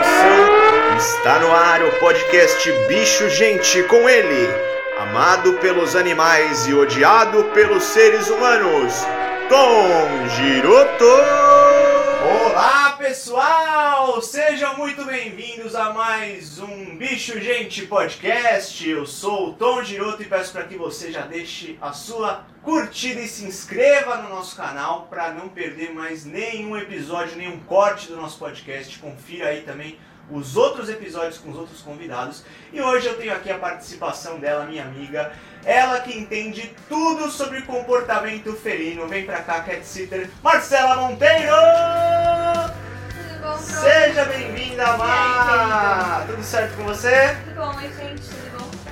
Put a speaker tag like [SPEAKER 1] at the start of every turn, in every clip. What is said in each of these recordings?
[SPEAKER 1] Atenção! Está no ar o podcast Bicho Gente com ele, amado pelos animais e odiado pelos seres humanos, Tom Giroto! Olá pessoal! Sejam muito bem-vindos a mais um Bicho Gente Podcast. Eu sou o Tom Giroto e peço para que você já deixe a sua curtida e se inscreva no nosso canal para não perder mais nenhum episódio, nenhum corte do nosso podcast. Confira aí também os outros episódios com os outros convidados. E hoje eu tenho aqui a participação dela, minha amiga, ela que entende tudo sobre comportamento felino. Vem pra cá, cat sitter, Marcela Monteiro!
[SPEAKER 2] Tudo bom,
[SPEAKER 1] Seja bem-vinda, Mar! Tudo certo com você?
[SPEAKER 2] Tudo bom, oi gente, tudo bom?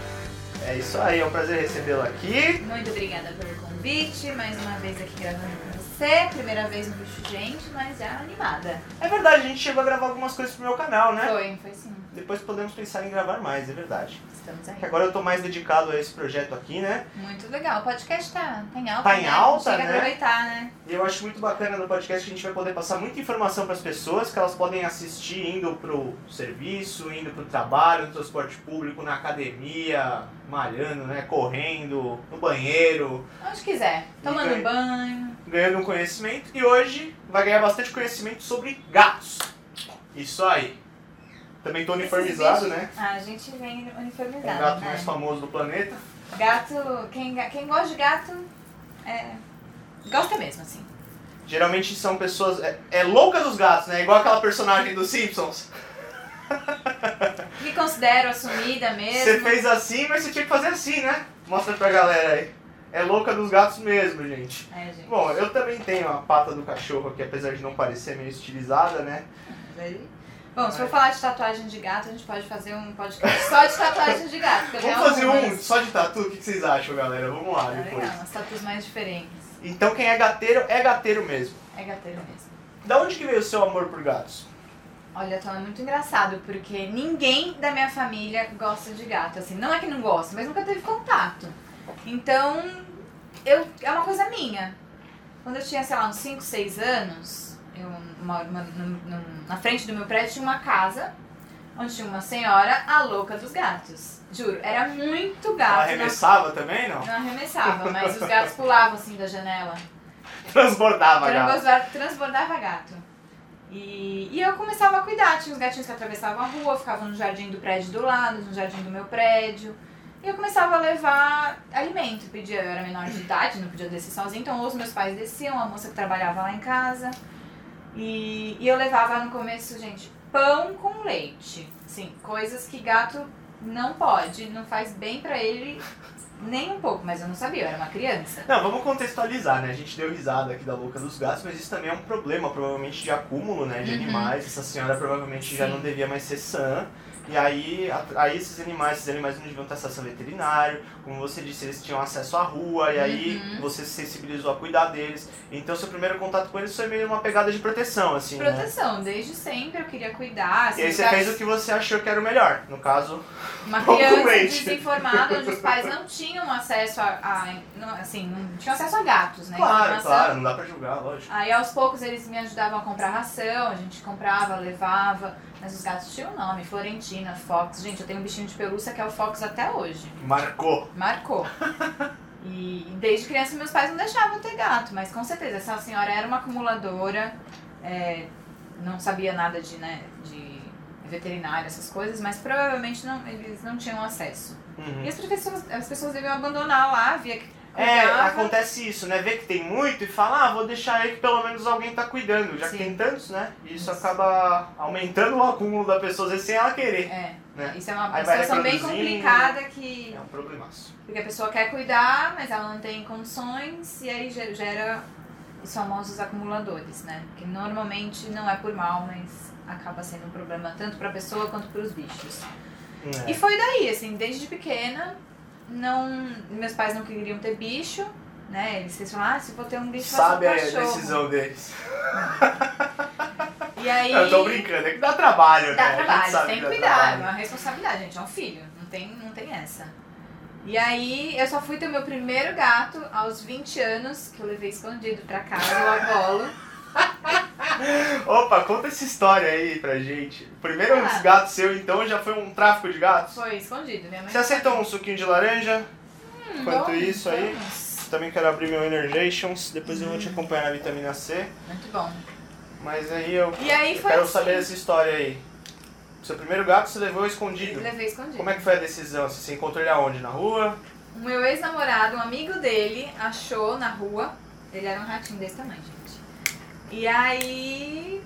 [SPEAKER 1] É isso aí, é um prazer recebê-la aqui.
[SPEAKER 2] Muito obrigada pelo convite, mais uma vez aqui gravando com você. Primeira vez no Bicho Gente, mas já animada.
[SPEAKER 1] É verdade, a gente chegou a gravar algumas coisas pro meu canal, né?
[SPEAKER 2] Foi, foi sim.
[SPEAKER 1] Depois podemos pensar em gravar mais, é verdade.
[SPEAKER 2] Estamos aí.
[SPEAKER 1] Porque Agora eu tô mais dedicado a esse projeto aqui, né?
[SPEAKER 2] Muito legal. O podcast tá, tá em alta.
[SPEAKER 1] Tá em
[SPEAKER 2] né?
[SPEAKER 1] alta,
[SPEAKER 2] Chega
[SPEAKER 1] né?
[SPEAKER 2] a aproveitar, né?
[SPEAKER 1] E eu acho muito bacana no podcast que a gente vai poder passar muita informação para as pessoas que elas podem assistir indo pro serviço, indo pro trabalho, no transporte público, na academia, malhando, né, correndo, no banheiro,
[SPEAKER 2] Onde quiser.
[SPEAKER 1] Muito bem.
[SPEAKER 2] Tomando banho.
[SPEAKER 1] ganhando um conhecimento. E hoje vai ganhar bastante conhecimento sobre gatos. Isso aí. Também tô uniformizado, né?
[SPEAKER 2] Ah, a gente vem
[SPEAKER 1] O
[SPEAKER 2] uniformizado.
[SPEAKER 1] gato
[SPEAKER 2] né?
[SPEAKER 1] mais famoso do planeta.
[SPEAKER 2] Gato, quem, ga- quem gosta de gato, é. Gosta mesmo, assim.
[SPEAKER 1] Geralmente são pessoas. É, é louca dos gatos, né? Igual aquela personagem dos Simpsons.
[SPEAKER 2] Me considero assumida mesmo.
[SPEAKER 1] Você fez assim, mas você tinha que fazer assim, né? Mostra pra galera aí. É louca dos gatos mesmo, gente.
[SPEAKER 2] É, gente.
[SPEAKER 1] Bom, eu também tenho a pata do cachorro aqui, apesar de não parecer meio estilizada, né?
[SPEAKER 2] Daí- Bom,
[SPEAKER 1] é.
[SPEAKER 2] se for falar de tatuagem de gato, a gente pode fazer um podcast só de tatuagem de gato. é porque eu
[SPEAKER 1] Vamos
[SPEAKER 2] tenho
[SPEAKER 1] fazer um
[SPEAKER 2] algumas.
[SPEAKER 1] só de tatu? O que vocês acham, galera? Vamos lá
[SPEAKER 2] Tá
[SPEAKER 1] depois.
[SPEAKER 2] legal, umas tatuas mais diferentes.
[SPEAKER 1] Então, quem é gateiro, é gateiro mesmo.
[SPEAKER 2] É gateiro mesmo.
[SPEAKER 1] Da onde que veio o seu amor por gatos?
[SPEAKER 2] Olha, então é muito engraçado, porque ninguém da minha família gosta de gato. Assim, não é que não gosta, mas nunca teve contato. Então, eu, é uma coisa minha. Quando eu tinha, sei lá, uns 5, 6 anos, eu, uma, uma- num- num- na frente do meu prédio tinha uma casa onde tinha uma senhora, a louca dos gatos. Juro, era muito
[SPEAKER 1] Ela
[SPEAKER 2] gato. na
[SPEAKER 1] arremessava também, não?
[SPEAKER 2] Não arremessava, mas os gatos pulavam assim da janela.
[SPEAKER 1] Transbordava gato.
[SPEAKER 2] Transbordava, transbordava gato. E, e eu começava a cuidar. Tinha uns gatinhos que atravessavam a rua, ficavam no jardim do prédio do lado, no jardim do meu prédio. E eu começava a levar alimento. Pedia, eu era menor de idade, não podia descer sozinha, então ou os meus pais desciam, a moça que trabalhava lá em casa. E, e eu levava no começo, gente, pão com leite. Sim, coisas que gato não pode, não faz bem pra ele nem um pouco, mas eu não sabia, eu era uma criança.
[SPEAKER 1] Não, vamos contextualizar, né? A gente deu risada aqui da louca dos gatos, mas isso também é um problema, provavelmente de acúmulo, né? De
[SPEAKER 2] Uhum.
[SPEAKER 1] animais. Essa senhora provavelmente já
[SPEAKER 2] Sim.
[SPEAKER 1] não devia mais ser sã. E aí, a- aí esses animais, esses animais não deviam estar acessando veterinário, como você disse, eles tinham acesso à rua, e aí
[SPEAKER 2] Uhum.
[SPEAKER 1] você se sensibilizou a cuidar deles. Então seu primeiro contato com eles foi meio uma pegada de proteção, assim, né?
[SPEAKER 2] Proteção, desde sempre eu queria cuidar. assim,
[SPEAKER 1] E aí você
[SPEAKER 2] lugar-
[SPEAKER 1] fez o que você achou que era o melhor. No caso,
[SPEAKER 2] Uma
[SPEAKER 1] Pouco
[SPEAKER 2] criança
[SPEAKER 1] leite.
[SPEAKER 2] desinformada, onde os pais não tinham acesso a. a- não, assim, não tinham acesso a gatos, né?
[SPEAKER 1] claro,
[SPEAKER 2] Informação.
[SPEAKER 1] claro, não dá pra julgar, lógico.
[SPEAKER 2] Aí aos poucos eles me ajudavam a comprar ração, a gente comprava, levava, mas os gatos tinham um nome, Florentina, Fox. Gente, eu tenho um bichinho de pelúcia que é o Fox até hoje.
[SPEAKER 1] Marcou.
[SPEAKER 2] Marcou. E desde criança meus pais não deixavam eu ter gato, mas com certeza essa senhora era uma acumuladora, é, não sabia nada de, né, de veterinário, essas coisas, mas provavelmente não, eles não tinham acesso.
[SPEAKER 1] Uhum.
[SPEAKER 2] E as pessoas, as pessoas deviam abandonar lá, via que
[SPEAKER 1] É,
[SPEAKER 2] cuidava.
[SPEAKER 1] acontece isso, né? Vê que tem muito e fala, ah, vou deixar aí que pelo menos alguém tá cuidando, já que
[SPEAKER 2] Sim.
[SPEAKER 1] tem tantos, né? E isso
[SPEAKER 2] Isso.
[SPEAKER 1] acaba aumentando o acúmulo da pessoa, às vezes, sem ela querer.
[SPEAKER 2] É,
[SPEAKER 1] Né?
[SPEAKER 2] isso é uma,
[SPEAKER 1] Aí vai
[SPEAKER 2] situação bem
[SPEAKER 1] reproduzindo.
[SPEAKER 2] complicada que
[SPEAKER 1] É um problemaço.
[SPEAKER 2] porque a pessoa quer cuidar, mas ela não tem condições e aí ge- gera os famosos acumuladores, né? Que normalmente não é por mal, mas acaba sendo um problema tanto para a pessoa quanto para os bichos.
[SPEAKER 1] É.
[SPEAKER 2] E foi daí, assim, desde pequena, não, meus pais não queriam ter bicho, né? Eles pensaram, ah, se for ter um bicho,
[SPEAKER 1] Sabe a
[SPEAKER 2] vai ser um cachorro.
[SPEAKER 1] decisão deles.
[SPEAKER 2] E aí
[SPEAKER 1] Eu tô brincando, é que dá trabalho, né?
[SPEAKER 2] Dá
[SPEAKER 1] A gente
[SPEAKER 2] trabalho,
[SPEAKER 1] sabe
[SPEAKER 2] tem que
[SPEAKER 1] dá
[SPEAKER 2] cuidar, é
[SPEAKER 1] trabalho.
[SPEAKER 2] uma responsabilidade, gente, é um filho, não tem, não tem essa. E aí, eu só fui ter o meu primeiro gato aos 20 anos, que eu levei escondido pra casa, o avolo.
[SPEAKER 1] Opa, conta essa história aí pra gente. O primeiro
[SPEAKER 2] Ah.
[SPEAKER 1] gato seu, então, já foi um tráfico de gatos?
[SPEAKER 2] Foi escondido, minha mãe.
[SPEAKER 1] Você aceitou um suquinho de laranja?
[SPEAKER 2] Hum,
[SPEAKER 1] Enquanto
[SPEAKER 2] bom,
[SPEAKER 1] isso aí-
[SPEAKER 2] vamos.
[SPEAKER 1] Também quero abrir meu Energations, depois eu vou te acompanhar na vitamina C.
[SPEAKER 2] Muito bom.
[SPEAKER 1] Mas aí eu
[SPEAKER 2] E aí
[SPEAKER 1] eu
[SPEAKER 2] foi
[SPEAKER 1] quero
[SPEAKER 2] assim.
[SPEAKER 1] saber essa história aí. Seu primeiro gato você levou escondido.
[SPEAKER 2] Levei escondido.
[SPEAKER 1] Como é que foi a decisão? Você se encontrou ele aonde? Na rua?
[SPEAKER 2] O meu ex-namorado, um amigo dele, achou na rua. Ele era um ratinho desse tamanho, gente. E aí.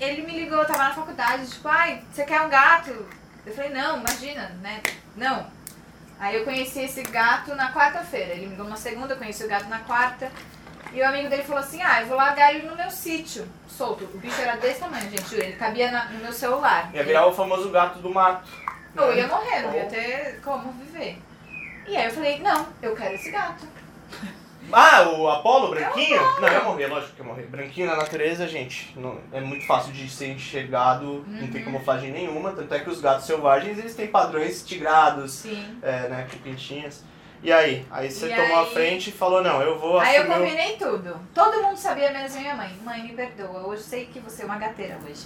[SPEAKER 2] Ele me ligou, eu tava na faculdade, tipo, ai, você quer um gato? Eu falei, não, imagina, né? Não. Aí eu conheci esse gato na quarta-feira. Ele me ligou na segunda, eu conheci o gato na quarta. E o amigo dele falou assim: ah, eu vou largar ele no meu sítio, solto. O bicho era desse tamanho, gente. Ele cabia na- no meu celular.
[SPEAKER 1] Ia virar o famoso gato do mato. né?
[SPEAKER 2] Eu ia morrer, não ia ter como viver. E aí eu falei, não, eu quero esse gato.
[SPEAKER 1] Ah, o Apolo, branquinho? Não, eu ia morrer, lógico que eu ia morrer. Branquinho na natureza, gente, não- é muito fácil de ser enxergado, não
[SPEAKER 2] Uhum.
[SPEAKER 1] tem camuflagem nenhuma. Tanto é que os gatos selvagens, eles têm padrões tigrados,
[SPEAKER 2] Sim.
[SPEAKER 1] é, né, com pintinhas. E aí? Aí você
[SPEAKER 2] E
[SPEAKER 1] tomou a
[SPEAKER 2] aí?
[SPEAKER 1] frente e falou, não, eu vou
[SPEAKER 2] Aí eu
[SPEAKER 1] assumir o-
[SPEAKER 2] combinei tudo. Todo mundo sabia, menos minha mãe. Mãe, me perdoa, hoje sei que você é uma gateira hoje.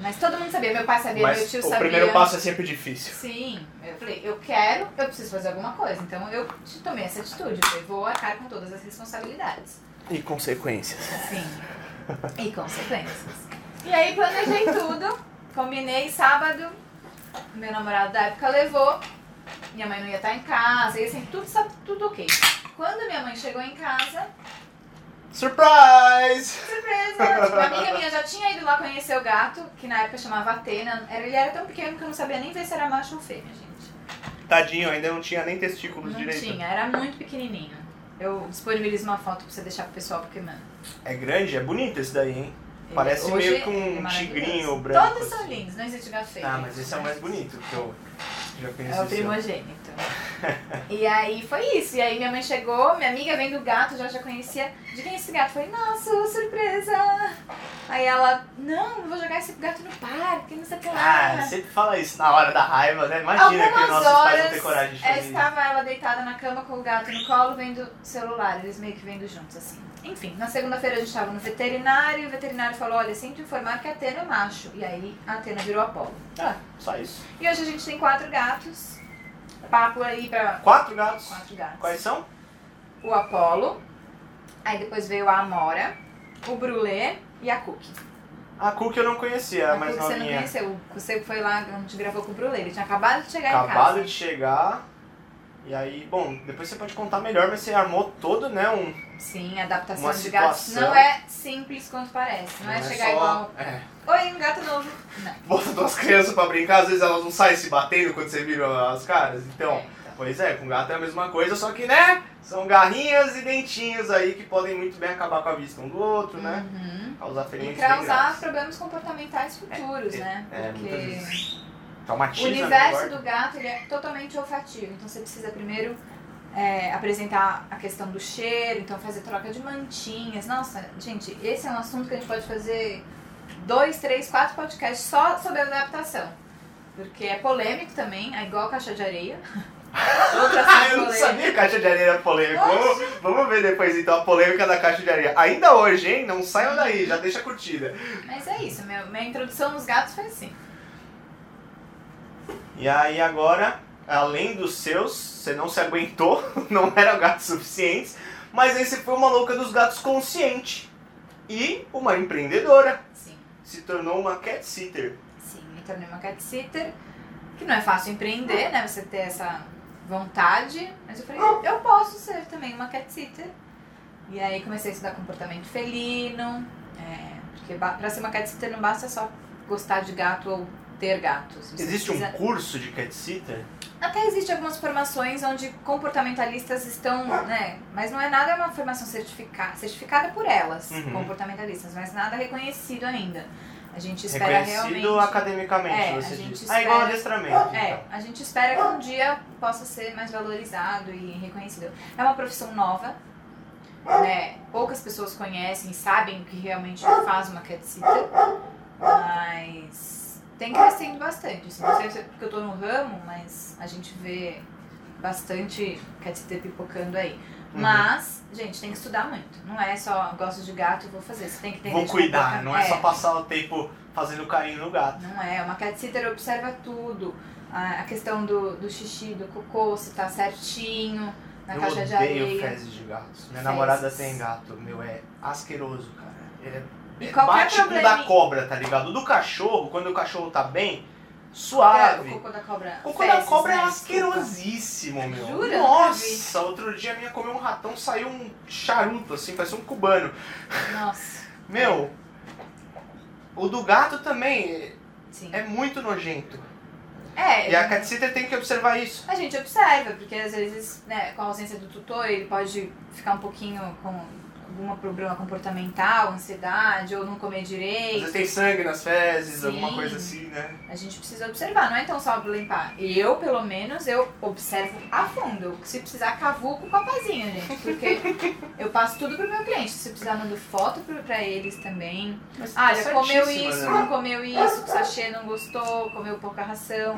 [SPEAKER 2] Mas todo mundo sabia, meu pai sabia, né, meu
[SPEAKER 1] Mas
[SPEAKER 2] tio
[SPEAKER 1] o
[SPEAKER 2] sabia.
[SPEAKER 1] primeiro passo é sempre difícil.
[SPEAKER 2] Sim, eu falei, eu quero, eu preciso fazer alguma coisa. Então eu te- tomei essa atitude, eu falei, vou arcar com todas as responsabilidades.
[SPEAKER 1] E consequências.
[SPEAKER 2] Sim. E consequências. E aí planejei tudo, combinei sábado, meu namorado da época levou, minha mãe não ia estar em casa, e assim, tudo, sa- tudo ok. Quando minha mãe chegou em casa,
[SPEAKER 1] Surprise!
[SPEAKER 2] surpresa, tipo, a amiga minha já tinha ido lá conhecer o gato, que na época chamava Atena, era, ele era tão pequeno que eu não sabia nem ver se era macho ou fêmea, gente.
[SPEAKER 1] Tadinho, ainda não tinha nem testículos
[SPEAKER 2] Não
[SPEAKER 1] direito.
[SPEAKER 2] tinha, era muito pequenininho. Eu disponibilizo uma foto pra você deixar pro pessoal, porque, mano...
[SPEAKER 1] É grande, é bonito esse daí, hein?
[SPEAKER 2] ele-
[SPEAKER 1] Parece
[SPEAKER 2] hoje
[SPEAKER 1] meio que
[SPEAKER 2] é
[SPEAKER 1] um
[SPEAKER 2] maravilhoso.
[SPEAKER 1] tigrinho branco.
[SPEAKER 2] Todos são
[SPEAKER 1] assim.
[SPEAKER 2] lindos, não existe gato feio.
[SPEAKER 1] Ah, mas esse é o mais bonito que eu já conheci.
[SPEAKER 2] É o primogênito. e aí foi isso. E aí minha mãe chegou, minha amiga vem do gato, já já conhecia. De quem é esse gato? Eu Falei, nossa, surpresa! Aí ela, não, eu vou jogar esse gato no parque, não sei o que lá.
[SPEAKER 1] Ah, sempre fala isso na hora da raiva, né? Imagina que
[SPEAKER 2] Algumas
[SPEAKER 1] nossos pais vão
[SPEAKER 2] horas,
[SPEAKER 1] ter coragem de
[SPEAKER 2] é,
[SPEAKER 1] fazer isso.
[SPEAKER 2] estava ela deitada na cama com o gato no colo, vendo celular. Eles meio que vendo juntos, assim. Enfim, na segunda-feira a gente estava no veterinário e o veterinário falou, olha, sempre informar que a Atena é macho. E aí a Atena virou Apolo.
[SPEAKER 1] Ah, só isso.
[SPEAKER 2] E hoje a gente tem quatro gatos. Papo aí pra...
[SPEAKER 1] Quatro gatos.
[SPEAKER 2] Quatro gatos.
[SPEAKER 1] Quais são?
[SPEAKER 2] o Apollo, aí depois veio a Amora, o Brulé e a Cookie.
[SPEAKER 1] A Cook eu não conhecia,
[SPEAKER 2] a
[SPEAKER 1] a Tá mais
[SPEAKER 2] Cookie você não
[SPEAKER 1] novinha.
[SPEAKER 2] conheceu, você foi lá, a gente gravou com o Brulé, ele tinha acabado de chegar em casa.
[SPEAKER 1] Acabado de chegar. E aí, bom, depois você pode contar melhor, mas você armou todo, né? Um,
[SPEAKER 2] Sim, a adaptação
[SPEAKER 1] Uma
[SPEAKER 2] de gatos
[SPEAKER 1] situação.
[SPEAKER 2] não é simples quanto parece, não, é chegar igual,
[SPEAKER 1] É.
[SPEAKER 2] oi, um gato novo. Não.
[SPEAKER 1] Bota duas crianças pra brincar, às vezes elas não saem se batendo quando você vira as caras. Então,
[SPEAKER 2] É, então.
[SPEAKER 1] Pois é, com gato é a mesma coisa, só que, né? São garrinhas e dentinhos aí que podem muito bem acabar com a vista um do outro, né?
[SPEAKER 2] Uhum.
[SPEAKER 1] Causar
[SPEAKER 2] E
[SPEAKER 1] ferimentos bem
[SPEAKER 2] causar
[SPEAKER 1] graves.
[SPEAKER 2] problemas comportamentais futuros,
[SPEAKER 1] É,
[SPEAKER 2] né?
[SPEAKER 1] é, muitas
[SPEAKER 2] Porque
[SPEAKER 1] vezes.
[SPEAKER 2] o
[SPEAKER 1] Traumatiza, né,
[SPEAKER 2] universo
[SPEAKER 1] agora?
[SPEAKER 2] do gato ele é totalmente olfativo, então você precisa primeiro é, apresentar a questão do cheiro, então fazer troca de mantinhas. Nossa, gente, esse é um assunto que a gente pode fazer dois, três, quatro podcasts só sobre adaptação. Porque é polêmico também, é igual caixa de areia. Outro
[SPEAKER 1] Ah,
[SPEAKER 2] assunto
[SPEAKER 1] eu não
[SPEAKER 2] polêmico.
[SPEAKER 1] sabia que caixa de areia era polêmico. Vamos, vamos ver depois então a polêmica da caixa de areia. Ainda hoje, hein? Não saiam daí, já deixa a curtida.
[SPEAKER 2] Mas é isso, meu- minha introdução nos gatos foi assim.
[SPEAKER 1] E aí agora, além dos seus, você não se aguentou, não eram gatos suficientes, mas aí você foi uma louca dos gatos consciente. E uma empreendedora.
[SPEAKER 2] Sim,
[SPEAKER 1] se tornou uma cat sitter.
[SPEAKER 2] sim, me tornei uma cat sitter, que não é fácil empreender, né? Você ter essa vontade. Mas eu falei,
[SPEAKER 1] Oh.
[SPEAKER 2] eu posso ser também uma cat sitter. E aí comecei a estudar comportamento felino, é, porque ba- pra ser uma cat sitter não basta só gostar de gato ou ter gatos. Você
[SPEAKER 1] Existe um
[SPEAKER 2] precisa-
[SPEAKER 1] curso de cat sitter?
[SPEAKER 2] Até existem algumas formações onde comportamentalistas estão,
[SPEAKER 1] Ah.
[SPEAKER 2] né? Mas não é nada é uma formação certificada, certificada por elas,
[SPEAKER 1] Uhum.
[SPEAKER 2] comportamentalistas, mas nada reconhecido ainda. A gente espera
[SPEAKER 1] Reconhecido
[SPEAKER 2] realmente.
[SPEAKER 1] academicamente,
[SPEAKER 2] É,
[SPEAKER 1] você
[SPEAKER 2] a gente
[SPEAKER 1] diz.
[SPEAKER 2] espera-
[SPEAKER 1] Ah, igual adestramento.
[SPEAKER 2] É,
[SPEAKER 1] então.
[SPEAKER 2] a gente espera que um dia possa ser mais valorizado e reconhecido. É uma profissão nova, né? Poucas pessoas conhecem, sabem o que realmente faz uma cat sitter, mas tem crescendo bastante. assim. Não sei se é porque eu tô no ramo, mas a gente vê bastante cat sitter pipocando aí.
[SPEAKER 1] Uhum.
[SPEAKER 2] Mas, gente, tem que estudar muito. Não é só gosto de gato e vou fazer. Você tem que ter
[SPEAKER 1] Vou cuidar, não é só
[SPEAKER 2] passar.
[SPEAKER 1] passar o tempo fazendo carinho no gato.
[SPEAKER 2] Não é, uma cat sitter observa tudo. A a questão do, do xixi, do cocô, se tá certinho, na
[SPEAKER 1] eu
[SPEAKER 2] caixa de
[SPEAKER 1] odeio
[SPEAKER 2] areia.
[SPEAKER 1] fezes de gatos. Minha
[SPEAKER 2] Fezes.
[SPEAKER 1] namorada tem gato, meu, é asqueroso, cara. Ele é-
[SPEAKER 2] E
[SPEAKER 1] é-
[SPEAKER 2] qualquer
[SPEAKER 1] bate com o
[SPEAKER 2] problema-
[SPEAKER 1] da cobra, tá ligado? Do cachorro, quando o cachorro tá bem,
[SPEAKER 2] Cara, É, o
[SPEAKER 1] suave.
[SPEAKER 2] cocô da cobra.
[SPEAKER 1] O cocô da
[SPEAKER 2] fezes,
[SPEAKER 1] cobra é
[SPEAKER 2] né?
[SPEAKER 1] asquerosíssimo, meu.
[SPEAKER 2] Jura?
[SPEAKER 1] Nossa, outro dia a minha comeu um ratão, saiu um charuto, assim, parecia um cubano.
[SPEAKER 2] Desculpa. Nossa,
[SPEAKER 1] Meu, o do gato também
[SPEAKER 2] sim.
[SPEAKER 1] é muito nojento.
[SPEAKER 2] É,
[SPEAKER 1] E a cat sitter tem que observar isso.
[SPEAKER 2] a gente observa, porque às vezes, né, com a ausência do tutor, ele pode ficar um pouquinho com algum problema comportamental, ansiedade, ou não comer
[SPEAKER 1] Às
[SPEAKER 2] direito.
[SPEAKER 1] vezes tem sangue nas fezes,
[SPEAKER 2] Sim.
[SPEAKER 1] alguma coisa assim, né?
[SPEAKER 2] A gente precisa observar, não é então só limpar. Eu, pelo menos, eu observo a fundo. Se precisar, cavuco o papazinho, gente. Porque eu passo tudo pro meu cliente. Se precisar, mando foto pro- pra eles também.
[SPEAKER 1] Mas
[SPEAKER 2] Ah,
[SPEAKER 1] tá
[SPEAKER 2] já comeu
[SPEAKER 1] certíssima,
[SPEAKER 2] isso, então.
[SPEAKER 1] né?
[SPEAKER 2] não comeu isso, o sachê não gostou, comeu pouca ração.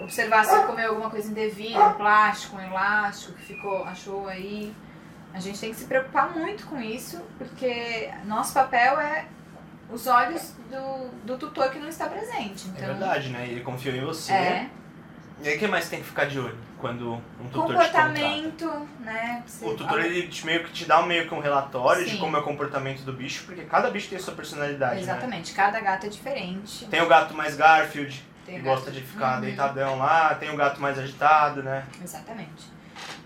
[SPEAKER 2] Observar se comeu alguma coisa indevida, um plástico, um elástico que ficou, achou aí. A gente tem que se preocupar muito com isso, porque nosso papel é os olhos do, do tutor que não está presente.
[SPEAKER 1] É
[SPEAKER 2] Então,
[SPEAKER 1] verdade, né? Ele confiou em você.
[SPEAKER 2] é.
[SPEAKER 1] E aí, o que mais tem que ficar de olho quando um tutor te
[SPEAKER 2] Comportamento, né? Se-
[SPEAKER 1] contrata? O tutor, ele te- meio que te dá um- meio que um relatório de
[SPEAKER 2] Sim.
[SPEAKER 1] como é o comportamento do bicho, porque cada bicho tem a sua personalidade, né?
[SPEAKER 2] Exatamente, cada gato é diferente.
[SPEAKER 1] Tem o gato mais Garfield,
[SPEAKER 2] Tem
[SPEAKER 1] que
[SPEAKER 2] gato-
[SPEAKER 1] gosta de ficar
[SPEAKER 2] Uhum.
[SPEAKER 1] deitadão lá. Tem o gato mais agitado, né?
[SPEAKER 2] Exatamente.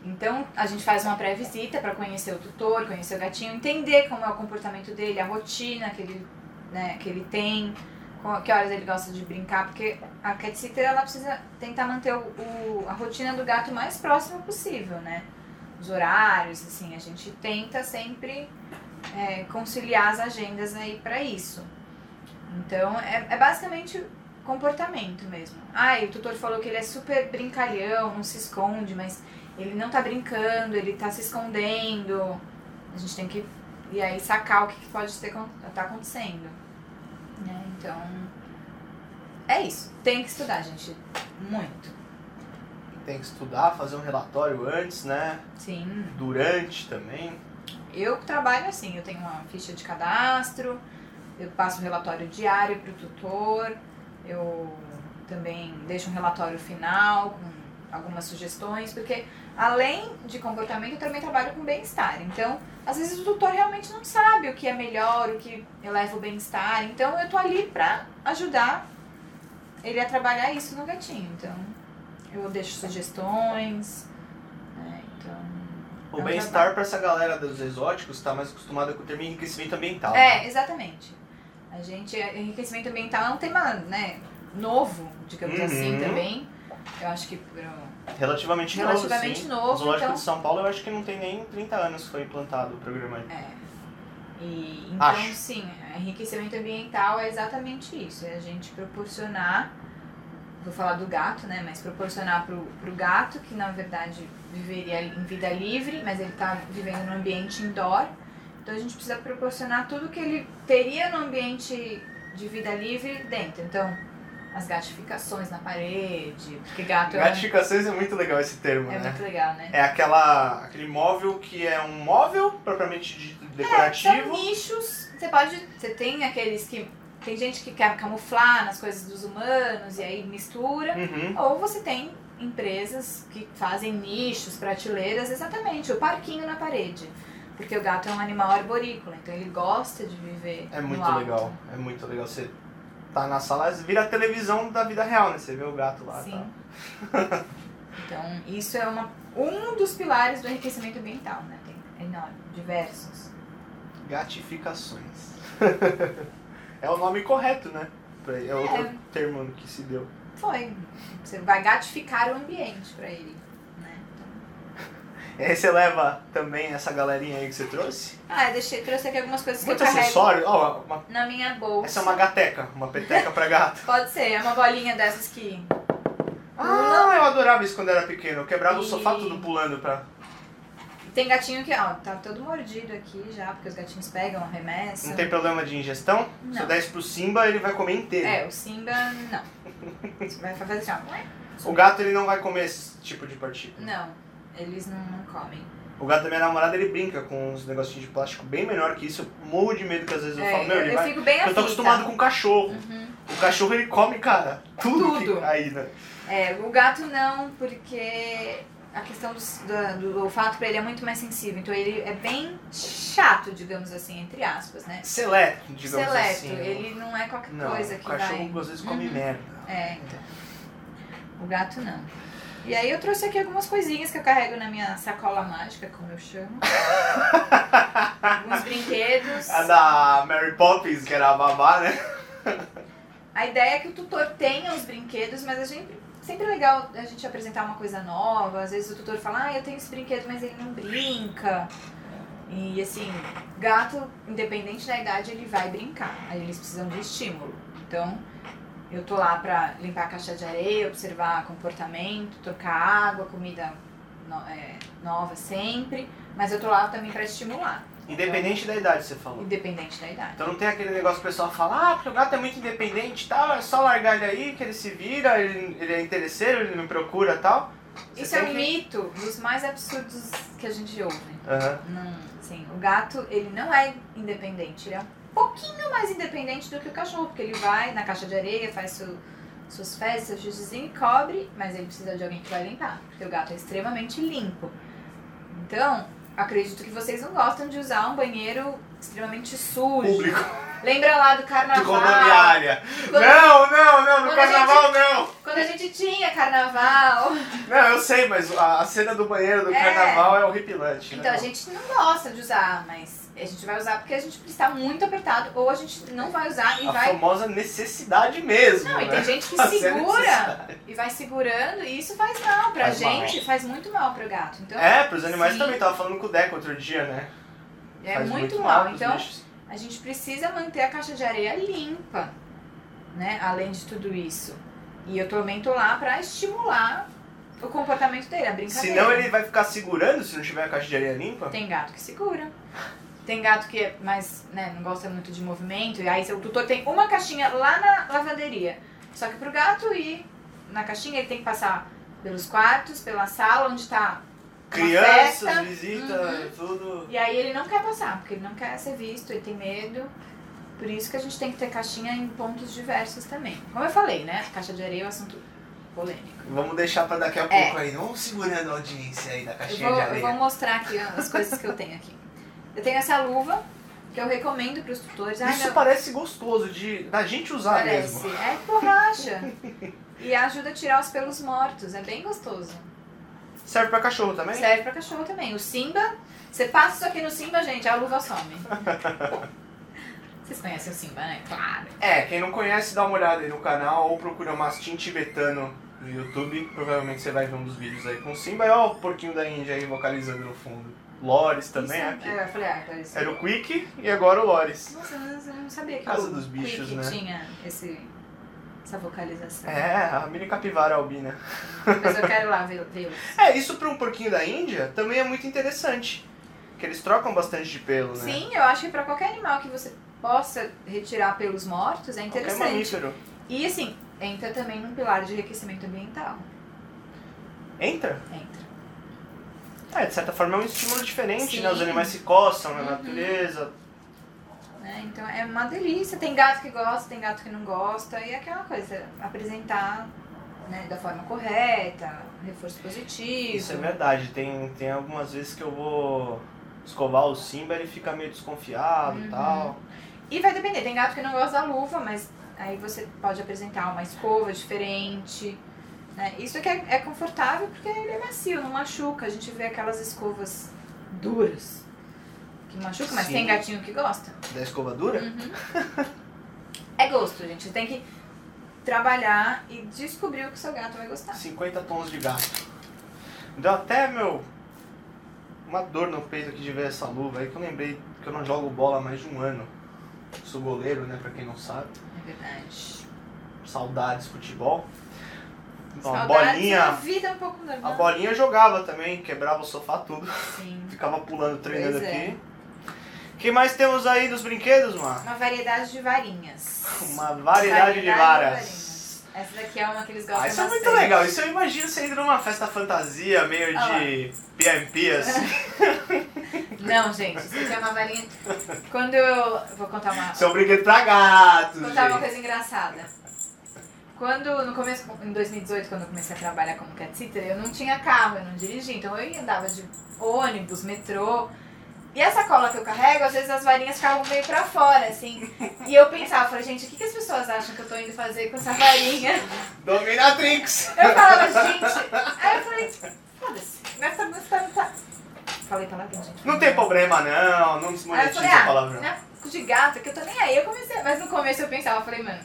[SPEAKER 2] Então, a gente faz uma pré-visita para conhecer o tutor, conhecer o gatinho, entender como é o comportamento dele, a rotina que ele, né, que ele tem, co- que horas ele gosta de brincar, porque a cat sitter ela precisa tentar manter o, o- a rotina do gato o mais próxima possível, né? Os horários, assim, a gente tenta sempre é, conciliar as agendas aí para isso. Então, é- é basicamente comportamento mesmo. Ai, o tutor falou que ele é super brincalhão, não se esconde, mas ele não tá brincando, ele tá se escondendo. A gente tem que e aí sacar o que, que pode ter acon- tá acontecendo. Né? Então, é isso. Tem que estudar, gente. Muito.
[SPEAKER 1] Tem que estudar, fazer um relatório antes, né?
[SPEAKER 2] Sim.
[SPEAKER 1] Durante também.
[SPEAKER 2] Eu trabalho assim, eu tenho uma ficha de cadastro, eu passo um relatório diário para o tutor, eu também deixo um relatório final com algumas sugestões, porque além de comportamento, eu também trabalho com bem-estar. Então, às vezes o tutor realmente não sabe o que é melhor, o que eleva o bem-estar. Então, eu tô ali para ajudar ele a trabalhar isso no gatinho. Então, eu deixo sugestões, né? Então,
[SPEAKER 1] O
[SPEAKER 2] É um
[SPEAKER 1] bem-estar pra essa galera dos exóticos tá mais acostumada com o termo enriquecimento ambiental. né?
[SPEAKER 2] É, exatamente. A gente, enriquecimento ambiental é um tema, né, novo, digamos
[SPEAKER 1] Uhum.
[SPEAKER 2] assim, também. Eu acho que pro-
[SPEAKER 1] Relativamente, novo, sim.
[SPEAKER 2] relativamente
[SPEAKER 1] O
[SPEAKER 2] novo,
[SPEAKER 1] Zoológico
[SPEAKER 2] então.
[SPEAKER 1] de São Paulo, eu acho que não tem nem 30 anos que foi implantado o programa.
[SPEAKER 2] É. E, então,
[SPEAKER 1] Acho.
[SPEAKER 2] sim, enriquecimento ambiental é exatamente isso. É a gente proporcionar, vou falar do gato, né, mas proporcionar pro, pro gato, que na verdade viveria em vida livre, mas ele tá vivendo num ambiente indoor. Então a gente precisa proporcionar tudo que ele teria no ambiente de vida livre dentro. Então, as gatificações na parede, porque gato é, um-
[SPEAKER 1] Gratificações é muito legal esse termo,
[SPEAKER 2] é
[SPEAKER 1] né?
[SPEAKER 2] muito legal, né?
[SPEAKER 1] É aquela, aquele móvel que é um móvel propriamente dito
[SPEAKER 2] São É,
[SPEAKER 1] decorativo.
[SPEAKER 2] um nichos. Você pode. Você tem aqueles que. Tem gente que quer camuflar nas coisas dos humanos e aí mistura.
[SPEAKER 1] Uhum.
[SPEAKER 2] Ou você tem empresas que fazem nichos, prateleiras, exatamente, o parquinho na parede. Porque o gato é um animal arborícola, então ele gosta de viver.
[SPEAKER 1] É
[SPEAKER 2] no
[SPEAKER 1] muito
[SPEAKER 2] alto.
[SPEAKER 1] legal. É muito legal. Você tá na sala, vira a televisão da vida real, né? Você vê o gato lá.
[SPEAKER 2] Sim.
[SPEAKER 1] Tá.
[SPEAKER 2] então, isso é uma, um dos pilares do enriquecimento ambiental, né? Tem enorme, diversos.
[SPEAKER 1] Gratificações. é o nome correto, né? Pra- É outro termo que se deu.
[SPEAKER 2] Foi. Você vai gatificar o ambiente pra ele, né?
[SPEAKER 1] E aí você leva também essa galerinha aí que você trouxe?
[SPEAKER 2] Ah, eu deixei, trouxe aqui algumas coisas
[SPEAKER 1] Muito
[SPEAKER 2] que eu carrego
[SPEAKER 1] acessório. Ó, uma-
[SPEAKER 2] na minha bolsa.
[SPEAKER 1] essa é uma gateca, uma peteca pra gato.
[SPEAKER 2] Pode ser, é uma bolinha dessas que.
[SPEAKER 1] Ah, eu adorava isso quando era pequeno. Eu quebrava o
[SPEAKER 2] E-
[SPEAKER 1] sofá tudo pulando pra.
[SPEAKER 2] Tem gatinho que, ó, tá todo mordido aqui já, porque os gatinhos pegam, arremessam.
[SPEAKER 1] Não tem problema de ingestão? Se eu
[SPEAKER 2] Não.
[SPEAKER 1] der isso pro Simba, ele vai comer inteiro.
[SPEAKER 2] É, o Simba, não. Vai fazer assim, ó.
[SPEAKER 1] O gato, ele não vai comer esse tipo de partícula.
[SPEAKER 2] Não, eles não, não comem.
[SPEAKER 1] O gato da minha namorada, ele brinca com uns negocinhos de plástico bem menor que isso. Eu morro de medo que às vezes eu
[SPEAKER 2] É,
[SPEAKER 1] falo, meu,
[SPEAKER 2] eu,
[SPEAKER 1] ele
[SPEAKER 2] eu
[SPEAKER 1] vai...
[SPEAKER 2] fico bem
[SPEAKER 1] Porque
[SPEAKER 2] aflita.
[SPEAKER 1] eu tô acostumado com cachorro.
[SPEAKER 2] Uhum.
[SPEAKER 1] O cachorro, ele come, cara, tudo, que-
[SPEAKER 2] Tudo.
[SPEAKER 1] aí, né?
[SPEAKER 2] É, o gato não, porque a questão do, do, do olfato pra ele é muito mais sensível. Então ele é bem chato, digamos assim, entre aspas, né?
[SPEAKER 1] Seleto, digamos
[SPEAKER 2] Seleto,
[SPEAKER 1] assim.
[SPEAKER 2] ele não é qualquer
[SPEAKER 1] Não,
[SPEAKER 2] coisa que
[SPEAKER 1] o cachorro
[SPEAKER 2] vai.
[SPEAKER 1] às vezes come
[SPEAKER 2] Uhum.
[SPEAKER 1] merda.
[SPEAKER 2] É, então. O gato não. E aí eu trouxe aqui algumas coisinhas que eu carrego na minha sacola mágica, como eu chamo. Alguns brinquedos.
[SPEAKER 1] A da Mary Poppins, que era a babá, né?
[SPEAKER 2] A ideia é que o tutor tenha os brinquedos, mas a gente sempre é legal a gente apresentar uma coisa nova. Às vezes o tutor fala, ah, eu tenho esse brinquedo, mas ele não brinca. E assim, gato, independente da idade, ele vai brincar. Aí eles precisam de estímulo. Então, eu tô lá pra limpar a caixa de areia, observar comportamento, trocar água, comida no- é, nova sempre. Mas eu tô lá também pra estimular,
[SPEAKER 1] Independente da idade, você falou.
[SPEAKER 2] independente da idade.
[SPEAKER 1] Então não tem aquele negócio que o pessoal fala, ah, porque o gato é muito independente e tal, é só largar ele aí que ele se vira, ele, ele é interesseiro, ele não procura e tal. Você
[SPEAKER 2] Isso é
[SPEAKER 1] tem
[SPEAKER 2] um
[SPEAKER 1] que-
[SPEAKER 2] mito dos mais absurdos que a gente ouve. né?
[SPEAKER 1] Aham.
[SPEAKER 2] Não, sim, o gato, ele não é independente, ele é um pouquinho mais independente do que o cachorro, porque ele vai na caixa de areia, faz seu- suas fezes, seu xixizinho e cobre, mas ele precisa de alguém que vai limpar, porque o gato é extremamente limpo. Então, acredito que vocês não gostam de usar um banheiro extremamente sujo.
[SPEAKER 1] Público
[SPEAKER 2] Lembra lá do
[SPEAKER 1] de
[SPEAKER 2] carnaval?
[SPEAKER 1] rodoviária. Né?
[SPEAKER 2] Quando-
[SPEAKER 1] Não, não, não, no
[SPEAKER 2] Quando a
[SPEAKER 1] carnaval não.
[SPEAKER 2] Quando a gente tinha carnaval.
[SPEAKER 1] Não, eu sei, mas a, a cena do banheiro do
[SPEAKER 2] É.
[SPEAKER 1] carnaval é horripilante. né?
[SPEAKER 2] Então a gente não gosta de usar, mas a gente vai usar porque a gente está muito apertado, ou a gente não vai usar e
[SPEAKER 1] A
[SPEAKER 2] vai
[SPEAKER 1] famosa necessidade mesmo,
[SPEAKER 2] Não, e
[SPEAKER 1] né?
[SPEAKER 2] tem gente que
[SPEAKER 1] Fazer
[SPEAKER 2] segura e vai segurando, e isso faz mal pra
[SPEAKER 1] Faz mal.
[SPEAKER 2] gente, faz muito mal pro gato. Então, é,
[SPEAKER 1] É, pros animais
[SPEAKER 2] Sim.
[SPEAKER 1] também. Tava falando com o Deco outro dia, né? Faz
[SPEAKER 2] é muito, mal.
[SPEAKER 1] pros
[SPEAKER 2] Então,
[SPEAKER 1] bichos.
[SPEAKER 2] a gente precisa manter a caixa de areia limpa, né? Além de tudo isso. E eu também tô lá pra estimular o comportamento dele, a brincadeira.
[SPEAKER 1] Senão ele vai ficar segurando se não tiver a caixa de areia limpa.
[SPEAKER 2] Tem gato que segura. Tem gato que é mais, né, não gosta muito de movimento. E aí seu tutor tem uma caixinha lá na lavanderia. Só que pro gato ir na caixinha, ele tem que passar pelos quartos, pela sala, onde tá. uma
[SPEAKER 1] Crianças,
[SPEAKER 2] festa. Uhum.
[SPEAKER 1] visita, tudo.
[SPEAKER 2] E aí ele não quer passar, porque ele não quer ser visto, ele tem medo. Por isso que a gente tem que ter caixinha em pontos diversos também. Como eu falei, né? Caixa de areia é um assunto polêmico.
[SPEAKER 1] Vamos deixar pra daqui a
[SPEAKER 2] É.
[SPEAKER 1] pouco aí. Vamos segurando a audiência aí da
[SPEAKER 2] Eu
[SPEAKER 1] caixinha
[SPEAKER 2] vou,
[SPEAKER 1] de
[SPEAKER 2] eu vou
[SPEAKER 1] areia.
[SPEAKER 2] mostrar aqui as coisas que eu tenho aqui. Eu tenho essa luva, que eu recomendo pros tutores. Ai,
[SPEAKER 1] Isso
[SPEAKER 2] meu,
[SPEAKER 1] parece gostoso de da gente usar
[SPEAKER 2] Parece.
[SPEAKER 1] mesmo.
[SPEAKER 2] É borracha. e ajuda a tirar os pelos mortos. É bem gostoso.
[SPEAKER 1] Serve pra cachorro também?
[SPEAKER 2] Serve pra cachorro também. O Simba, você passa isso aqui no Simba, gente, a luva some. Vocês conhecem o Simba, né? Claro.
[SPEAKER 1] É, quem não conhece, dá uma olhada aí no canal ou procura Mastim Tibetano no YouTube. Provavelmente você vai ver um dos vídeos aí com o Simba. E ó, o porquinho da Índia aí vocalizando no fundo. Lores também
[SPEAKER 2] Isso-
[SPEAKER 1] aqui.
[SPEAKER 2] É, eu falei, ah, parece.
[SPEAKER 1] Era o Quick e agora o Lores.
[SPEAKER 2] Nossa, eu não- eu não sabia que
[SPEAKER 1] Casa
[SPEAKER 2] o
[SPEAKER 1] dos bichos,
[SPEAKER 2] Quick
[SPEAKER 1] né?
[SPEAKER 2] tinha esse... essa vocalização.
[SPEAKER 1] É, a mini capivara albina.
[SPEAKER 2] Mas eu quero lá ver, ver os.
[SPEAKER 1] É, isso pra um porquinho da Índia também é muito interessante. Que eles trocam bastante de pelo, né?
[SPEAKER 2] Sim, eu acho que pra qualquer animal que você possa retirar pelos mortos é
[SPEAKER 1] Qualquer
[SPEAKER 2] interessante.
[SPEAKER 1] mamífero.
[SPEAKER 2] E assim, entra também num pilar de enriquecimento ambiental.
[SPEAKER 1] Entra?
[SPEAKER 2] Entra.
[SPEAKER 1] É, de certa forma é um estímulo diferente,
[SPEAKER 2] Sim.
[SPEAKER 1] né? Os animais se coçam na
[SPEAKER 2] Uhum.
[SPEAKER 1] natureza.
[SPEAKER 2] né? Então é uma delícia. Tem gato que gosta, tem gato que não gosta. E é aquela coisa, apresentar né, da forma correta, reforço positivo.
[SPEAKER 1] Isso é verdade. Tem, tem algumas vezes que eu vou escovar o Simba, ele fica meio desconfiado e
[SPEAKER 2] Uhum.
[SPEAKER 1] tal.
[SPEAKER 2] E vai depender, tem gato que não gosta da luva, mas aí você pode apresentar uma escova diferente. né? Isso que é, é confortável porque ele é macio, não machuca. A gente vê aquelas escovas duras que machucam, mas
[SPEAKER 1] Sim.
[SPEAKER 2] tem gatinho que gosta.
[SPEAKER 1] Da escovadura?
[SPEAKER 2] Uhum. É gosto, gente. Você tem que trabalhar e descobrir o que seu gato vai gostar.
[SPEAKER 1] 50 tons de gato. Deu até, meu, uma dor no peito aqui de ver essa luva aí, que eu lembrei que eu não jogo bola há mais de um ano. Sou goleiro, né, pra quem não sabe.
[SPEAKER 2] É verdade.
[SPEAKER 1] Saudades futebol. Então, a
[SPEAKER 2] Saudades é uma
[SPEAKER 1] bolinha...
[SPEAKER 2] vida um pouco
[SPEAKER 1] A
[SPEAKER 2] normal. assim.
[SPEAKER 1] bolinha eu jogava também, quebrava o sofá tudo.
[SPEAKER 2] Sim.
[SPEAKER 1] Ficava pulando, treinando
[SPEAKER 2] Pois é.
[SPEAKER 1] aqui. O que mais temos aí dos brinquedos, Mar?
[SPEAKER 2] Uma variedade de varinhas.
[SPEAKER 1] Uma variedade de varas.
[SPEAKER 2] varinhas. Essa daqui é uma que eles gostam
[SPEAKER 1] Ah, isso é
[SPEAKER 2] bastante.
[SPEAKER 1] muito legal. Isso eu imagino você indo numa festa fantasia, meio
[SPEAKER 2] Ah lá.
[SPEAKER 1] de PMP, assim.
[SPEAKER 2] Não, gente, isso aqui é uma varinha. Quando eu. Vou contar uma.
[SPEAKER 1] Isso é um brinquedo pra gatos,
[SPEAKER 2] contar uma
[SPEAKER 1] gente.
[SPEAKER 2] coisa engraçada. Quando, no começo, em 2018, quando eu comecei a trabalhar como cat sitter, eu não tinha carro, eu não dirigia, então eu andava de ônibus, metrô. E a sacola que eu carrego, às vezes as varinhas ficavam meio pra fora, assim. E eu pensava, falei, gente, o que, que as pessoas acham que eu tô indo fazer com essa varinha?
[SPEAKER 1] Dominatrix!
[SPEAKER 2] Eu falava, gente. Aí eu falei, foda-se, mas tá, mas tá, tá. Falei palavrão, gente.
[SPEAKER 1] Não tem problema, não. Não
[SPEAKER 2] Aí eu
[SPEAKER 1] desmonetiza
[SPEAKER 2] falei,
[SPEAKER 1] a
[SPEAKER 2] ah,
[SPEAKER 1] palavra.
[SPEAKER 2] né, de gato, que eu tô nem aí. Eu comecei, mas no começo eu pensava, eu falei, mano,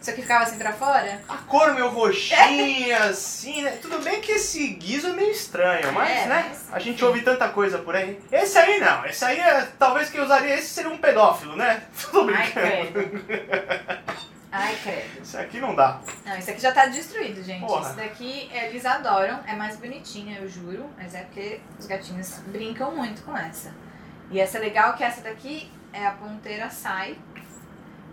[SPEAKER 2] isso aqui ficava assim pra fora?
[SPEAKER 1] A cor meio roxinha, assim, né? Tudo bem que esse guiso é meio estranho, mas,
[SPEAKER 2] É,
[SPEAKER 1] né?
[SPEAKER 2] mas-
[SPEAKER 1] A gente ouve tanta coisa por aí. Esse aí não. Esse aí, é- talvez quem usaria esse seria um pedófilo, né? Tô
[SPEAKER 2] Ai,
[SPEAKER 1] brincando.
[SPEAKER 2] credo. Ai, credo.
[SPEAKER 1] Esse aqui não dá.
[SPEAKER 2] Não, isso aqui já tá destruído, gente.
[SPEAKER 1] Porra.
[SPEAKER 2] Isso daqui é, eles adoram, é mais bonitinha, eu juro, mas é porque os gatinhos brincam muito com essa. E essa é legal que essa daqui é a ponteira sai.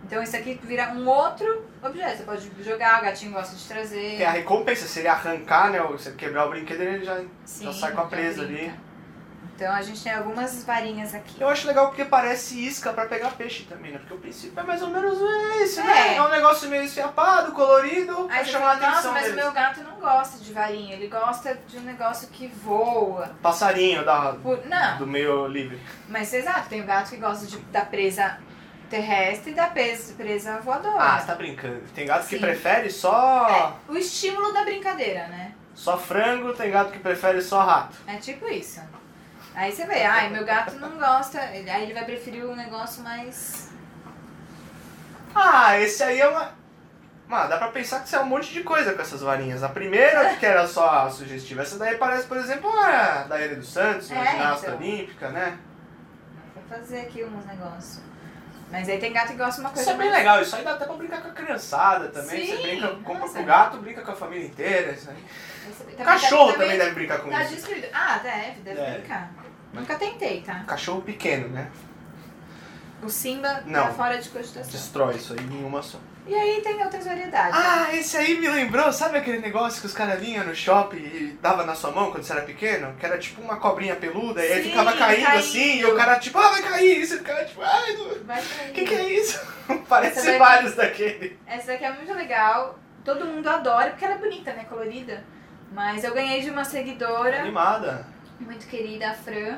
[SPEAKER 2] Então isso aqui vira um outro objeto. Você pode jogar, o gatinho gosta de trazer.
[SPEAKER 1] É a recompensa, se ele arrancar, né? Ou se ele quebrar o brinquedo, ele já.
[SPEAKER 2] Sim,
[SPEAKER 1] então sai com a presa
[SPEAKER 2] brinca.
[SPEAKER 1] ali.
[SPEAKER 2] Então a gente tem algumas varinhas aqui.
[SPEAKER 1] Eu acho legal porque parece isca pra pegar peixe também, né? Porque o princípio é mais ou menos esse,
[SPEAKER 2] É.
[SPEAKER 1] né? É um negócio meio esfiapado, colorido, pra
[SPEAKER 2] Aí você
[SPEAKER 1] chamar
[SPEAKER 2] fala,
[SPEAKER 1] a
[SPEAKER 2] nossa,
[SPEAKER 1] atenção
[SPEAKER 2] mas o
[SPEAKER 1] deles.
[SPEAKER 2] meu gato não gosta de varinha, ele gosta de um negócio que voa.
[SPEAKER 1] Passarinho da,
[SPEAKER 2] Por- Não,
[SPEAKER 1] do meio livre.
[SPEAKER 2] mas exato, tem o gato que gosta de- da presa terrestre e da pres- presa voadora.
[SPEAKER 1] Ah, você tá brincando. Tem gato que
[SPEAKER 2] Sim. É.
[SPEAKER 1] prefere só.
[SPEAKER 2] O estímulo da brincadeira, né?
[SPEAKER 1] Só frango, tem gato que prefere só rato.
[SPEAKER 2] É tipo isso. Aí você vê, ai, meu gato não gosta, ele- aí ele vai preferir um negócio mais.
[SPEAKER 1] Ah, esse aí é uma. Mano, dá pra pensar que isso é um monte de coisa com essas varinhas. A primeira, que era só a sugestiva, essa daí parece, por exemplo, a da Ilha dos Santos, uma
[SPEAKER 2] É,
[SPEAKER 1] ginasta
[SPEAKER 2] então.
[SPEAKER 1] olímpica, né?
[SPEAKER 2] Vou fazer aqui uns negócios. Mas aí tem gato que gosta de uma coisa
[SPEAKER 1] Isso é bem
[SPEAKER 2] mais-
[SPEAKER 1] legal, isso aí dá até pra brincar com a criançada também.
[SPEAKER 2] Sim,
[SPEAKER 1] você brinca, compra
[SPEAKER 2] nossa.
[SPEAKER 1] com o gato, brinca com a família inteira. Isso aí.
[SPEAKER 2] Esse- também
[SPEAKER 1] O
[SPEAKER 2] tá-
[SPEAKER 1] cachorro também, deve brincar com
[SPEAKER 2] Tá
[SPEAKER 1] isso.
[SPEAKER 2] destruído. Ah, deve, deve
[SPEAKER 1] Deve.
[SPEAKER 2] brincar. Nunca tentei, tá?
[SPEAKER 1] Cachorro pequeno, né?
[SPEAKER 2] O Simba tá
[SPEAKER 1] Não.
[SPEAKER 2] fora de cogitação.
[SPEAKER 1] Destrói isso aí em uma só.
[SPEAKER 2] E aí tem outras variedades.
[SPEAKER 1] Ah, esse aí me lembrou, sabe aquele negócio que os caras vinham no shopping e dava na sua mão quando você era pequeno? Que era tipo uma cobrinha peluda e aí
[SPEAKER 2] Sim,
[SPEAKER 1] ficava caindo,
[SPEAKER 2] caindo.
[SPEAKER 1] assim, e o cara tipo, ah, vai cair, e você ficava tipo, ai, o
[SPEAKER 2] Vai pra aí.
[SPEAKER 1] que que é isso?
[SPEAKER 2] Essa
[SPEAKER 1] Parece
[SPEAKER 2] daqui-
[SPEAKER 1] vários daquele.
[SPEAKER 2] Essa daqui é muito legal. Todo mundo adora, porque ela é bonita, né? Colorida. Mas eu ganhei de uma seguidora
[SPEAKER 1] Animada.
[SPEAKER 2] muito querida, a Fran.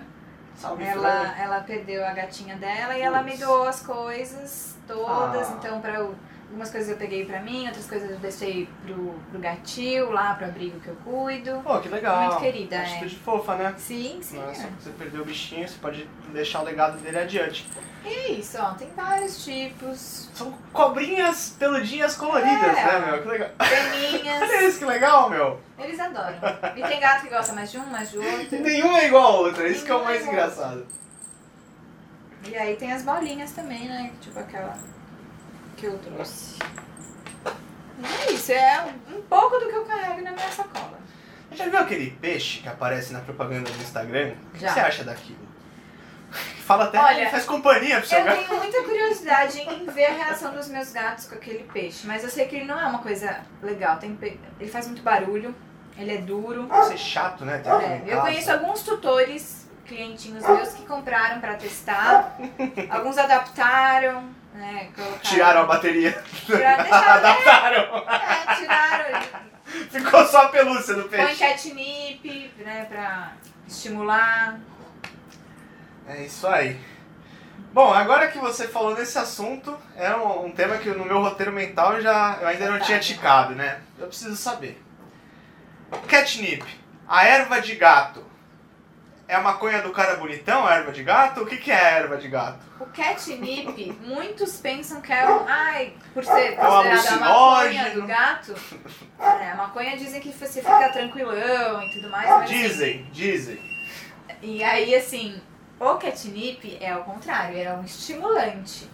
[SPEAKER 1] Salve, Fran.
[SPEAKER 2] Ela, ela perdeu a gatinha dela e ela me
[SPEAKER 1] Putz.
[SPEAKER 2] doou as coisas todas.
[SPEAKER 1] Ah.
[SPEAKER 2] Então, pra eu- algumas coisas eu peguei pra mim, outras coisas eu deixei pro, pro gatil, lá pro abrigo que eu cuido.
[SPEAKER 1] Pô, que legal.
[SPEAKER 2] Muito querida, é.
[SPEAKER 1] Atitude fofa, né?
[SPEAKER 2] Sim, sim.
[SPEAKER 1] Nossa,
[SPEAKER 2] é.
[SPEAKER 1] você perdeu o bichinho, você pode deixar o legado dele adiante.
[SPEAKER 2] É isso, ó. Tem vários tipos.
[SPEAKER 1] São cobrinhas peludinhas coloridas,
[SPEAKER 2] É.
[SPEAKER 1] né, meu? Que legal.
[SPEAKER 2] Peninhas.
[SPEAKER 1] Olha isso, que legal, meu.
[SPEAKER 2] Eles adoram. E tem gato que gosta mais de um, mais de outro.
[SPEAKER 1] Nenhuma é igual a outra, isso que é o
[SPEAKER 2] Nenhuma é
[SPEAKER 1] mais
[SPEAKER 2] igual.
[SPEAKER 1] engraçado.
[SPEAKER 2] E aí tem as bolinhas também, né? Tipo aquela que eu trouxe. E é isso, é um pouco do que eu carrego na minha sacola.
[SPEAKER 1] Já viu aquele peixe que aparece na propaganda do Instagram? O que
[SPEAKER 2] Já.
[SPEAKER 1] você acha daquilo? Fala até,
[SPEAKER 2] Olha,
[SPEAKER 1] faz companhia pro seu
[SPEAKER 2] Eu
[SPEAKER 1] gato.
[SPEAKER 2] tenho muita curiosidade em ver a reação dos meus gatos com aquele peixe, mas eu sei que ele não é uma coisa legal. Tem pe- Ele faz muito barulho, ele é duro.
[SPEAKER 1] Isso é chato, né? ter alguém em
[SPEAKER 2] É, eu
[SPEAKER 1] casa.
[SPEAKER 2] conheço alguns tutores, clientinhos meus, que compraram pra testar. Alguns adaptaram, né? Colocaram,
[SPEAKER 1] Tiraram a bateria,
[SPEAKER 2] Tiraram, deixaram,
[SPEAKER 1] adaptaram,
[SPEAKER 2] é, tiraram.
[SPEAKER 1] ficou só a pelúcia do
[SPEAKER 2] Põe
[SPEAKER 1] peixe.
[SPEAKER 2] catnip, né, pra estimular.
[SPEAKER 1] É isso aí. Bom, agora que você falou nesse assunto, é um, um tema que no meu roteiro mental eu já, eu ainda não tinha ticado, né? Eu preciso saber. Catnip, a erva de gato. É a maconha do cara bonitão, a erva de gato? O que, que é a erva de gato?
[SPEAKER 2] O catnip, muitos pensam que é um, ai, por
[SPEAKER 1] É um
[SPEAKER 2] ser considerada a maconha
[SPEAKER 1] alucinógeno.
[SPEAKER 2] do gato, né, a maconha dizem que você fica tranquilão e tudo mais, mas
[SPEAKER 1] Dizem, dizem.
[SPEAKER 2] E aí, assim, o catnip é o contrário, era um estimulante.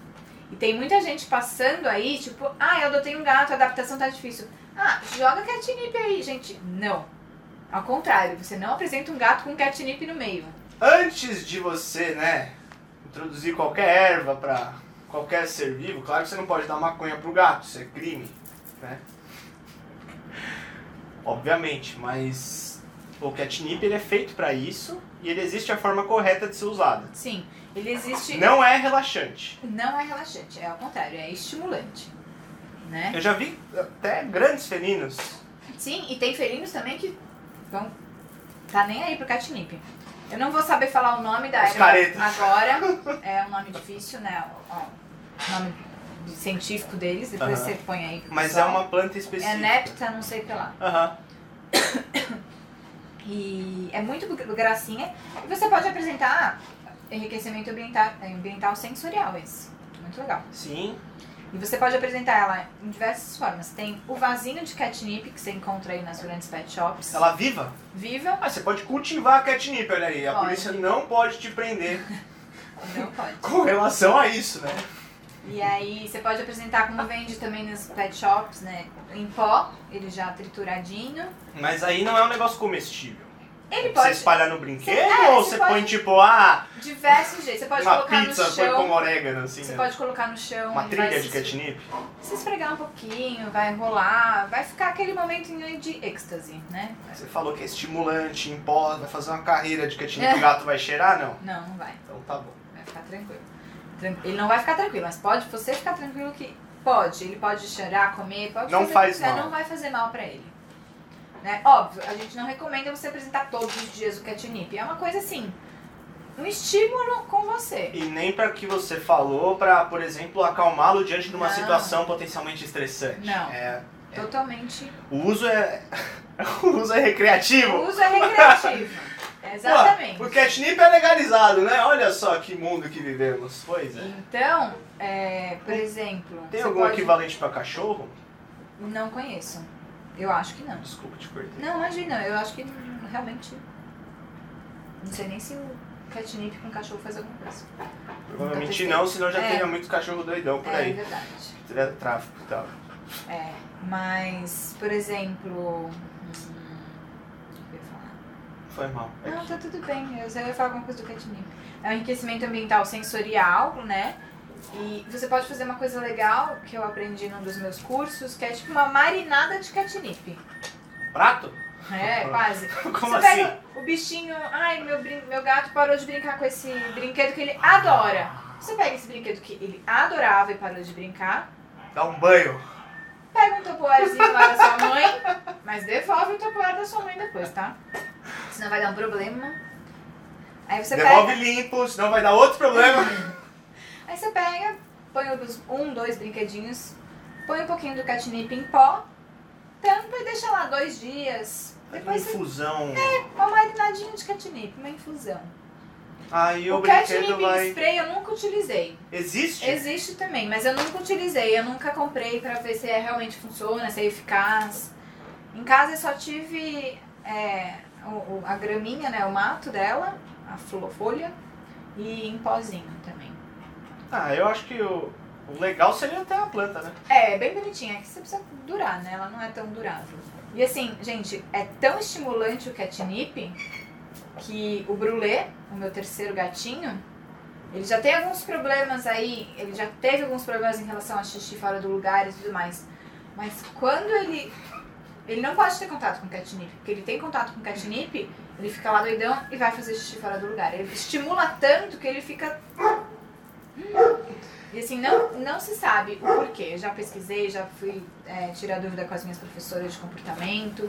[SPEAKER 2] E tem muita gente passando aí, tipo, ah, eu adotei um gato, a adaptação tá difícil. Ah, joga catnip aí, gente. Não. Ao contrário, você não apresenta um gato com catnip no meio.
[SPEAKER 1] Antes de você, né, introduzir qualquer erva pra qualquer ser vivo, claro que você não pode dar maconha pro gato, isso é crime. obviamente, mas o catnip ele é feito pra isso e ele existe a forma correta de ser usada.
[SPEAKER 2] Sim, ele existe.
[SPEAKER 1] Não é relaxante.
[SPEAKER 2] Não é relaxante, é ao contrário, é estimulante. Né?
[SPEAKER 1] Eu já vi até grandes felinos.
[SPEAKER 2] Sim, e tem felinos também que vão. Tá nem aí pro catnip. Eu não vou saber falar o nome da
[SPEAKER 1] Os
[SPEAKER 2] erva
[SPEAKER 1] caretas.
[SPEAKER 2] agora. É um nome difícil, né? Ó, o nome científico deles, depois
[SPEAKER 1] Aham.
[SPEAKER 2] você põe aí. pro
[SPEAKER 1] Mas é
[SPEAKER 2] pessoal.
[SPEAKER 1] uma planta
[SPEAKER 2] É
[SPEAKER 1] específica.
[SPEAKER 2] nepta, não sei o que lá.
[SPEAKER 1] Aham.
[SPEAKER 2] E é muito gracinha. E você pode apresentar enriquecimento ambiental, ambiental sensorial esse. Muito legal.
[SPEAKER 1] Sim.
[SPEAKER 2] E você pode apresentar ela em diversas formas. Tem o vasinho de catnip que você encontra aí nas grandes pet shops.
[SPEAKER 1] Ela é viva?
[SPEAKER 2] Viva,
[SPEAKER 1] Ah, você pode cultivar a catnip, olha aí. A
[SPEAKER 2] Pode.
[SPEAKER 1] polícia não pode te prender
[SPEAKER 2] não pode.
[SPEAKER 1] com relação a isso, né?
[SPEAKER 2] E aí você pode apresentar como vende também nas pet shops, né? Em pó, ele já trituradinho.
[SPEAKER 1] Mas aí não é um negócio comestível.
[SPEAKER 2] Ele
[SPEAKER 1] Você
[SPEAKER 2] pode
[SPEAKER 1] espalha no brinquedo
[SPEAKER 2] é,
[SPEAKER 1] ou
[SPEAKER 2] você
[SPEAKER 1] você
[SPEAKER 2] pode-
[SPEAKER 1] põe tipo, ah,
[SPEAKER 2] diversos jeitos. Você pode
[SPEAKER 1] uma
[SPEAKER 2] colocar
[SPEAKER 1] pizza
[SPEAKER 2] no
[SPEAKER 1] foi
[SPEAKER 2] chão.
[SPEAKER 1] com orégano, assim,
[SPEAKER 2] Você
[SPEAKER 1] né?
[SPEAKER 2] pode um colocar no chão.
[SPEAKER 1] uma
[SPEAKER 2] ele vai
[SPEAKER 1] trilha
[SPEAKER 2] se
[SPEAKER 1] de catnip.
[SPEAKER 2] se esfregar um pouquinho, vai rolar, vai ficar aquele momentinho de êxtase, né?
[SPEAKER 1] Você falou que é estimulante, em pó, vai fazer uma carreira de catnip,
[SPEAKER 2] É.
[SPEAKER 1] o gato vai cheirar? Não.
[SPEAKER 2] Não, não vai,
[SPEAKER 1] Então tá bom.
[SPEAKER 2] vai ficar tranquilo. Tran- Ele não vai ficar tranquilo, mas pode você ficar tranquilo que pode. Ele pode chorar, comer, pode
[SPEAKER 1] Não
[SPEAKER 2] fazer o que
[SPEAKER 1] faz
[SPEAKER 2] quiser,
[SPEAKER 1] mal.
[SPEAKER 2] não vai fazer mal pra ele. Né? Óbvio, a gente não recomenda você apresentar todos os dias o catnip. É uma coisa assim, um estímulo com você.
[SPEAKER 1] E nem pra que você falou pra, por exemplo, acalmá-lo diante de uma
[SPEAKER 2] Não.
[SPEAKER 1] situação potencialmente estressante.
[SPEAKER 2] Não.
[SPEAKER 1] É, É.
[SPEAKER 2] Totalmente.
[SPEAKER 1] o uso é. o uso é recreativo.
[SPEAKER 2] O uso é recreativo. Exatamente.
[SPEAKER 1] Pô, o catnip é legalizado, né? Olha só que mundo que vivemos. Pois é.
[SPEAKER 2] Então, é, por exemplo.
[SPEAKER 1] Tem
[SPEAKER 2] você
[SPEAKER 1] algum
[SPEAKER 2] pode-
[SPEAKER 1] equivalente pra cachorro?
[SPEAKER 2] Não conheço. Eu acho que não.
[SPEAKER 1] Desculpa te cortei.
[SPEAKER 2] Não, imagina, eu acho que hum, realmente. Não sei nem se o catnip com cachorro faz alguma coisa.
[SPEAKER 1] Provavelmente
[SPEAKER 2] Nunca
[SPEAKER 1] não, senão já
[SPEAKER 2] É.
[SPEAKER 1] teria muito cachorro doidão por
[SPEAKER 2] É
[SPEAKER 1] aí.
[SPEAKER 2] verdade.
[SPEAKER 1] Teria tráfico e tal.
[SPEAKER 2] É. Mas, por exemplo. hum, o que eu ia falar?
[SPEAKER 1] Foi mal. É
[SPEAKER 2] Não,
[SPEAKER 1] que-
[SPEAKER 2] tá tudo bem. Eu só ia falar alguma coisa do catnip. É um enriquecimento ambiental sensorial, né? E você pode fazer uma coisa legal que eu aprendi num dos meus cursos, que é tipo uma marinada de catnip.
[SPEAKER 1] Prato?
[SPEAKER 2] É, quase.
[SPEAKER 1] Como
[SPEAKER 2] Ah. você
[SPEAKER 1] assim?
[SPEAKER 2] pega o bichinho, ai, meu, brin- meu gato parou de brincar com esse brinquedo que ele adora. Você pega esse brinquedo que ele adorava e parou de brincar,
[SPEAKER 1] Dá um banho.
[SPEAKER 2] pega um topoarzinho lá da sua mãe, mas devolve o topoar da sua mãe depois, tá? Senão vai dar um problema. Aí você
[SPEAKER 1] Devolve
[SPEAKER 2] pega.
[SPEAKER 1] limpo, senão vai dar outro problema.
[SPEAKER 2] Aí você pega, põe os- um, dois brinquedinhos, põe um pouquinho do catnip em pó, tampa e deixa lá dois dias. Depois você É.
[SPEAKER 1] Infusão.
[SPEAKER 2] uma marinadinha de catnip, uma infusão.
[SPEAKER 1] Aí o,
[SPEAKER 2] o
[SPEAKER 1] brinquedo
[SPEAKER 2] catnip
[SPEAKER 1] vai.
[SPEAKER 2] em spray eu nunca utilizei.
[SPEAKER 1] Existe?
[SPEAKER 2] Existe também, mas eu nunca utilizei. Eu nunca comprei pra ver se é- realmente funciona, se é eficaz. Em casa eu só tive é, o- o- a graminha, né? O mato dela, a flo- folha e em pozinho também.
[SPEAKER 1] Ah, eu acho que o, o legal seria até a planta, né?
[SPEAKER 2] É, é bem bonitinha. É que você precisa durar, né? Ela não é tão durável. E assim, gente, é tão estimulante o catnip que o Brulé, o meu terceiro gatinho, ele já tem alguns problemas aí, ele já teve alguns problemas em relação a xixi fora do lugar e tudo mais. Mas quando ele. Ele não pode ter contato com catnip, porque ele tem contato com catnip, ele fica lá doidão e vai fazer xixi fora do lugar. Ele estimula tanto que ele fica e assim, não, não se sabe o porquê. Eu já pesquisei, já fui é, tirar dúvida com as minhas professoras de comportamento.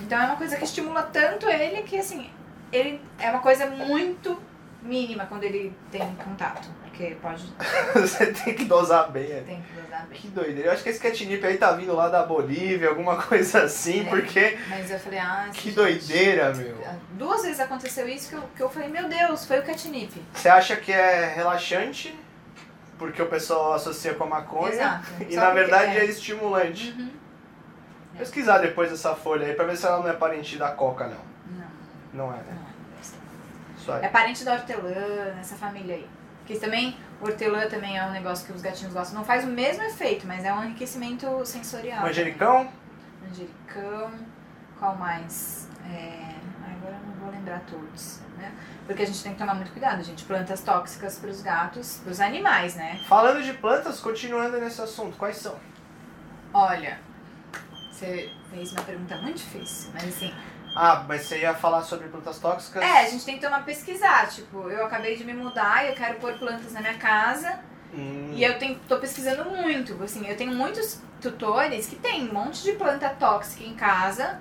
[SPEAKER 2] Então é uma coisa que estimula tanto ele que, assim, ele é uma coisa muito mínima quando ele tem contato. Porque pode,
[SPEAKER 1] Você tem que dosar bem. é.
[SPEAKER 2] tem que usar bem.
[SPEAKER 1] Que doideira. Eu acho que esse catnip aí tá vindo lá da Bolívia, alguma coisa assim,
[SPEAKER 2] É.
[SPEAKER 1] porque
[SPEAKER 2] Mas eu falei, ah... esse
[SPEAKER 1] que
[SPEAKER 2] gente- ah,
[SPEAKER 1] doideira, meu.
[SPEAKER 2] Duas vezes aconteceu isso que eu, que eu falei, meu Deus, foi o catnip.
[SPEAKER 1] Você acha que é relaxante, porque o pessoal associa com a maconha,
[SPEAKER 2] Exato.
[SPEAKER 1] e
[SPEAKER 2] Só
[SPEAKER 1] na
[SPEAKER 2] porque-
[SPEAKER 1] verdade é estimulante.
[SPEAKER 2] Uhum.
[SPEAKER 1] Vou Pesquisar depois essa folha aí pra ver se ela não é parente da coca, não. Não é,
[SPEAKER 2] Não,
[SPEAKER 1] né?
[SPEAKER 2] não.
[SPEAKER 1] Isso aí.
[SPEAKER 2] É parente da hortelã, essa família aí. Porque também, hortelã também é um negócio que os gatinhos gostam. Não faz o mesmo efeito, mas é um enriquecimento sensorial.
[SPEAKER 1] Manjericão?
[SPEAKER 2] Manjericão. Qual mais? É, Agora eu não vou lembrar todos, né? Porque a gente tem que tomar muito cuidado, gente. Plantas tóxicas para os gatos, para os animais, né?
[SPEAKER 1] Falando de plantas, continuando nesse assunto, quais são?
[SPEAKER 2] Olha, Você fez uma pergunta muito difícil, mas assim.
[SPEAKER 1] Ah, mas você ia falar sobre plantas tóxicas?
[SPEAKER 2] É, a gente tem que tomar pesquisar. Tipo, eu acabei de me mudar e eu quero pôr plantas na minha casa.
[SPEAKER 1] Hum,
[SPEAKER 2] E eu tenho, tô pesquisando muito, assim, eu tenho muitos tutores que tem um monte de planta tóxica em casa.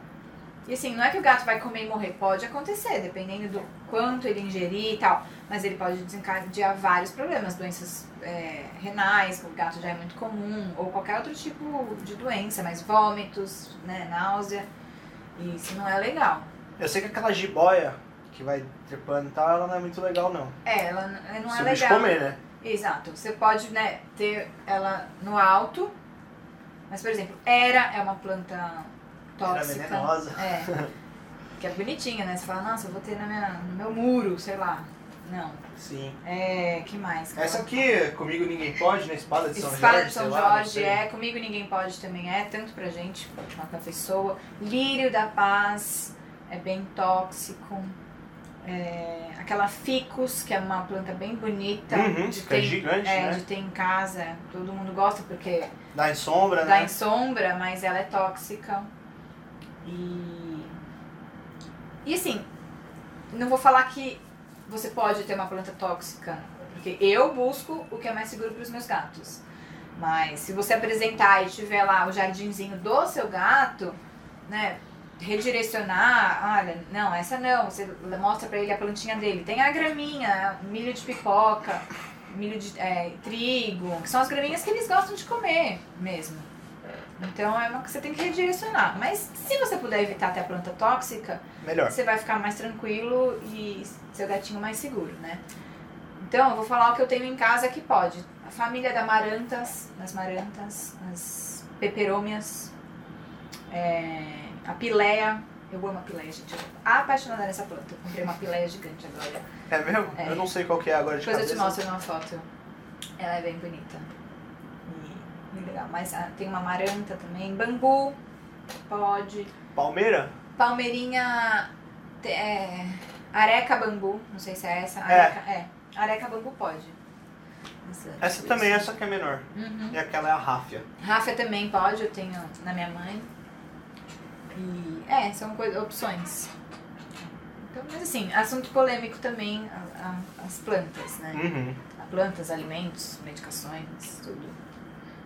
[SPEAKER 2] E assim, não é que o gato vai comer e morrer, pode acontecer, dependendo do quanto ele ingerir e tal. Mas ele pode desencadear vários problemas, doenças é, renais, que o gato já é muito comum, ou qualquer outro tipo de doença, mas vômitos, né, náusea. E isso não é legal.
[SPEAKER 1] Eu sei que aquela jiboia que vai trepando e tal, ela não é muito legal, não.
[SPEAKER 2] É, ela n- não é
[SPEAKER 1] Se o bicho
[SPEAKER 2] legal.
[SPEAKER 1] comer, né?
[SPEAKER 2] Exato. Você pode né, ter ela no alto, mas, por exemplo, era é uma planta
[SPEAKER 1] Era
[SPEAKER 2] tóxica.
[SPEAKER 1] venenosa.
[SPEAKER 2] É. Que é bonitinha, né? Você fala, nossa, eu vou ter na minha, no meu muro, sei lá. Não.
[SPEAKER 1] Sim.
[SPEAKER 2] É, que mais?
[SPEAKER 1] Essa aqui, comigo ninguém pode, né? Espada de São
[SPEAKER 2] Espada
[SPEAKER 1] Jorge.
[SPEAKER 2] de São
[SPEAKER 1] sei
[SPEAKER 2] Jorge,
[SPEAKER 1] lá, não sei.
[SPEAKER 2] é. Comigo ninguém pode também é, tanto pra gente quanto pra pessoa. Lírio da Paz é bem tóxico. É, aquela ficus, que é uma planta bem bonita.
[SPEAKER 1] Uhum,
[SPEAKER 2] Tá. de
[SPEAKER 1] fica
[SPEAKER 2] ter-
[SPEAKER 1] gigante,
[SPEAKER 2] é,
[SPEAKER 1] né?
[SPEAKER 2] de ter em casa. Todo mundo gosta porque
[SPEAKER 1] Dá em sombra,
[SPEAKER 2] dá
[SPEAKER 1] né?
[SPEAKER 2] em sombra, mas ela é tóxica. E. E assim, não vou falar que você pode ter uma planta tóxica, porque eu busco o que é mais seguro para os meus gatos. Mas se você apresentar e tiver lá o jardinzinho do seu gato, né? Redirecionar, olha, não, essa não. Você mostra pra ele a plantinha dele. Tem a graminha, milho de pipoca, milho de é, trigo, que são as graminhas que eles gostam de comer mesmo. Então é uma que você tem que redirecionar. Mas se você puder evitar ter a planta tóxica,
[SPEAKER 1] Melhor.
[SPEAKER 2] você vai ficar mais tranquilo e seu gatinho mais seguro, né? Então eu vou falar o que eu tenho em casa que pode. A família da marantas, das marantas, as peperômias, é, a pileia. Eu amo a pileia, gente. Eu tô apaixonada nessa planta. Eu comprei uma pileia gigante agora.
[SPEAKER 1] É mesmo?
[SPEAKER 2] É.
[SPEAKER 1] Eu não sei qual que é agora de
[SPEAKER 2] Depois eu
[SPEAKER 1] cabeça.
[SPEAKER 2] te mostro numa foto. Ela é bem bonita. E bem legal. Mas ah, tem uma maranta também. Bambu, pode.
[SPEAKER 1] Palmeira?
[SPEAKER 2] Palmeirinha. te- É, areca bambu, não sei se é essa.
[SPEAKER 1] É.
[SPEAKER 2] Areca, é. Areca bambu pode. Essa,
[SPEAKER 1] Essa também, essa que é menor.
[SPEAKER 2] Uhum.
[SPEAKER 1] E aquela é a ráfia.
[SPEAKER 2] Rafa também pode, eu tenho na minha mãe. E é, são coi- opções. Então, mas assim, assunto polêmico também, a- a- as plantas, né?
[SPEAKER 1] Uhum.
[SPEAKER 2] Plantas, alimentos, medicações, tudo.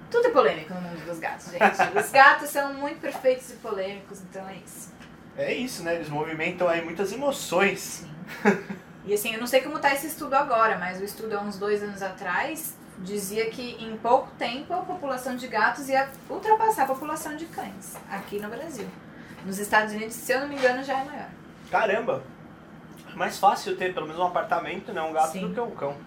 [SPEAKER 2] Tudo é polêmico no mundo dos gatos, gente. Os gatos são muito perfeitos e polêmicos, então é isso.
[SPEAKER 1] É isso, né? Eles movimentam aí muitas emoções.
[SPEAKER 2] Sim. E assim, eu não sei como tá esse estudo agora, mas o estudo há uns dois anos atrás dizia que em pouco tempo a população de gatos ia ultrapassar a população de cães aqui no Brasil. Nos Estados Unidos, se eu não me engano, já é maior.
[SPEAKER 1] Caramba! É mais fácil ter pelo menos um apartamento, né? Um gato
[SPEAKER 2] Sim.
[SPEAKER 1] do que um cão.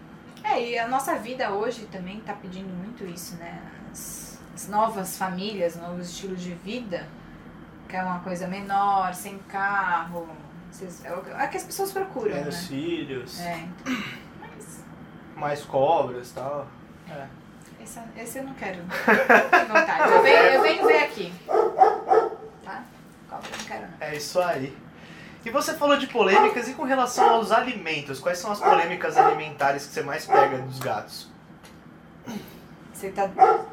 [SPEAKER 2] É, e a nossa vida hoje também tá pedindo muito isso, né? As, as novas famílias, novos estilos de vida, que é uma coisa menor, sem carro. Vocês- É o que- é o que as pessoas procuram, né?
[SPEAKER 1] Menos filhos,
[SPEAKER 2] É, então, mas
[SPEAKER 1] mais cobras e tal.
[SPEAKER 2] essa, essa eu não quero. Não tenho vontade. Eu venho, eu venho ver aqui. Tá? Cobra eu não quero, não.
[SPEAKER 1] É isso aí. E você falou de polêmicas e com relação aos alimentos, quais são as polêmicas alimentares que você mais pega dos gatos?
[SPEAKER 2] Você tá.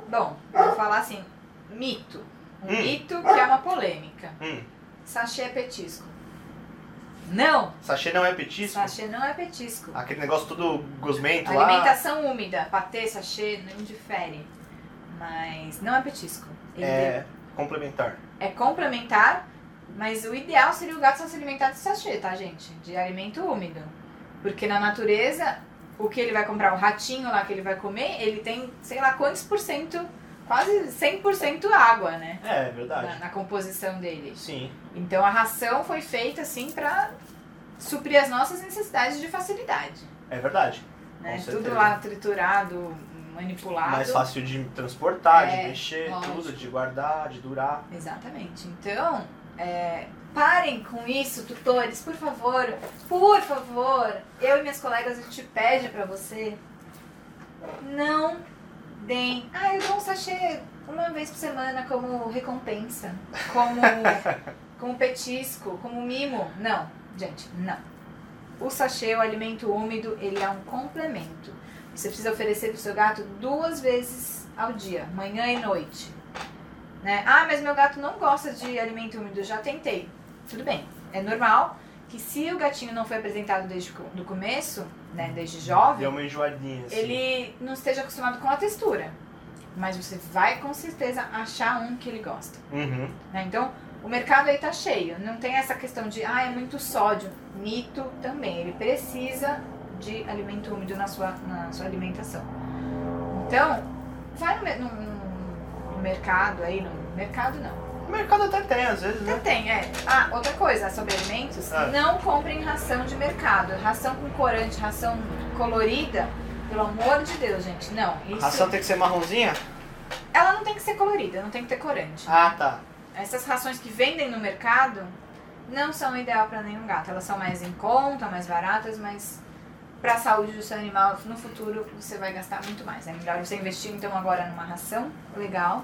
[SPEAKER 2] Bom, vou falar assim: mito. Um
[SPEAKER 1] Hum.
[SPEAKER 2] mito que é uma polêmica.
[SPEAKER 1] Hum,
[SPEAKER 2] Sachê é petisco. Não!
[SPEAKER 1] sachê não é petisco?
[SPEAKER 2] Sachê não é petisco.
[SPEAKER 1] Aquele negócio todo gosmento lá.
[SPEAKER 2] Alimentação úmida, patê, sachê, não difere. Mas não é petisco. Ele
[SPEAKER 1] É complementar.
[SPEAKER 2] é complementar, mas o ideal seria o gato só se alimentar de sachê, tá, gente? De alimento úmido. Porque na natureza, o que ele vai comprar, o ratinho lá que ele vai comer, ele tem sei lá quantos por cento, quase 100% água, né?
[SPEAKER 1] É, é
[SPEAKER 2] Na,
[SPEAKER 1] verdade.
[SPEAKER 2] na composição dele.
[SPEAKER 1] Sim.
[SPEAKER 2] Então a ração foi feita assim pra suprir as nossas necessidades de facilidade.
[SPEAKER 1] É verdade.
[SPEAKER 2] né?
[SPEAKER 1] Com
[SPEAKER 2] Tudo
[SPEAKER 1] certeza.
[SPEAKER 2] lá triturado, manipulado.
[SPEAKER 1] Mais fácil de transportar,
[SPEAKER 2] É,
[SPEAKER 1] de mexer,
[SPEAKER 2] lógico.
[SPEAKER 1] tudo, de guardar, de durar.
[SPEAKER 2] Exatamente. Então, é, parem com isso, tutores, por favor. Por favor, eu e minhas colegas, a gente pede pra você. Não deem. Ah, eu dou um sachê uma vez por semana como recompensa, como, como petisco, como mimo. Não, gente, não. O sachê, o alimento úmido, ele é um complemento. Você precisa oferecer pro seu gato duas vezes ao dia, manhã e noite. Né? Ah, mas meu gato não gosta de alimento úmido, já tentei. Tudo bem, é normal que se o gatinho não foi apresentado desde o co- do começo, né, desde jovem,
[SPEAKER 1] Deu uma enjoadinha, assim.
[SPEAKER 2] ele não esteja acostumado com a textura. Mas você vai com certeza achar um que ele gosta.
[SPEAKER 1] Uhum.
[SPEAKER 2] né? Então, o mercado aí tá cheio. Não tem essa questão de, ah, é muito sódio. Mito também. Ele precisa de alimento úmido na sua, na sua alimentação. Então, vai no, mer- no- no- no mercado aí, no mercado não.
[SPEAKER 1] O mercado até tem, às vezes,
[SPEAKER 2] Até
[SPEAKER 1] né?
[SPEAKER 2] tem, é. Ah, outra coisa sobre alimentos,
[SPEAKER 1] Ah.
[SPEAKER 2] não comprem ração de mercado. Ração com corante, ração colorida, pelo amor de Deus, gente, não. Isso,
[SPEAKER 1] A ração tem que ser marronzinha?
[SPEAKER 2] Ela não tem que ser colorida, não tem que ter corante.
[SPEAKER 1] Ah, tá.
[SPEAKER 2] Essas rações que vendem no mercado não são ideal para nenhum gato. Elas são mais em conta, mais baratas, mas para a saúde do seu animal no futuro você vai gastar muito mais. É melhor você investir então agora numa ração legal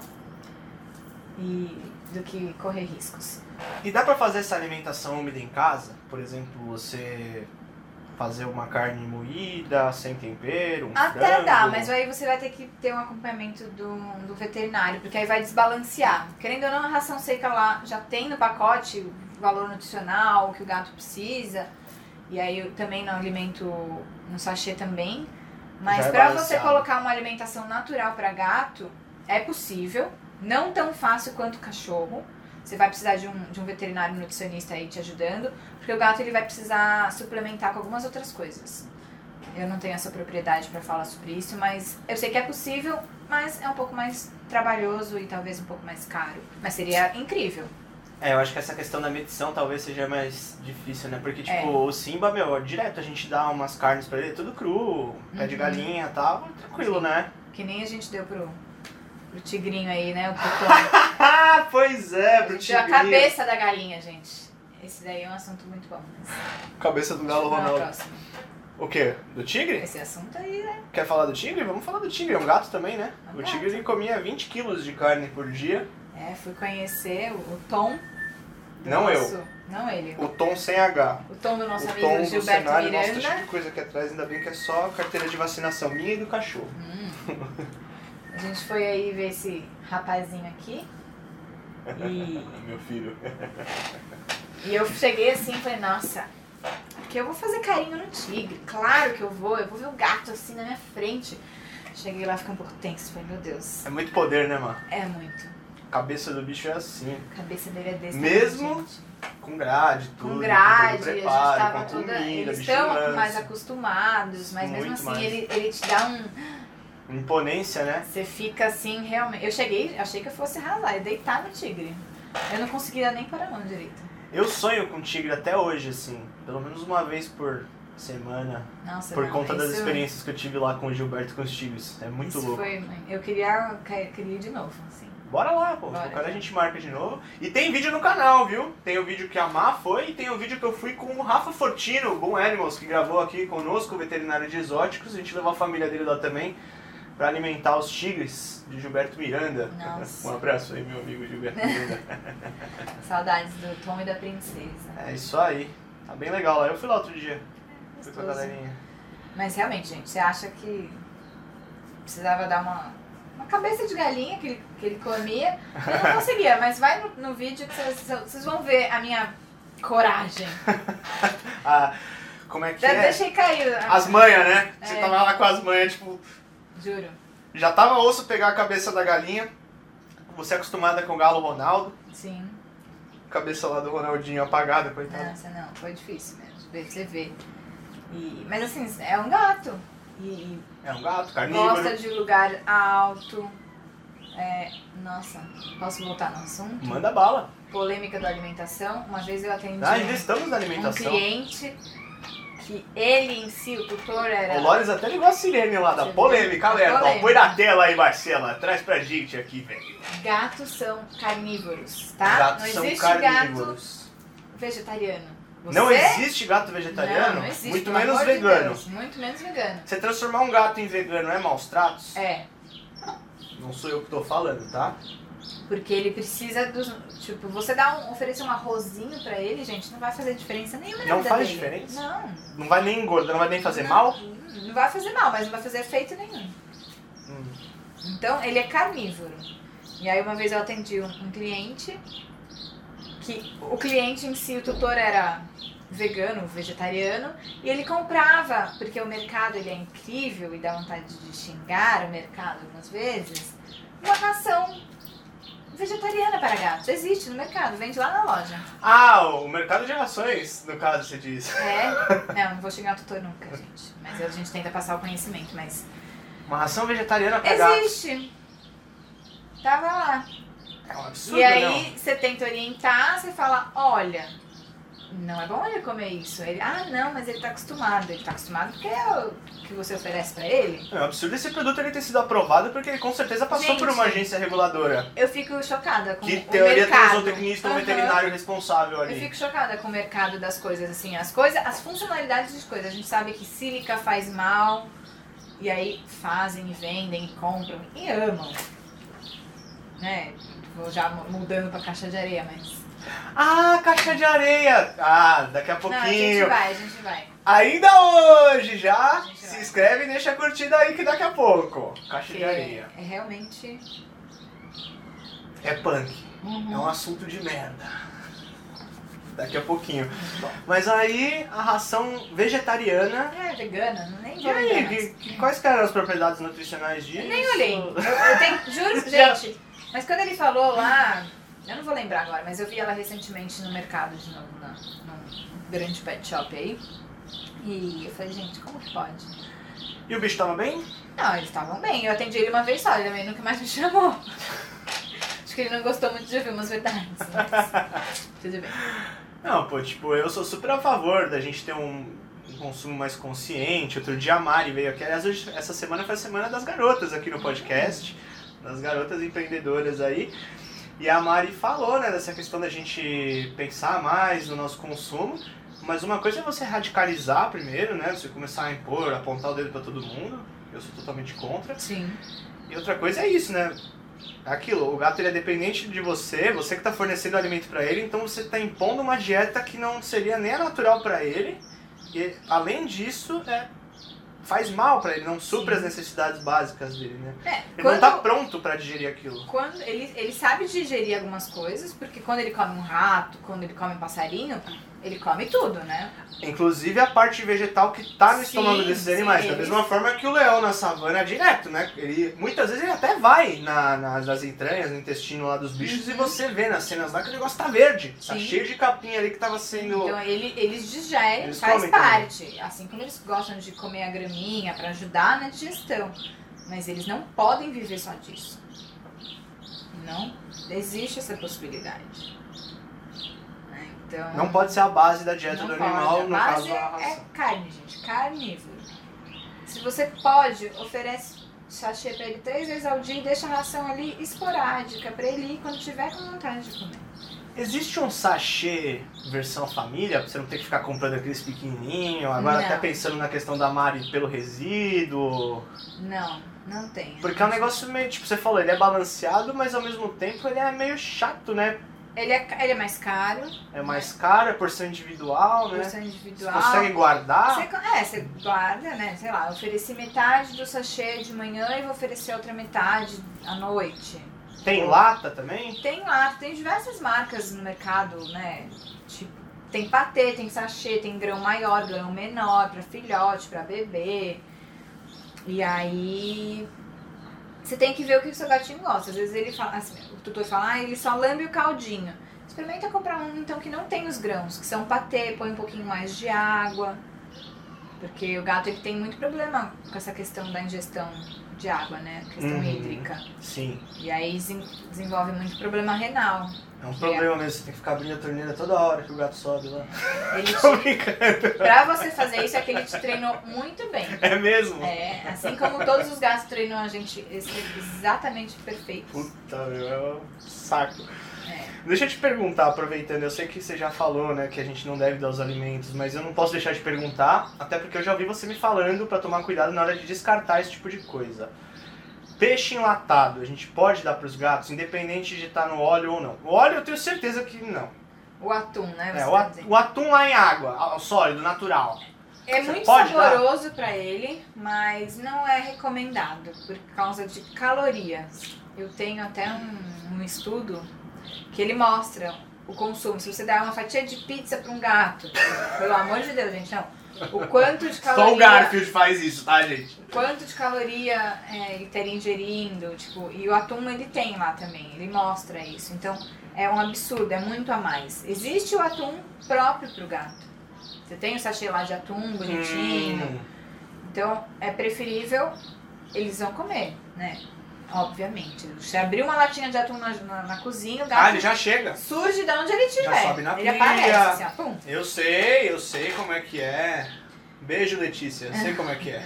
[SPEAKER 2] e do que correr riscos.
[SPEAKER 1] E dá pra fazer essa alimentação úmida em casa? Por exemplo, você fazer uma carne moída, sem tempero, um
[SPEAKER 2] Até
[SPEAKER 1] frango.
[SPEAKER 2] dá, mas aí você vai ter que ter um acompanhamento do, do veterinário, porque aí vai desbalancear. Querendo ou não, a ração seca lá já tem no pacote o valor nutricional, o que o gato precisa. E aí eu também no alimento, no sachê também. Mas
[SPEAKER 1] Já é
[SPEAKER 2] pra você
[SPEAKER 1] balanceado.
[SPEAKER 2] colocar uma alimentação natural pra gato, é possível. Não tão fácil quanto cachorro. Você vai precisar de um, de um veterinário nutricionista aí te ajudando, porque o gato ele vai precisar suplementar com algumas outras coisas. Eu não tenho essa propriedade pra falar sobre isso, mas eu sei que é possível, mas é um pouco mais trabalhoso e talvez um pouco mais caro. Mas seria incrível.
[SPEAKER 1] É, eu acho que essa questão da medição talvez seja mais difícil, né? Porque, tipo,
[SPEAKER 2] É.
[SPEAKER 1] o Simba, meu, direto a gente dá umas carnes pra ele, é tudo cru, pé de
[SPEAKER 2] Uhum.
[SPEAKER 1] galinha e tal, tranquilo, né?
[SPEAKER 2] Que nem a gente deu pro, pro tigrinho aí, né? O cocô.
[SPEAKER 1] Ah, pois é,
[SPEAKER 2] a gente deu a cabeça da galinha, gente. Esse daí é um assunto muito bom. Mas
[SPEAKER 1] Cabeça do
[SPEAKER 2] vamos
[SPEAKER 1] Galo
[SPEAKER 2] pra
[SPEAKER 1] Ronaldo.
[SPEAKER 2] próxima.
[SPEAKER 1] O quê? Do tigre?
[SPEAKER 2] Esse assunto aí, né?
[SPEAKER 1] Quer falar do tigre? Vamos falar do tigre, é um gato também, né?
[SPEAKER 2] É um
[SPEAKER 1] O
[SPEAKER 2] gato.
[SPEAKER 1] tigre ele comia 20 quilos de carne por dia.
[SPEAKER 2] É, fui conhecer o, o Tom. do
[SPEAKER 1] Não eu.
[SPEAKER 2] nosso- Não ele.
[SPEAKER 1] O tom sem H.
[SPEAKER 2] O Tom do nosso
[SPEAKER 1] o
[SPEAKER 2] amigo
[SPEAKER 1] tom do
[SPEAKER 2] Gilberto
[SPEAKER 1] cenário, nossa, tá cheio
[SPEAKER 2] Miranda.
[SPEAKER 1] de coisa aqui atrás, ainda bem que é só a carteira de vacinação minha e do cachorro.
[SPEAKER 2] A gente foi aí ver esse rapazinho aqui. E
[SPEAKER 1] Meu filho.
[SPEAKER 2] E eu cheguei assim e falei, nossa, porque eu vou fazer carinho no tigre, claro que eu vou, eu vou ver o gato assim na minha frente. Cheguei lá, fiquei um pouco tenso, falei, meu Deus,
[SPEAKER 1] É muito poder, né, mano?
[SPEAKER 2] é muito.
[SPEAKER 1] A cabeça do bicho é assim,
[SPEAKER 2] A cabeça dele é desse
[SPEAKER 1] Mesmo
[SPEAKER 2] tamanho, gente.
[SPEAKER 1] com grade, tudo.
[SPEAKER 2] com grade,
[SPEAKER 1] todo
[SPEAKER 2] a gente
[SPEAKER 1] preparo,
[SPEAKER 2] tava
[SPEAKER 1] com a
[SPEAKER 2] toda.
[SPEAKER 1] comida,
[SPEAKER 2] eles
[SPEAKER 1] vigilância.
[SPEAKER 2] estão mais acostumados, mas mesmo
[SPEAKER 1] Muito
[SPEAKER 2] assim
[SPEAKER 1] mais.
[SPEAKER 2] ele, ele te dá um.
[SPEAKER 1] Imponência, né?
[SPEAKER 2] Você fica assim, realmente. Eu cheguei, achei que eu fosse arrasar, e deitar no tigre. Eu não conseguia nem pôr a mão direito.
[SPEAKER 1] Eu sonho com tigre até hoje, assim. Pelo menos uma vez por semana.
[SPEAKER 2] Nossa,
[SPEAKER 1] por
[SPEAKER 2] não,
[SPEAKER 1] conta das
[SPEAKER 2] é isso- né?
[SPEAKER 1] experiências que eu tive lá com o Gilberto e com os tigres. É muito
[SPEAKER 2] isso
[SPEAKER 1] louco.
[SPEAKER 2] Foi, eu queria, queria ir de novo, assim.
[SPEAKER 1] Bora lá, pô.
[SPEAKER 2] Bora,
[SPEAKER 1] Agora a
[SPEAKER 2] já.
[SPEAKER 1] gente marca de novo. E tem vídeo no canal, viu? Tem o vídeo que a Má foi e tem o vídeo que eu fui com o Rafa Fortino, o Bom Animals, que gravou aqui conosco, o veterinário de exóticos. A gente levou a família dele lá também pra alimentar os tigres de Gilberto Miranda.
[SPEAKER 2] Nossa.
[SPEAKER 1] Um abraço aí, meu amigo Gilberto Miranda.
[SPEAKER 2] Saudades do Tom e da princesa.
[SPEAKER 1] é isso aí. Tá bem legal lá. Eu fui lá outro dia. Fui com a
[SPEAKER 2] Gostoso.
[SPEAKER 1] galerinha.
[SPEAKER 2] Mas realmente, gente, você acha que precisava dar uma, uma cabeça de galinha que ele, que ele comia? Eu não conseguia, mas vai no, no vídeo que vocês, vocês vão ver a minha coragem.
[SPEAKER 1] Ah, como é que
[SPEAKER 2] De,
[SPEAKER 1] é?
[SPEAKER 2] Deixei cair. a-
[SPEAKER 1] As manhas, né? Você
[SPEAKER 2] É.
[SPEAKER 1] tava lá com as manhas, tipo,
[SPEAKER 2] Juro.
[SPEAKER 1] já tava osso pegar a cabeça da galinha. Você é acostumada com o galo Ronaldo.
[SPEAKER 2] Sim.
[SPEAKER 1] cabeça lá do Ronaldinho apagada, coitado.
[SPEAKER 2] Nossa, não, foi difícil mesmo. ver- Você vê. E, mas assim, é um gato. E, e
[SPEAKER 1] É um gato,
[SPEAKER 2] gosta
[SPEAKER 1] carnívoro.
[SPEAKER 2] de lugar alto. É, nossa, posso voltar no assunto?
[SPEAKER 1] Manda bala.
[SPEAKER 2] polêmica da alimentação. Uma vez eu atendi
[SPEAKER 1] Ah,
[SPEAKER 2] um-
[SPEAKER 1] ainda estamos na
[SPEAKER 2] um
[SPEAKER 1] alimentação.
[SPEAKER 2] cliente que ele em si, o tutor, era.
[SPEAKER 1] O Lores até ligou a sirene lá da
[SPEAKER 2] Você
[SPEAKER 1] polêmica,
[SPEAKER 2] viu?
[SPEAKER 1] alerta. Ó,
[SPEAKER 2] Polêmica.
[SPEAKER 1] põe na tela aí, Marcela. Traz pra gente aqui, velho.
[SPEAKER 2] Gatos são carnívoros, tá?
[SPEAKER 1] Gatos
[SPEAKER 2] não
[SPEAKER 1] são
[SPEAKER 2] existe
[SPEAKER 1] carnívoros.
[SPEAKER 2] gato vegetariano. Você?
[SPEAKER 1] Não existe gato vegetariano,
[SPEAKER 2] Não, não existe,
[SPEAKER 1] muito
[SPEAKER 2] pelo
[SPEAKER 1] menos
[SPEAKER 2] amor de
[SPEAKER 1] vegano.
[SPEAKER 2] Deus, muito menos vegano.
[SPEAKER 1] Você transformar um gato em vegano é maus tratos?
[SPEAKER 2] É,
[SPEAKER 1] Não sou eu que tô falando, tá?
[SPEAKER 2] porque ele precisa dos. Tipo, você dá um, oferecer um arrozinho pra ele, gente, não vai fazer diferença nenhuma na
[SPEAKER 1] Não
[SPEAKER 2] vida
[SPEAKER 1] faz
[SPEAKER 2] dele.
[SPEAKER 1] diferença?
[SPEAKER 2] Não.
[SPEAKER 1] Não vai nem engordar, não vai nem fazer
[SPEAKER 2] não,
[SPEAKER 1] mal?
[SPEAKER 2] Não vai fazer mal, mas não vai fazer efeito nenhum.
[SPEAKER 1] Hum.
[SPEAKER 2] Então, ele é carnívoro. E aí uma vez eu atendi um, um cliente que o cliente em si, o tutor era vegano, vegetariano, e ele comprava, porque o mercado ele é incrível e dá vontade de xingar o mercado algumas vezes, uma ração vegetariana para gatos. Existe no mercado, vende lá na loja.
[SPEAKER 1] Ah, o mercado de rações, no caso, você diz.
[SPEAKER 2] É? Não, não vou xingar o tutor nunca, gente. Mas a gente tenta passar o conhecimento, mas
[SPEAKER 1] Uma ração vegetariana pra gato.
[SPEAKER 2] existe. Tava lá.
[SPEAKER 1] É um absurdo,
[SPEAKER 2] E aí você tenta orientar, você fala, olha, não é bom ele comer isso. Ele, ah, não, mas ele tá acostumado. Ele tá acostumado porque é o que você oferece pra ele.
[SPEAKER 1] não? É um absurdo esse produto ele ter sido aprovado, porque ele com certeza passou
[SPEAKER 2] Gente.
[SPEAKER 1] por uma agência reguladora.
[SPEAKER 2] Eu fico chocada com
[SPEAKER 1] Que
[SPEAKER 2] o
[SPEAKER 1] teoria tem um
[SPEAKER 2] mercado.
[SPEAKER 1] zootecnista ou
[SPEAKER 2] Aham.
[SPEAKER 1] veterinário responsável
[SPEAKER 2] Eu
[SPEAKER 1] ali.
[SPEAKER 2] fico chocada com o mercado das coisas, assim, as coisas, as funcionalidades das coisas. A gente sabe que sílica faz mal, e aí fazem e vendem e compram e amam. Né? Vou já mu- mudando pra caixa de areia, mas.
[SPEAKER 1] Ah, caixa de areia! Ah, daqui a
[SPEAKER 2] Não, a gente
[SPEAKER 1] pouquinho.
[SPEAKER 2] vai, a gente vai.
[SPEAKER 1] Ainda hoje já!
[SPEAKER 2] gente
[SPEAKER 1] Se
[SPEAKER 2] vai.
[SPEAKER 1] inscreve e deixa a curtida aí que daqui a pouco. Caixa
[SPEAKER 2] Porque
[SPEAKER 1] de areia.
[SPEAKER 2] é realmente.
[SPEAKER 1] É punk. É um assunto de merda. Daqui a pouquinho. Mas aí a ração vegetariana.
[SPEAKER 2] É vegana, não- nem
[SPEAKER 1] E
[SPEAKER 2] vou
[SPEAKER 1] aí,
[SPEAKER 2] lembrar mais.
[SPEAKER 1] que, que- quais que eram as propriedades nutricionais disso?
[SPEAKER 2] Nem olhei. Eu tenho, juro,
[SPEAKER 1] Já-
[SPEAKER 2] gente. Mas quando ele falou lá, eu não vou lembrar agora, mas eu vi ela recentemente no mercado de novo, na, num grande pet shop aí. E eu falei, gente, como que pode?
[SPEAKER 1] E o bicho tava bem?
[SPEAKER 2] Não, eles estavam bem. Eu atendi ele uma vez só, ele também nunca mais me chamou. Acho que ele não gostou muito de ouvir umas verdades. mas tudo bem.
[SPEAKER 1] Não, pô, tipo, eu sou super a favor da gente ter um, um consumo mais consciente. Outro dia a Mari veio aqui. Aliás, hoje, essa semana foi a semana das garotas aqui no podcast. Das garotas empreendedoras aí. E a Mari falou, né, dessa questão da gente pensar mais no nosso consumo. Mas uma coisa é você radicalizar primeiro, né? Você começar a impor, apontar o dedo pra todo mundo. Eu sou totalmente contra.
[SPEAKER 2] Sim.
[SPEAKER 1] E outra coisa é isso, né? Aquilo, o gato ele é dependente de você, você que tá fornecendo alimento pra ele, então você tá impondo uma dieta que não seria nem a natural pra ele. E além disso, é, faz mal pra ele, não supra
[SPEAKER 2] Sim.
[SPEAKER 1] as necessidades básicas dele, né?
[SPEAKER 2] É,
[SPEAKER 1] Ele não tá
[SPEAKER 2] quando,
[SPEAKER 1] pronto pra digerir aquilo.
[SPEAKER 2] quando ele, ele sabe digerir algumas coisas, porque quando ele come um rato, quando ele come um passarinho, ele come tudo, né?
[SPEAKER 1] Inclusive a parte vegetal que tá no
[SPEAKER 2] Sim,
[SPEAKER 1] estômago desses
[SPEAKER 2] sim,
[SPEAKER 1] animais. Da
[SPEAKER 2] eles-
[SPEAKER 1] mesma forma que o leão na savana é direto, né? Ele, muitas vezes ele até vai na- nas, nas entranhas, no intestino lá dos bichos e você vê nas cenas lá que o negócio tá verde. Tá
[SPEAKER 2] Uhum. Sim.
[SPEAKER 1] cheio de capinha ali que tava sendo.
[SPEAKER 2] Então ele, eles digerem,
[SPEAKER 1] Eles
[SPEAKER 2] faz
[SPEAKER 1] comem
[SPEAKER 2] parte. Assim como eles gostam de comer a graminha pra ajudar na digestão. Mas eles não podem viver só disso. Não existe essa possibilidade. Né, Então,
[SPEAKER 1] Não pode ser a base da dieta
[SPEAKER 2] não
[SPEAKER 1] do
[SPEAKER 2] pode.
[SPEAKER 1] animal, no
[SPEAKER 2] a base
[SPEAKER 1] caso a ração.
[SPEAKER 2] é carne, gente. Carnívoro. Se você pode, oferece sachê pra ele três vezes ao dia e deixa a ração ali esporádica pra ele ir quando tiver com vontade de comer.
[SPEAKER 1] Existe um sachê versão família, pra você não ter que ficar comprando aqueles pequenininhos, agora
[SPEAKER 2] Não.
[SPEAKER 1] até pensando na questão da Mari pelo resíduo.
[SPEAKER 2] Não, não tem.
[SPEAKER 1] Porque é um negócio meio, tipo, você falou, ele é balanceado, mas ao mesmo tempo ele é meio chato, né?
[SPEAKER 2] Ele é, ca- ele é mais caro.
[SPEAKER 1] É mais caro, é porção individual, né?
[SPEAKER 2] Porção
[SPEAKER 1] Você
[SPEAKER 2] individual.
[SPEAKER 1] consegue guardar.
[SPEAKER 2] Você, co- é, você guarda, né? Sei lá, eu ofereci metade do sachê de manhã e vou oferecer outra metade à noite.
[SPEAKER 1] Tem lata também?
[SPEAKER 2] Tem lá, tem diversas marcas no mercado, né? Tipo, tem patê, tem sachê, tem grão maior, grão menor, pra filhote, pra bebê. E aí. Você tem que ver o que o seu gatinho gosta. Às vezes ele fala, assim, o tutor fala, ah, ele só lambe o caldinho. Experimenta comprar um então que não tem os grãos, que são patê, põe um pouquinho mais de água. Porque o gato ele tem muito problema com essa questão da ingestão de água, né? Questão
[SPEAKER 1] Uhum.
[SPEAKER 2] hídrica.
[SPEAKER 1] Sim.
[SPEAKER 2] E aí desen- desenvolve muito problema renal.
[SPEAKER 1] É um problema mesmo, você tem que ficar abrindo a torneira toda hora que o gato sobe lá.
[SPEAKER 2] Ele
[SPEAKER 1] Tô
[SPEAKER 2] te,
[SPEAKER 1] brincando.
[SPEAKER 2] pra você fazer isso é que ele te treinou muito bem.
[SPEAKER 1] É mesmo?
[SPEAKER 2] É, assim como todos os gatos treinam a gente ex- exatamente perfeitos.
[SPEAKER 1] Puta, meu, é um saco.
[SPEAKER 2] É.
[SPEAKER 1] Deixa eu te perguntar, aproveitando, eu sei que você já falou, né, que a gente não deve dar os alimentos, mas eu não posso deixar de perguntar, até porque eu já ouvi você me falando pra tomar cuidado na hora de descartar esse tipo de coisa. Peixe enlatado, a gente pode dar pros gatos, independente de estar no óleo ou não. O óleo eu tenho certeza que não.
[SPEAKER 2] O atum, né?
[SPEAKER 1] É,
[SPEAKER 2] você
[SPEAKER 1] o,
[SPEAKER 2] tá
[SPEAKER 1] a-
[SPEAKER 2] dizendo.
[SPEAKER 1] o atum lá em água, ao sólido, natural.
[SPEAKER 2] É
[SPEAKER 1] Você
[SPEAKER 2] muito
[SPEAKER 1] pode dar?
[SPEAKER 2] saboroso pra ele, mas não é recomendado por causa de calorias. Eu tenho até um um estudo que ele mostra o consumo. Se você der uma fatia de pizza para um gato, pelo amor de Deus, gente, não. O quanto de caloria.
[SPEAKER 1] Só o Garfield faz isso, tá, gente?
[SPEAKER 2] quanto de caloria é, ele estaria ingerindo, tipo, e o atum ele tem lá também, ele mostra isso. Então é um absurdo, é muito a mais. Existe o atum próprio pro gato. Você tem o sachê lá de atum bonitinho.
[SPEAKER 1] Hum.
[SPEAKER 2] Então é preferível eles vão comer, né? Obviamente. Você abriu uma latinha de atum na, na- na cozinha, o gato
[SPEAKER 1] Ah, ele já chega.
[SPEAKER 2] surge de onde ele estiver.
[SPEAKER 1] sobe na pia.
[SPEAKER 2] ele aparece, assim, ó, pum.
[SPEAKER 1] Eu sei, eu sei como é que é. Beijo, Letícia. Eu sei como é que é.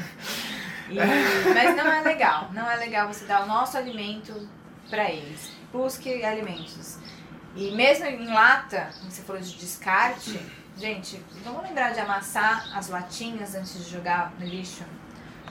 [SPEAKER 2] E- mas não é legal. Não é legal você dar o nosso alimento para eles. Busque alimentos. E mesmo em lata, como você falou de descarte, gente, vamos lembrar de amassar as latinhas antes de jogar no lixo.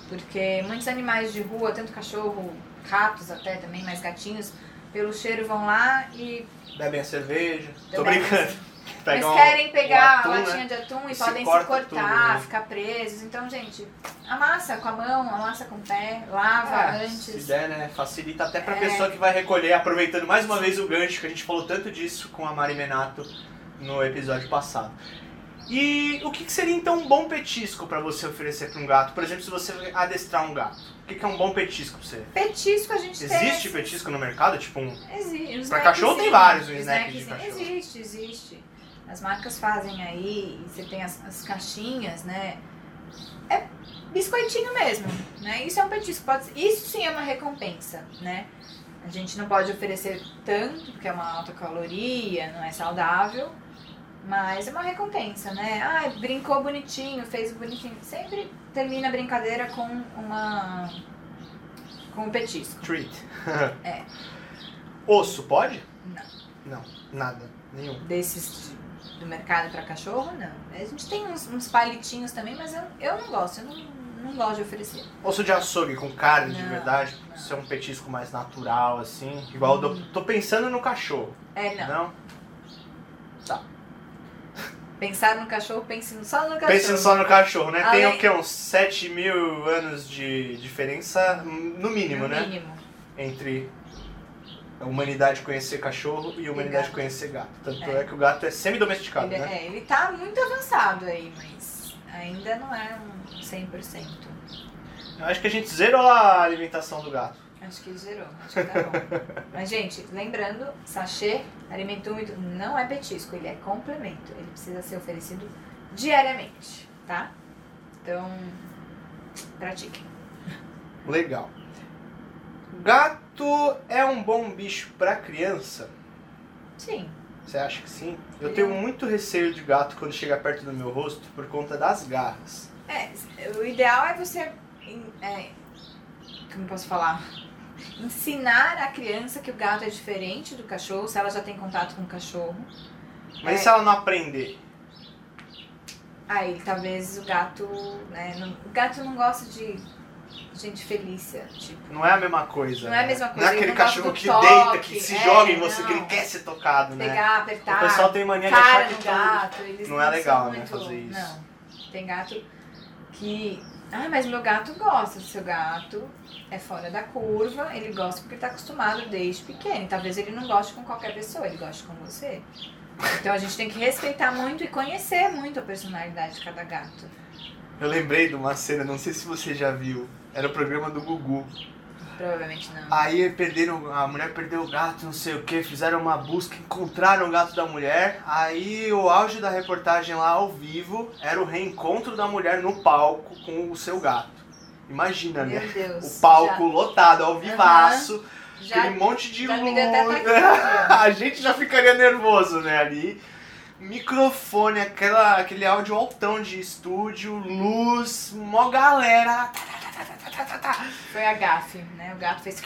[SPEAKER 2] Porque muitos animais de rua, tanto cachorro, ratos até também, mas gatinhos, pelo cheiro vão lá e.
[SPEAKER 1] Bebem a cerveja. Tô
[SPEAKER 2] Bebem.
[SPEAKER 1] brincando.
[SPEAKER 2] Mas
[SPEAKER 1] Pegam o-
[SPEAKER 2] querem
[SPEAKER 1] o
[SPEAKER 2] pegar
[SPEAKER 1] um- atum,
[SPEAKER 2] a
[SPEAKER 1] né?
[SPEAKER 2] latinha de atum e
[SPEAKER 1] Se
[SPEAKER 2] podem se
[SPEAKER 1] corta
[SPEAKER 2] cortar,
[SPEAKER 1] tudo, né?
[SPEAKER 2] ficar presos. Então, gente, amassa com a mão, amassa com o pé, lava
[SPEAKER 1] É,
[SPEAKER 2] antes.
[SPEAKER 1] Se der, né? Facilita até pra
[SPEAKER 2] É.
[SPEAKER 1] pessoa que vai recolher, aproveitando mais uma vez o gancho que a gente falou tanto disso com a Mari Menato no episódio passado. E o que que seria então um bom petisco pra você oferecer pra um gato? Por exemplo, se você adestrar um gato, o que que é um bom petisco pra você?
[SPEAKER 2] Petisco a gente tem.
[SPEAKER 1] Existe petisco no mercado? Tipo um.
[SPEAKER 2] Existe.
[SPEAKER 1] Pra cachorro tem vários, o snack de cachorro.
[SPEAKER 2] Existe, existe. As marcas fazem aí, e você tem as, as caixinhas, né? É biscoitinho mesmo, né? Isso é um petisco. Pode ser- isso sim é uma recompensa, né? A gente não pode oferecer tanto, porque é uma alta caloria, não é saudável. Mas é uma recompensa, né? Ah, brincou bonitinho, fez bonitinho. Sempre termina a brincadeira com uma. com um petisco.
[SPEAKER 1] Treat.
[SPEAKER 2] É.
[SPEAKER 1] Osso, pode?
[SPEAKER 2] Não.
[SPEAKER 1] Não, nada. Nenhum.
[SPEAKER 2] desses de- do mercado pra cachorro, não. A gente tem uns, uns palitinhos também, mas eu, eu não gosto, eu não, não gosto de oferecer.
[SPEAKER 1] Osso de açougue com carne de
[SPEAKER 2] Não,
[SPEAKER 1] verdade,
[SPEAKER 2] não.
[SPEAKER 1] ser um petisco mais natural, assim. Igual eu dou- tô pensando no cachorro.
[SPEAKER 2] É, não.
[SPEAKER 1] não?
[SPEAKER 2] Pensar no cachorro, pense no- só no cachorro.
[SPEAKER 1] Pensando só no cachorro, né? Tem
[SPEAKER 2] Além-
[SPEAKER 1] o que? Uns 7 mil anos de diferença, no mínimo,
[SPEAKER 2] no
[SPEAKER 1] né?
[SPEAKER 2] mínimo.
[SPEAKER 1] Entre a humanidade conhecer cachorro e a humanidade
[SPEAKER 2] gato.
[SPEAKER 1] conhecer gato. Tanto é.
[SPEAKER 2] É.
[SPEAKER 1] que o gato é semi-domesticado,
[SPEAKER 2] Ele,
[SPEAKER 1] né?
[SPEAKER 2] é, ele tá muito avançado aí, mas ainda não é um 100%. é-
[SPEAKER 1] Eu acho que a gente zerou a alimentação do gato.
[SPEAKER 2] Acho que zerou, acho que tá bom. Mas, gente, lembrando, sachê, alimento úmido, não é petisco, ele é complemento. Ele precisa ser oferecido diariamente, tá? Então, pratiquem.
[SPEAKER 1] Legal. Gato é um bom bicho pra criança?
[SPEAKER 2] Sim.
[SPEAKER 1] Você acha que sim? Eu
[SPEAKER 2] Ele
[SPEAKER 1] tenho
[SPEAKER 2] é um-
[SPEAKER 1] muito receio de gato quando chega perto do meu rosto por conta das garras.
[SPEAKER 2] É, o ideal é você. em- é, como eu posso falar? Ensinar a criança que o gato é diferente do cachorro, se ela já tem contato com o cachorro.
[SPEAKER 1] Mas
[SPEAKER 2] É.
[SPEAKER 1] e se ela não aprender?
[SPEAKER 2] Aí talvez o gato. Né, não- o gato não gosta de gente felícia, tipo.
[SPEAKER 1] Não é a mesma coisa.
[SPEAKER 2] Não é a
[SPEAKER 1] né?
[SPEAKER 2] mesma
[SPEAKER 1] Não
[SPEAKER 2] coisa,
[SPEAKER 1] é aquele
[SPEAKER 2] ele não gosta
[SPEAKER 1] cachorro
[SPEAKER 2] do
[SPEAKER 1] que
[SPEAKER 2] toque,
[SPEAKER 1] deita, que se
[SPEAKER 2] é,
[SPEAKER 1] joga em você,
[SPEAKER 2] não.
[SPEAKER 1] que ele quer ser tocado, né?
[SPEAKER 2] pegar, apertar,
[SPEAKER 1] O pessoal tem mania de
[SPEAKER 2] cara
[SPEAKER 1] achar que
[SPEAKER 2] no
[SPEAKER 1] tudo-
[SPEAKER 2] gato. Eles
[SPEAKER 1] não é
[SPEAKER 2] são
[SPEAKER 1] legal, né,
[SPEAKER 2] muito-
[SPEAKER 1] fazer isso.
[SPEAKER 2] Não. Tem gato que. Ah, mas meu gato gosta. Seu gato é fora da curva, ele gosta porque tá acostumado desde pequeno. Talvez ele não goste com qualquer pessoa, ele goste com você. Então a gente tem que respeitar muito e conhecer muito a personalidade de cada gato.
[SPEAKER 1] Eu lembrei de uma cena, não sei se você já viu. Era o programa do Gugu.
[SPEAKER 2] Provavelmente não.
[SPEAKER 1] Aí perderam, a mulher perdeu o gato, não sei o que, fizeram uma busca, encontraram o gato da mulher. Aí o auge da reportagem lá ao vivo era o reencontro da mulher no palco com o seu gato. Imagina, né?
[SPEAKER 2] Meu Deus.
[SPEAKER 1] O palco lotado, ao vivaço,
[SPEAKER 2] Já, já
[SPEAKER 1] aquele monte de
[SPEAKER 2] já
[SPEAKER 1] luz.
[SPEAKER 2] me deu até taquicardia.
[SPEAKER 1] a gente já ficaria nervoso, né? Ali, microfone, aquela, aquele áudio altão de estúdio, luz, mó galera.
[SPEAKER 2] foi a gafe, né? O gato fez.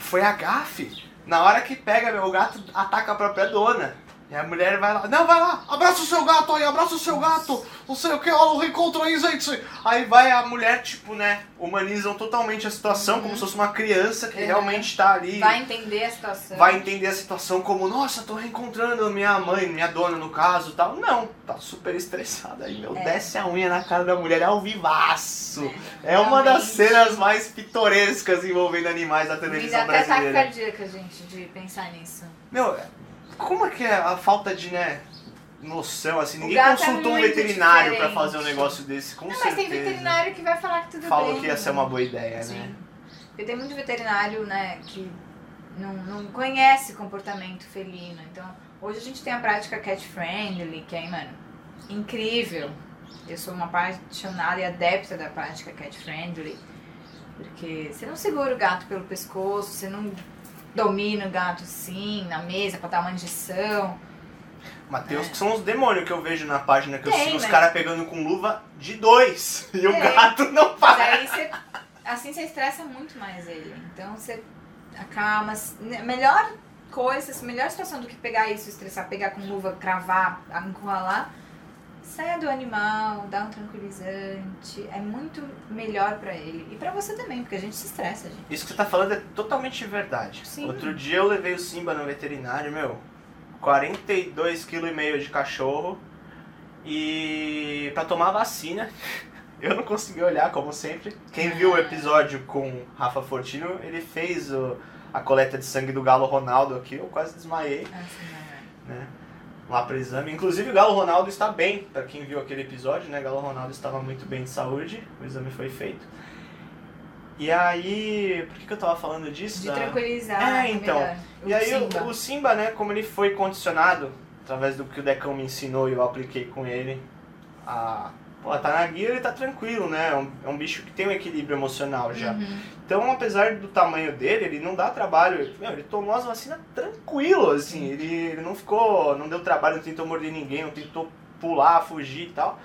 [SPEAKER 1] Foi a gafe. Na hora que pega, meu, o gato ataca a própria dona. E a mulher vai lá, não, vai lá, abraça o seu gato aí, abraça o seu gato, não sei o que, olha o reencontro aí, gente. Aí vai a mulher, tipo, né, humanizam totalmente a situação, como se fosse uma criança que
[SPEAKER 2] Uhum.
[SPEAKER 1] realmente tá ali,
[SPEAKER 2] Vai entender a situação.
[SPEAKER 1] vai entender a situação como, nossa, tô reencontrando minha mãe, minha dona no caso e tal. Não, tá super estressada aí, meu,
[SPEAKER 2] É.
[SPEAKER 1] desce a unha na cara da mulher é ao vivaço. É uma
[SPEAKER 2] Realmente.
[SPEAKER 1] das cenas mais pitorescas envolvendo animais da
[SPEAKER 2] Me dá
[SPEAKER 1] televisão
[SPEAKER 2] até tá ataque
[SPEAKER 1] brasileira.
[SPEAKER 2] cardíaco, gente, de pensar nisso.
[SPEAKER 1] Meu, como é que é a falta de, né, noção, assim,
[SPEAKER 2] O
[SPEAKER 1] ninguém
[SPEAKER 2] gato é
[SPEAKER 1] consultou um
[SPEAKER 2] muito
[SPEAKER 1] veterinário pra
[SPEAKER 2] diferente.
[SPEAKER 1] fazer um negócio desse, com
[SPEAKER 2] Não, mas
[SPEAKER 1] certeza.
[SPEAKER 2] tem veterinário que vai falar que tudo
[SPEAKER 1] Falou
[SPEAKER 2] bem.
[SPEAKER 1] que ia ser uma boa ideia, né?
[SPEAKER 2] Sim. Porque tem muito veterinário, né, que não, não conhece comportamento felino. Então, hoje a gente tem a prática cat friendly, que é, mano, incrível. Eu sou uma apaixonada e adepta da prática cat friendly. Porque você não segura o gato pelo pescoço, você não domina o gato assim, na mesa, pra dar uma injeção.
[SPEAKER 1] Mateus, que são os demônios que eu vejo na página que eu
[SPEAKER 2] É. Tem,
[SPEAKER 1] sigo, os
[SPEAKER 2] né? É.
[SPEAKER 1] caras pegando com luva de dois. E o
[SPEAKER 2] Tem.
[SPEAKER 1] gato não
[SPEAKER 2] Mas
[SPEAKER 1] para.
[SPEAKER 2] aí você, assim você estressa muito mais ele. Então você acalma. né, Melhor coisa, assim, melhor situação do que pegar isso, estressar, pegar com luva, cravar, encurralar. Sai do animal, dá um tranquilizante. É muito melhor pra ele. E pra você também, porque a gente se estressa, gente.
[SPEAKER 1] Isso que você tá falando é totalmente verdade.
[SPEAKER 2] Sim.
[SPEAKER 1] Outro dia eu levei o Simba no veterinário, meu, 42,5 kg de cachorro e pra tomar a vacina. Eu não consegui olhar, como sempre. Quem viu o episódio com Rafa Fortino, ele fez o- a coleta de sangue do Galo Ronaldo aqui, eu quase desmaiei
[SPEAKER 2] Assim, né?
[SPEAKER 1] lá pro exame. Inclusive o Galo Ronaldo está bem, para quem viu aquele episódio, né? Galo Ronaldo estava muito bem de saúde, o exame foi feito. E aí, por que, que eu tava falando disso?
[SPEAKER 2] De
[SPEAKER 1] Da-
[SPEAKER 2] tranquilizar.
[SPEAKER 1] É, então.
[SPEAKER 2] melhor.
[SPEAKER 1] E aí o-
[SPEAKER 2] Simba.
[SPEAKER 1] O, Simba, né, como ele foi condicionado, através do que o Decão me ensinou e eu apliquei com ele, a... Pô, tá na guia, ele tá tranquilo, né? É um, é um bicho que tem um equilíbrio emocional já.
[SPEAKER 2] Uhum.
[SPEAKER 1] Então, apesar do tamanho dele, ele não dá trabalho. Ele- Meu, ele tomou as vacinas tranquilo, assim. Ele, ele não ficou. Não deu trabalho, não tentou morder ninguém, não tentou pular, fugir e tal.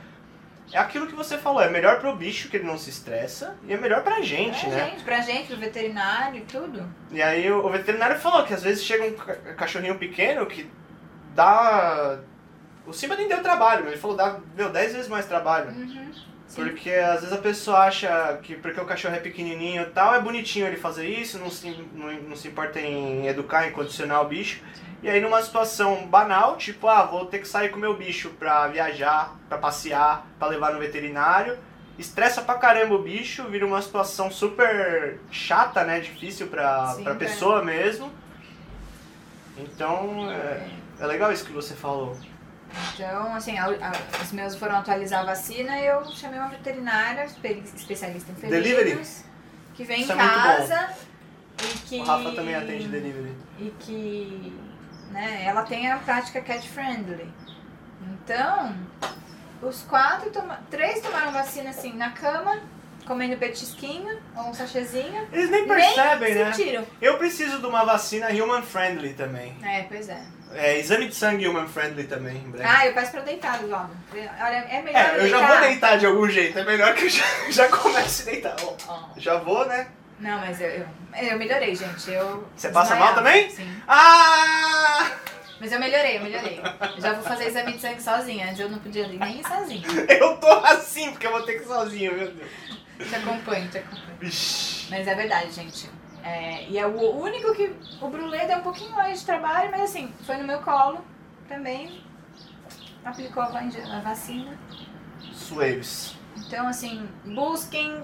[SPEAKER 1] É aquilo que você falou, é melhor pro bicho que ele não se estressa e é melhor pra gente,
[SPEAKER 2] pra
[SPEAKER 1] né?
[SPEAKER 2] gente, Uhum. pra gente, pro veterinário e tudo.
[SPEAKER 1] E aí o o veterinário falou que às vezes chega um ca- cachorrinho pequeno que dá. O Simba nem deu trabalho, mas ele falou, dá, meu, 10 vezes mais trabalho.
[SPEAKER 2] Uhum. Sim.
[SPEAKER 1] Porque às vezes a pessoa acha que porque o cachorro é pequenininho e tal, é bonitinho ele fazer isso, não se, não, não se importa em educar, em condicionar o bicho. E aí numa situação banal, tipo, ah, vou ter que sair com meu bicho pra viajar, pra passear, pra levar no veterinário. Estressa pra caramba o bicho, vira uma situação super chata, né? Difícil pra,
[SPEAKER 2] Sim,
[SPEAKER 1] pra
[SPEAKER 2] é.
[SPEAKER 1] pessoa mesmo. Então, é, é legal isso que você falou.
[SPEAKER 2] Então, assim, a- a- os meus foram atualizar a vacina e eu chamei uma veterinária espe- especialista em felinos.
[SPEAKER 1] Delivery?
[SPEAKER 2] Que vem
[SPEAKER 1] Isso é
[SPEAKER 2] em
[SPEAKER 1] muito
[SPEAKER 2] casa e que...
[SPEAKER 1] O Rafa também atende delivery.
[SPEAKER 2] E que, né, ela tem a prática cat friendly. Então, os quatro, toma- três tomaram vacina, assim, na cama, comendo petisquinho ou um sachezinho.
[SPEAKER 1] Eles nem percebem, né?
[SPEAKER 2] Nem sentiram.
[SPEAKER 1] Eu preciso de uma vacina human friendly também.
[SPEAKER 2] É, pois é.
[SPEAKER 1] É, exame de sangue human friendly também, em breve.
[SPEAKER 2] Ah, eu peço pra deitar logo. Olha, é melhor
[SPEAKER 1] é, eu já
[SPEAKER 2] deitar.
[SPEAKER 1] vou deitar de algum jeito. É melhor que eu já, já comece a deitar. Ó,
[SPEAKER 2] Ó.
[SPEAKER 1] já vou, né?
[SPEAKER 2] Não, mas eu, eu, eu melhorei, gente. Eu
[SPEAKER 1] Você passa mal
[SPEAKER 2] desmaiava,
[SPEAKER 1] também?
[SPEAKER 2] Sim.
[SPEAKER 1] Ah!
[SPEAKER 2] Mas eu melhorei, eu melhorei. Eu já vou fazer exame de sangue sozinha. Antes eu não podia nem ir sozinha.
[SPEAKER 1] Eu tô assim, porque eu vou ter que ir sozinho, meu Deus.
[SPEAKER 2] Te acompanho, te acompanho.
[SPEAKER 1] Ixi.
[SPEAKER 2] Mas é verdade, gente. É, e é o único que o Brulé deu um pouquinho mais de trabalho, mas assim, foi no meu colo também. Aplicou a van- a vacina.
[SPEAKER 1] Suaves.
[SPEAKER 2] Então, assim, busquem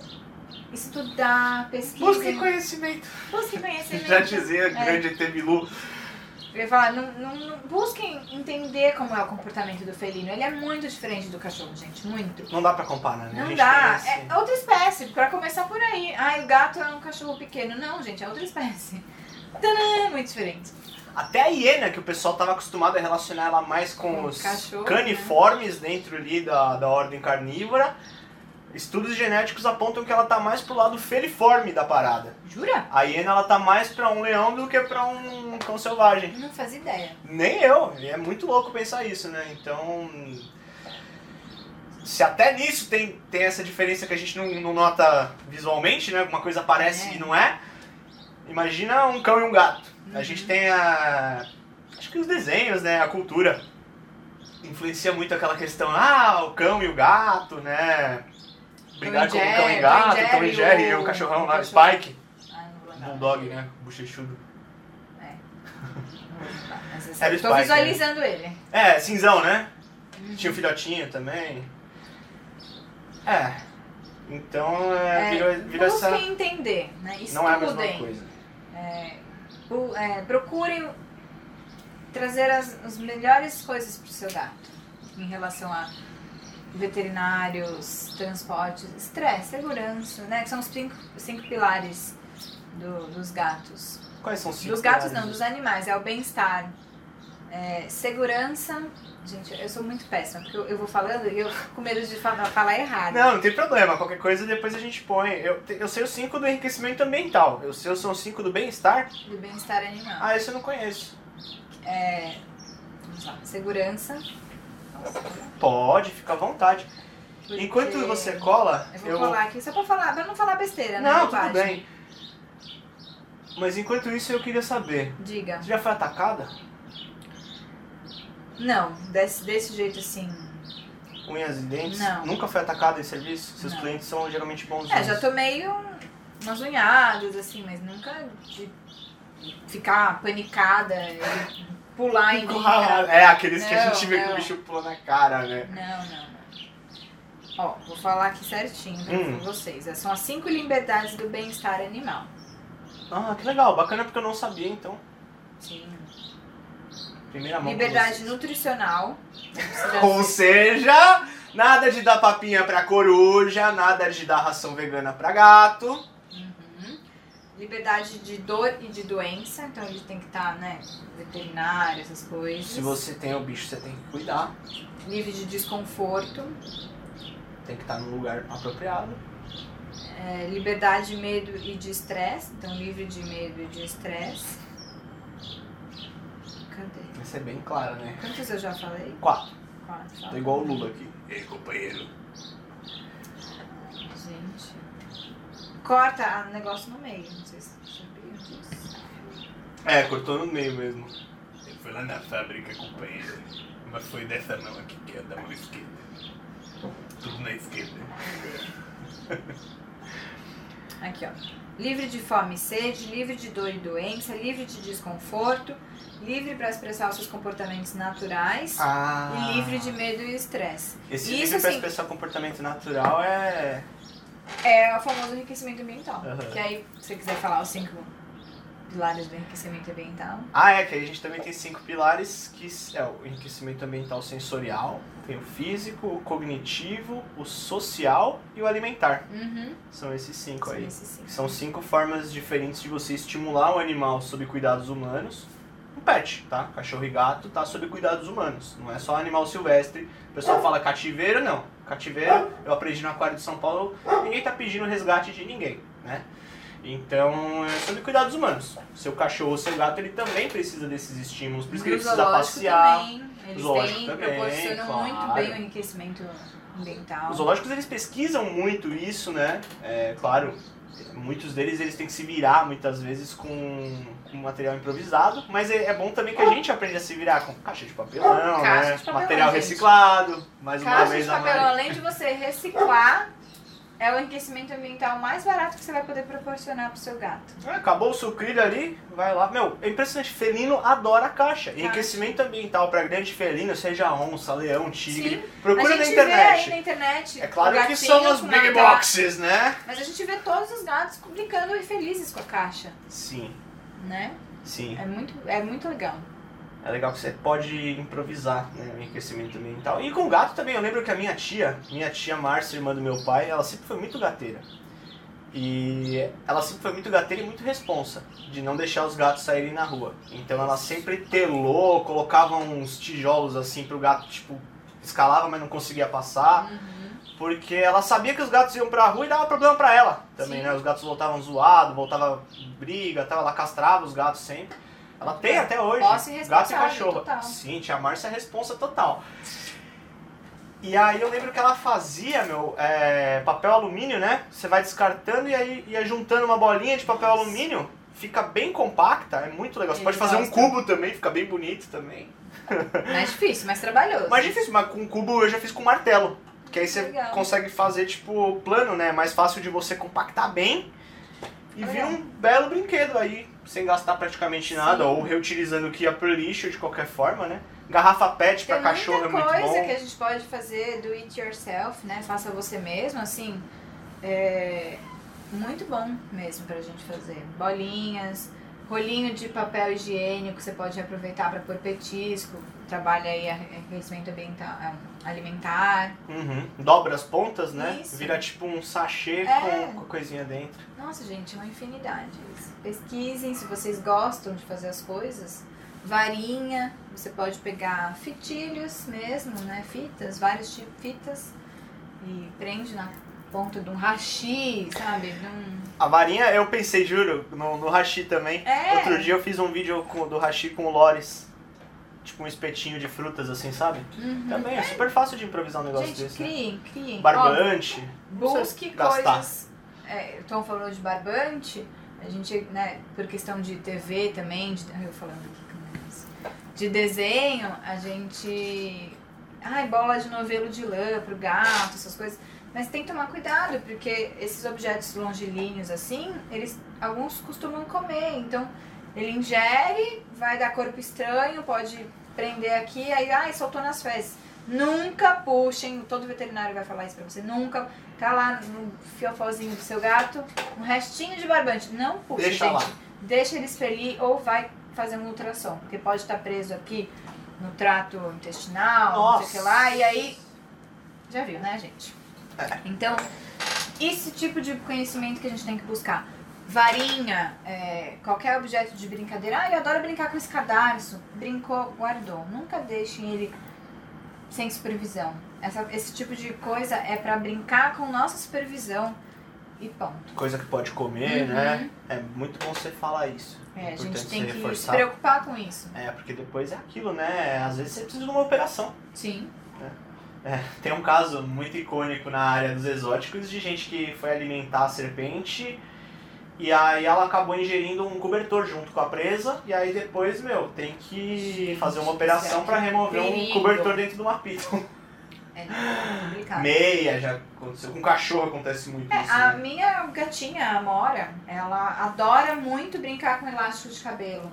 [SPEAKER 2] estudar,
[SPEAKER 1] Busque
[SPEAKER 2] pesquisem.
[SPEAKER 1] conhecimento.
[SPEAKER 2] Busquem conhecimento.
[SPEAKER 1] Já dizia
[SPEAKER 2] É.
[SPEAKER 1] grande ET Bilu.
[SPEAKER 2] Eu ia falar, não, não- não- busquem entender como é o comportamento do felino. Ele é muito diferente do cachorro, gente, muito.
[SPEAKER 1] Não dá pra comparar, né? A
[SPEAKER 2] Não
[SPEAKER 1] gente
[SPEAKER 2] dá.
[SPEAKER 1] conhece-
[SPEAKER 2] É outra espécie, pra começar por aí. Ai, o gato é um cachorro pequeno. Não, gente, é outra espécie. Tadã, muito diferente.
[SPEAKER 1] Até a hiena, que o pessoal tava acostumado a relacionar ela mais com
[SPEAKER 2] Com
[SPEAKER 1] os
[SPEAKER 2] cachorro,
[SPEAKER 1] caniformes dentro ali da, da ordem carnívora, estudos genéticos apontam que ela tá mais pro lado feliforme da parada.
[SPEAKER 2] Jura?
[SPEAKER 1] A hiena ela tá mais pra um leão do que pra um cão selvagem.
[SPEAKER 2] Não fazia ideia.
[SPEAKER 1] Nem eu, e é muito louco pensar isso, né? Então. Se até nisso tem, tem essa diferença que a gente não, não nota visualmente, né? Alguma coisa parece
[SPEAKER 2] É.
[SPEAKER 1] e não é. Imagina um cão e um gato. A
[SPEAKER 2] Uhum.
[SPEAKER 1] gente tem a Acho que os desenhos, né? A cultura influencia muito aquela questão, ah, o cão e o gato, né? Brigar
[SPEAKER 2] Tom
[SPEAKER 1] com
[SPEAKER 2] e
[SPEAKER 1] o cão
[SPEAKER 2] Jerry,
[SPEAKER 1] e gato,
[SPEAKER 2] Tom e
[SPEAKER 1] Tom e
[SPEAKER 2] Jerry,
[SPEAKER 1] Jerry,
[SPEAKER 2] o-
[SPEAKER 1] o
[SPEAKER 2] o
[SPEAKER 1] cachorrão lá,
[SPEAKER 2] cachorro.
[SPEAKER 1] Spike.
[SPEAKER 2] Ah, não vou lembrar.
[SPEAKER 1] Bulldog, né? Bochechudo.
[SPEAKER 2] É. Não vou lembrar, mas eu
[SPEAKER 1] Era o
[SPEAKER 2] sei-
[SPEAKER 1] Spike,
[SPEAKER 2] Tô
[SPEAKER 1] né?
[SPEAKER 2] visualizando ele.
[SPEAKER 1] É, cinzão, né? Tinha o filhotinho também. É. Então, é,
[SPEAKER 2] É,
[SPEAKER 1] virou, virou essa...
[SPEAKER 2] Busquem entender, né? Estudem.
[SPEAKER 1] Não é a mesma coisa.
[SPEAKER 2] É, bu- é, procurem trazer as, as melhores coisas para o seu gato em relação a veterinários, transportes, estresse, segurança, né? Que são os cinco, cinco pilares do- dos gatos.
[SPEAKER 1] Quais são os cinco
[SPEAKER 2] dos gatos
[SPEAKER 1] pilares?
[SPEAKER 2] não, dos animais. É o bem-estar, é, segurança. Gente, eu sou muito péssima, porque eu, eu vou falando e eu fico com medo de falar, falar errado.
[SPEAKER 1] Não, não tem problema. Qualquer coisa depois a gente põe. Eu, te- eu sei os cinco do enriquecimento ambiental. Eu sei os são os cinco do bem-estar.
[SPEAKER 2] Do bem-estar animal.
[SPEAKER 1] Ah, esse eu não conheço.
[SPEAKER 2] É, vamos lá, segurança. Nossa.
[SPEAKER 1] Pode, fica à vontade. Enquanto
[SPEAKER 2] Porque
[SPEAKER 1] você cola,
[SPEAKER 2] Eu vou
[SPEAKER 1] eu.
[SPEAKER 2] colar aqui só pra falar, pra não falar besteira, né?
[SPEAKER 1] Não, tudo
[SPEAKER 2] bobagem?
[SPEAKER 1] bem. Mas enquanto isso eu queria saber.
[SPEAKER 2] Diga.
[SPEAKER 1] Você já foi atacada?
[SPEAKER 2] Não, desse, desse jeito assim.
[SPEAKER 1] Unhas e dentes?
[SPEAKER 2] Não.
[SPEAKER 1] Nunca foi atacada em serviço? Seus
[SPEAKER 2] Não.
[SPEAKER 1] clientes são geralmente bons.
[SPEAKER 2] É, já tomei um, umas unhadas, assim, mas nunca de ficar panicada e pular em mim. cara.
[SPEAKER 1] É, aqueles que a
[SPEAKER 2] Não,
[SPEAKER 1] gente vê que
[SPEAKER 2] não.
[SPEAKER 1] o bicho pula na cara, né?
[SPEAKER 2] Não, não, não. Ó, vou falar aqui certinho pra
[SPEAKER 1] Hum.
[SPEAKER 2] vocês. São as cinco liberdades do bem-estar animal.
[SPEAKER 1] Ah, que legal. Bacana porque eu não sabia, então.
[SPEAKER 2] Sim.
[SPEAKER 1] Primeira mão. com
[SPEAKER 2] Liberdade
[SPEAKER 1] Tá
[SPEAKER 2] assim.
[SPEAKER 1] vocês.
[SPEAKER 2] nutricional.
[SPEAKER 1] Ou seja, nada de dar papinha pra coruja, nada de dar ração vegana pra gato.
[SPEAKER 2] Uhum. Liberdade de dor e de doença, então ele tem que estar, né, veterinário, essas coisas.
[SPEAKER 1] Se você tem o bicho, você tem que cuidar.
[SPEAKER 2] Livre de desconforto,
[SPEAKER 1] Tem que estar no lugar apropriado.
[SPEAKER 2] é, liberdade de medo e de estresse, então livre de medo e de estresse. Cadê?
[SPEAKER 1] Essa é bem clara, né?
[SPEAKER 2] Quantos eu já falei?
[SPEAKER 1] Quatro.
[SPEAKER 2] Quatro.
[SPEAKER 1] Tá
[SPEAKER 2] fala.
[SPEAKER 1] igual o Lula aqui. Ei, companheiro.
[SPEAKER 2] Gente. Corta ah, o negócio no meio, não sei se você sabia disso.
[SPEAKER 1] É, cortou no meio mesmo. Eu fui lá na fábrica, companheiro. Mas foi dessa não aqui, que é da mão esquerda. Tudo na esquerda.
[SPEAKER 2] Aqui, ó. Livre de fome e sede, livre de dor e doença, livre de desconforto, livre para expressar os seus comportamentos naturais
[SPEAKER 1] Ah.
[SPEAKER 2] e livre de medo e estresse.
[SPEAKER 1] Esse
[SPEAKER 2] Isso,
[SPEAKER 1] livro pra
[SPEAKER 2] assim-
[SPEAKER 1] expressar comportamento natural é.
[SPEAKER 2] É o famoso enriquecimento ambiental.
[SPEAKER 1] Aham.
[SPEAKER 2] Que aí, se você quiser falar os cinco pilares do enriquecimento ambiental,
[SPEAKER 1] Ah, é, que aí a gente também tem cinco pilares, que é o enriquecimento ambiental sensorial, tem o físico, o cognitivo, o social e o alimentar.
[SPEAKER 2] uhum.
[SPEAKER 1] São esses cinco
[SPEAKER 2] são
[SPEAKER 1] aí.
[SPEAKER 2] esses cinco.
[SPEAKER 1] São cinco formas diferentes de você estimular o animal sob cuidados humanos. Um pet, tá? Cachorro e gato tá sob cuidados humanos. Não é só animal silvestre. O pessoal fala cativeiro, não. Cativeiro, eu aprendi no Aquário de São Paulo, ninguém tá pedindo resgate de ninguém, né? Então, é sob cuidados humanos. Seu cachorro, seu gato, ele também precisa desses estímulos. Por isso que ele
[SPEAKER 2] No
[SPEAKER 1] precisa
[SPEAKER 2] zoológico
[SPEAKER 1] passear.
[SPEAKER 2] Também, eles
[SPEAKER 1] zoológico
[SPEAKER 2] têm,
[SPEAKER 1] também,
[SPEAKER 2] proporcionam muito
[SPEAKER 1] claro.
[SPEAKER 2] bem o enriquecimento ambiental.
[SPEAKER 1] Os zoológicos eles pesquisam muito isso, né? É, claro, muitos deles eles têm que se virar muitas vezes com, com material improvisado, mas é, é bom também que a gente aprenda a se virar com caixa de papelão,
[SPEAKER 2] Caixa
[SPEAKER 1] né?
[SPEAKER 2] de papelão,
[SPEAKER 1] material
[SPEAKER 2] gente.
[SPEAKER 1] reciclado, mais uma
[SPEAKER 2] Caixa
[SPEAKER 1] vez
[SPEAKER 2] de
[SPEAKER 1] a
[SPEAKER 2] papelão,
[SPEAKER 1] mais.
[SPEAKER 2] além de você reciclar, é o enriquecimento ambiental mais barato que você vai poder proporcionar pro seu gato.
[SPEAKER 1] É, Acabou o sucrilho ali, vai lá. Meu, é impressionante, felino adora a caixa. Enriquecimento ambiental para grande felino, seja onça, leão, tigre.
[SPEAKER 2] Sim, a
[SPEAKER 1] Procura
[SPEAKER 2] gente
[SPEAKER 1] na
[SPEAKER 2] vê aí
[SPEAKER 1] internet.
[SPEAKER 2] na internet.
[SPEAKER 1] É
[SPEAKER 2] o
[SPEAKER 1] claro que
[SPEAKER 2] gatinho
[SPEAKER 1] são os
[SPEAKER 2] com
[SPEAKER 1] big
[SPEAKER 2] uma ga-
[SPEAKER 1] boxes, né?
[SPEAKER 2] Mas a gente vê todos os gatos brincando e felizes com a caixa,
[SPEAKER 1] Sim,
[SPEAKER 2] né?
[SPEAKER 1] sim.
[SPEAKER 2] É muito, é muito legal.
[SPEAKER 1] É legal que você pode improvisar, né? O enriquecimento ambiental. E com gato também, eu lembro que a minha tia, minha tia Márcia, irmã do meu pai, ela sempre foi muito gateira. E ela sempre foi muito gateira e muito responsa de não deixar os gatos saírem na rua. Então ela sempre telou, colocava uns tijolos assim pro gato, tipo, escalava, mas não conseguia passar.
[SPEAKER 2] Uhum.
[SPEAKER 1] Porque ela sabia que os gatos iam pra rua e dava problema pra ela também,
[SPEAKER 2] Sim.
[SPEAKER 1] né? Os gatos voltavam zoados, voltava briga, tal, ela castrava os gatos sempre. Ela tem até hoje.
[SPEAKER 2] Posse
[SPEAKER 1] Gato e
[SPEAKER 2] responsável
[SPEAKER 1] cachorro.
[SPEAKER 2] total.
[SPEAKER 1] Sim, tia Márcia é responsa total. E aí eu lembro que ela fazia, meu, é, papel alumínio, né? Você vai descartando e aí ia juntando uma bolinha de papel alumínio fica bem compacta, é muito legal. Você
[SPEAKER 2] Ele
[SPEAKER 1] pode fazer um
[SPEAKER 2] gosta.
[SPEAKER 1] cubo também, fica bem bonito também.
[SPEAKER 2] Mais é difícil, mais trabalhoso.
[SPEAKER 1] Mais difícil, mas com cubo eu já fiz com martelo. Que aí você
[SPEAKER 2] Legal.
[SPEAKER 1] consegue fazer, tipo, plano, né? É Mais fácil de você compactar bem. E
[SPEAKER 2] Legal.
[SPEAKER 1] vira um belo brinquedo aí, sem gastar praticamente nada,
[SPEAKER 2] Sim.
[SPEAKER 1] ou reutilizando o que ia pro lixo de qualquer forma, né? Garrafa pet pra
[SPEAKER 2] Tem
[SPEAKER 1] cachorro é
[SPEAKER 2] muita
[SPEAKER 1] muito
[SPEAKER 2] coisa
[SPEAKER 1] bom.
[SPEAKER 2] que a gente pode fazer do it yourself, né? Faça você mesmo, assim. É muito bom mesmo pra gente fazer. Bolinhas, rolinho de papel higiênico, você pode aproveitar pra pôr petisco, trabalha aí a enriquecimento ambiental, a- alimentar.
[SPEAKER 1] Uhum. Dobra as pontas, né?
[SPEAKER 2] Isso.
[SPEAKER 1] Vira tipo um sachê
[SPEAKER 2] É.
[SPEAKER 1] com, com a coisinha dentro.
[SPEAKER 2] Nossa, gente, é uma infinidade. isso. Pesquisem se vocês gostam de fazer as coisas. Varinha, você pode pegar fitilhos mesmo, né? Fitas, vários tipos de fitas. E prende na ponta de um hashi, sabe? De um...
[SPEAKER 1] A varinha, eu pensei, juro, no, no hashi também.
[SPEAKER 2] É!
[SPEAKER 1] Outro dia eu fiz um vídeo com- do hashi com o Lores. Tipo um espetinho de frutas, assim, sabe?
[SPEAKER 2] Uhum.
[SPEAKER 1] Também é super fácil de improvisar um negócio
[SPEAKER 2] Gente,
[SPEAKER 1] desse. né?
[SPEAKER 2] criem, criem. Ó,
[SPEAKER 1] Barbante. não precisa
[SPEAKER 2] busque
[SPEAKER 1] gastar.
[SPEAKER 2] coisas. É, o Tom falou de barbante. A gente, né, por questão de TV também, de, ai, eu falando aqui com eles. De desenho, a gente. Ai, bola de novelo de lã pro gato, essas coisas. Mas tem que tomar cuidado, porque esses objetos longilíneos assim, eles alguns costumam comer. Então, ele ingere, vai dar corpo estranho, pode prender aqui, aí, ai, soltou nas fezes. Nunca puxem, todo veterinário vai falar isso pra você, nunca. Tá lá no fiofozinho do seu gato, um restinho de barbante. Não puxa,
[SPEAKER 1] Deixa
[SPEAKER 2] gente.
[SPEAKER 1] lá.
[SPEAKER 2] Deixa ele expelir ou vai fazer um ultrassom, porque pode estar preso aqui no trato intestinal, não sei o que lá, e aí já viu, né, gente? Então, esse tipo de conhecimento que a gente tem que buscar. Varinha, é, qualquer objeto de brincadeira. Ah, ele adora brincar com esse cadarço. Brincou, guardou. Nunca deixem ele sem supervisão. Essa- esse tipo de coisa é pra brincar com nossa supervisão e ponto.
[SPEAKER 1] Coisa que pode comer,
[SPEAKER 2] Uhum.
[SPEAKER 1] né? É muito bom você falar isso.
[SPEAKER 2] É, a
[SPEAKER 1] Importante
[SPEAKER 2] gente
[SPEAKER 1] você
[SPEAKER 2] tem que se
[SPEAKER 1] reforçar.
[SPEAKER 2] preocupar com isso.
[SPEAKER 1] É, porque depois é aquilo, né? Às vezes você precisa de uma operação.
[SPEAKER 2] Sim.
[SPEAKER 1] Tem um caso muito icônico na área dos exóticos de gente que foi alimentar a serpente e aí ela acabou ingerindo um cobertor junto com a presa e aí depois, meu, tem que fazer uma operação
[SPEAKER 2] certo.
[SPEAKER 1] pra remover um
[SPEAKER 2] é Perigo.
[SPEAKER 1] cobertor dentro de uma pita.
[SPEAKER 2] É complicado.
[SPEAKER 1] Meia já aconteceu. Com cachorro acontece muito
[SPEAKER 2] É,
[SPEAKER 1] isso.
[SPEAKER 2] a
[SPEAKER 1] né?
[SPEAKER 2] minha gatinha, a Mora, ela adora muito brincar com elástico de cabelo.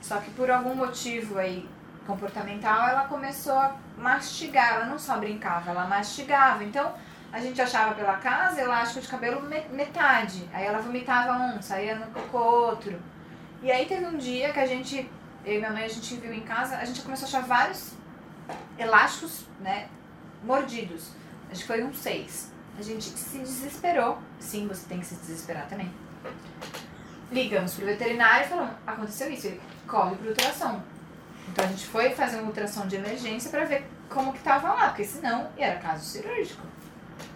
[SPEAKER 2] Só que por algum motivo aí comportamental, ela começou a mastigar. Ela não só brincava, ela mastigava. Então, a gente achava pela casa elástico de cabelo me- metade. Aí ela vomitava um, saía no cocô outro. E aí teve um dia que a gente, eu e minha mãe, a gente viu em casa, a gente começou a achar vários elásticos, né, mordidos. Acho que foi um seis. A gente se desesperou. Sim, você tem que se desesperar também. Ligamos pro veterinário e falamos, aconteceu isso, ele corre pro ultrassom. Então a gente foi fazer um ultrassom de emergência pra ver como que tava lá, porque senão era caso cirúrgico.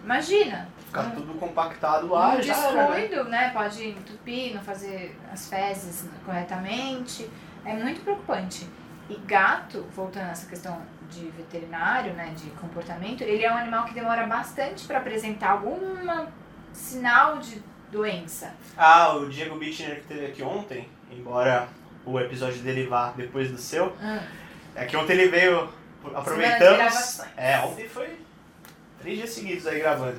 [SPEAKER 2] Imagina,
[SPEAKER 1] Fica
[SPEAKER 2] um-
[SPEAKER 1] tudo compactado lá,
[SPEAKER 2] um
[SPEAKER 1] já era, né?
[SPEAKER 2] descuido, né? Pode entupir, não fazer as fezes corretamente. É muito preocupante. E gato, voltando a essa questão de veterinário, né, de comportamento, ele é um animal que demora bastante para apresentar algum sinal de doença.
[SPEAKER 1] Ah, o Diego Bittner que teve aqui ontem, embora o episódio dele vá depois do seu, É que ontem ele veio, aproveitamos.
[SPEAKER 2] gravações.
[SPEAKER 1] É, ontem foi três dias seguidos aí gravando.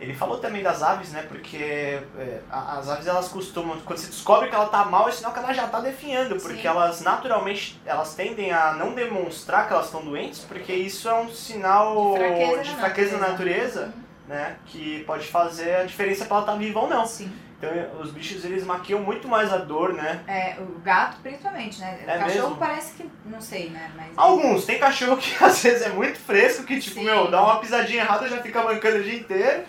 [SPEAKER 1] Ele falou também das aves, né? Porque é, a- as aves elas costumam, quando você descobre que ela tá mal, é sinal que ela já tá definhando, porque
[SPEAKER 2] Sim.
[SPEAKER 1] elas naturalmente elas tendem a não demonstrar que elas estão doentes, porque isso é um sinal
[SPEAKER 2] De fraqueza
[SPEAKER 1] de
[SPEAKER 2] na
[SPEAKER 1] fraqueza na
[SPEAKER 2] natureza. Uhum.
[SPEAKER 1] natureza, né? Que pode fazer a diferença pra ela estar viva ou não.
[SPEAKER 2] Sim.
[SPEAKER 1] Então os bichos eles maquiam muito mais a dor, né?
[SPEAKER 2] É, o gato principalmente, né? O
[SPEAKER 1] É
[SPEAKER 2] cachorro
[SPEAKER 1] mesmo?
[SPEAKER 2] parece que. Não sei, né? Mas.
[SPEAKER 1] Alguns, tem cachorro que às vezes é muito fresco, que tipo,
[SPEAKER 2] Sim.
[SPEAKER 1] meu, dá uma pisadinha errada já fica mancando o dia inteiro.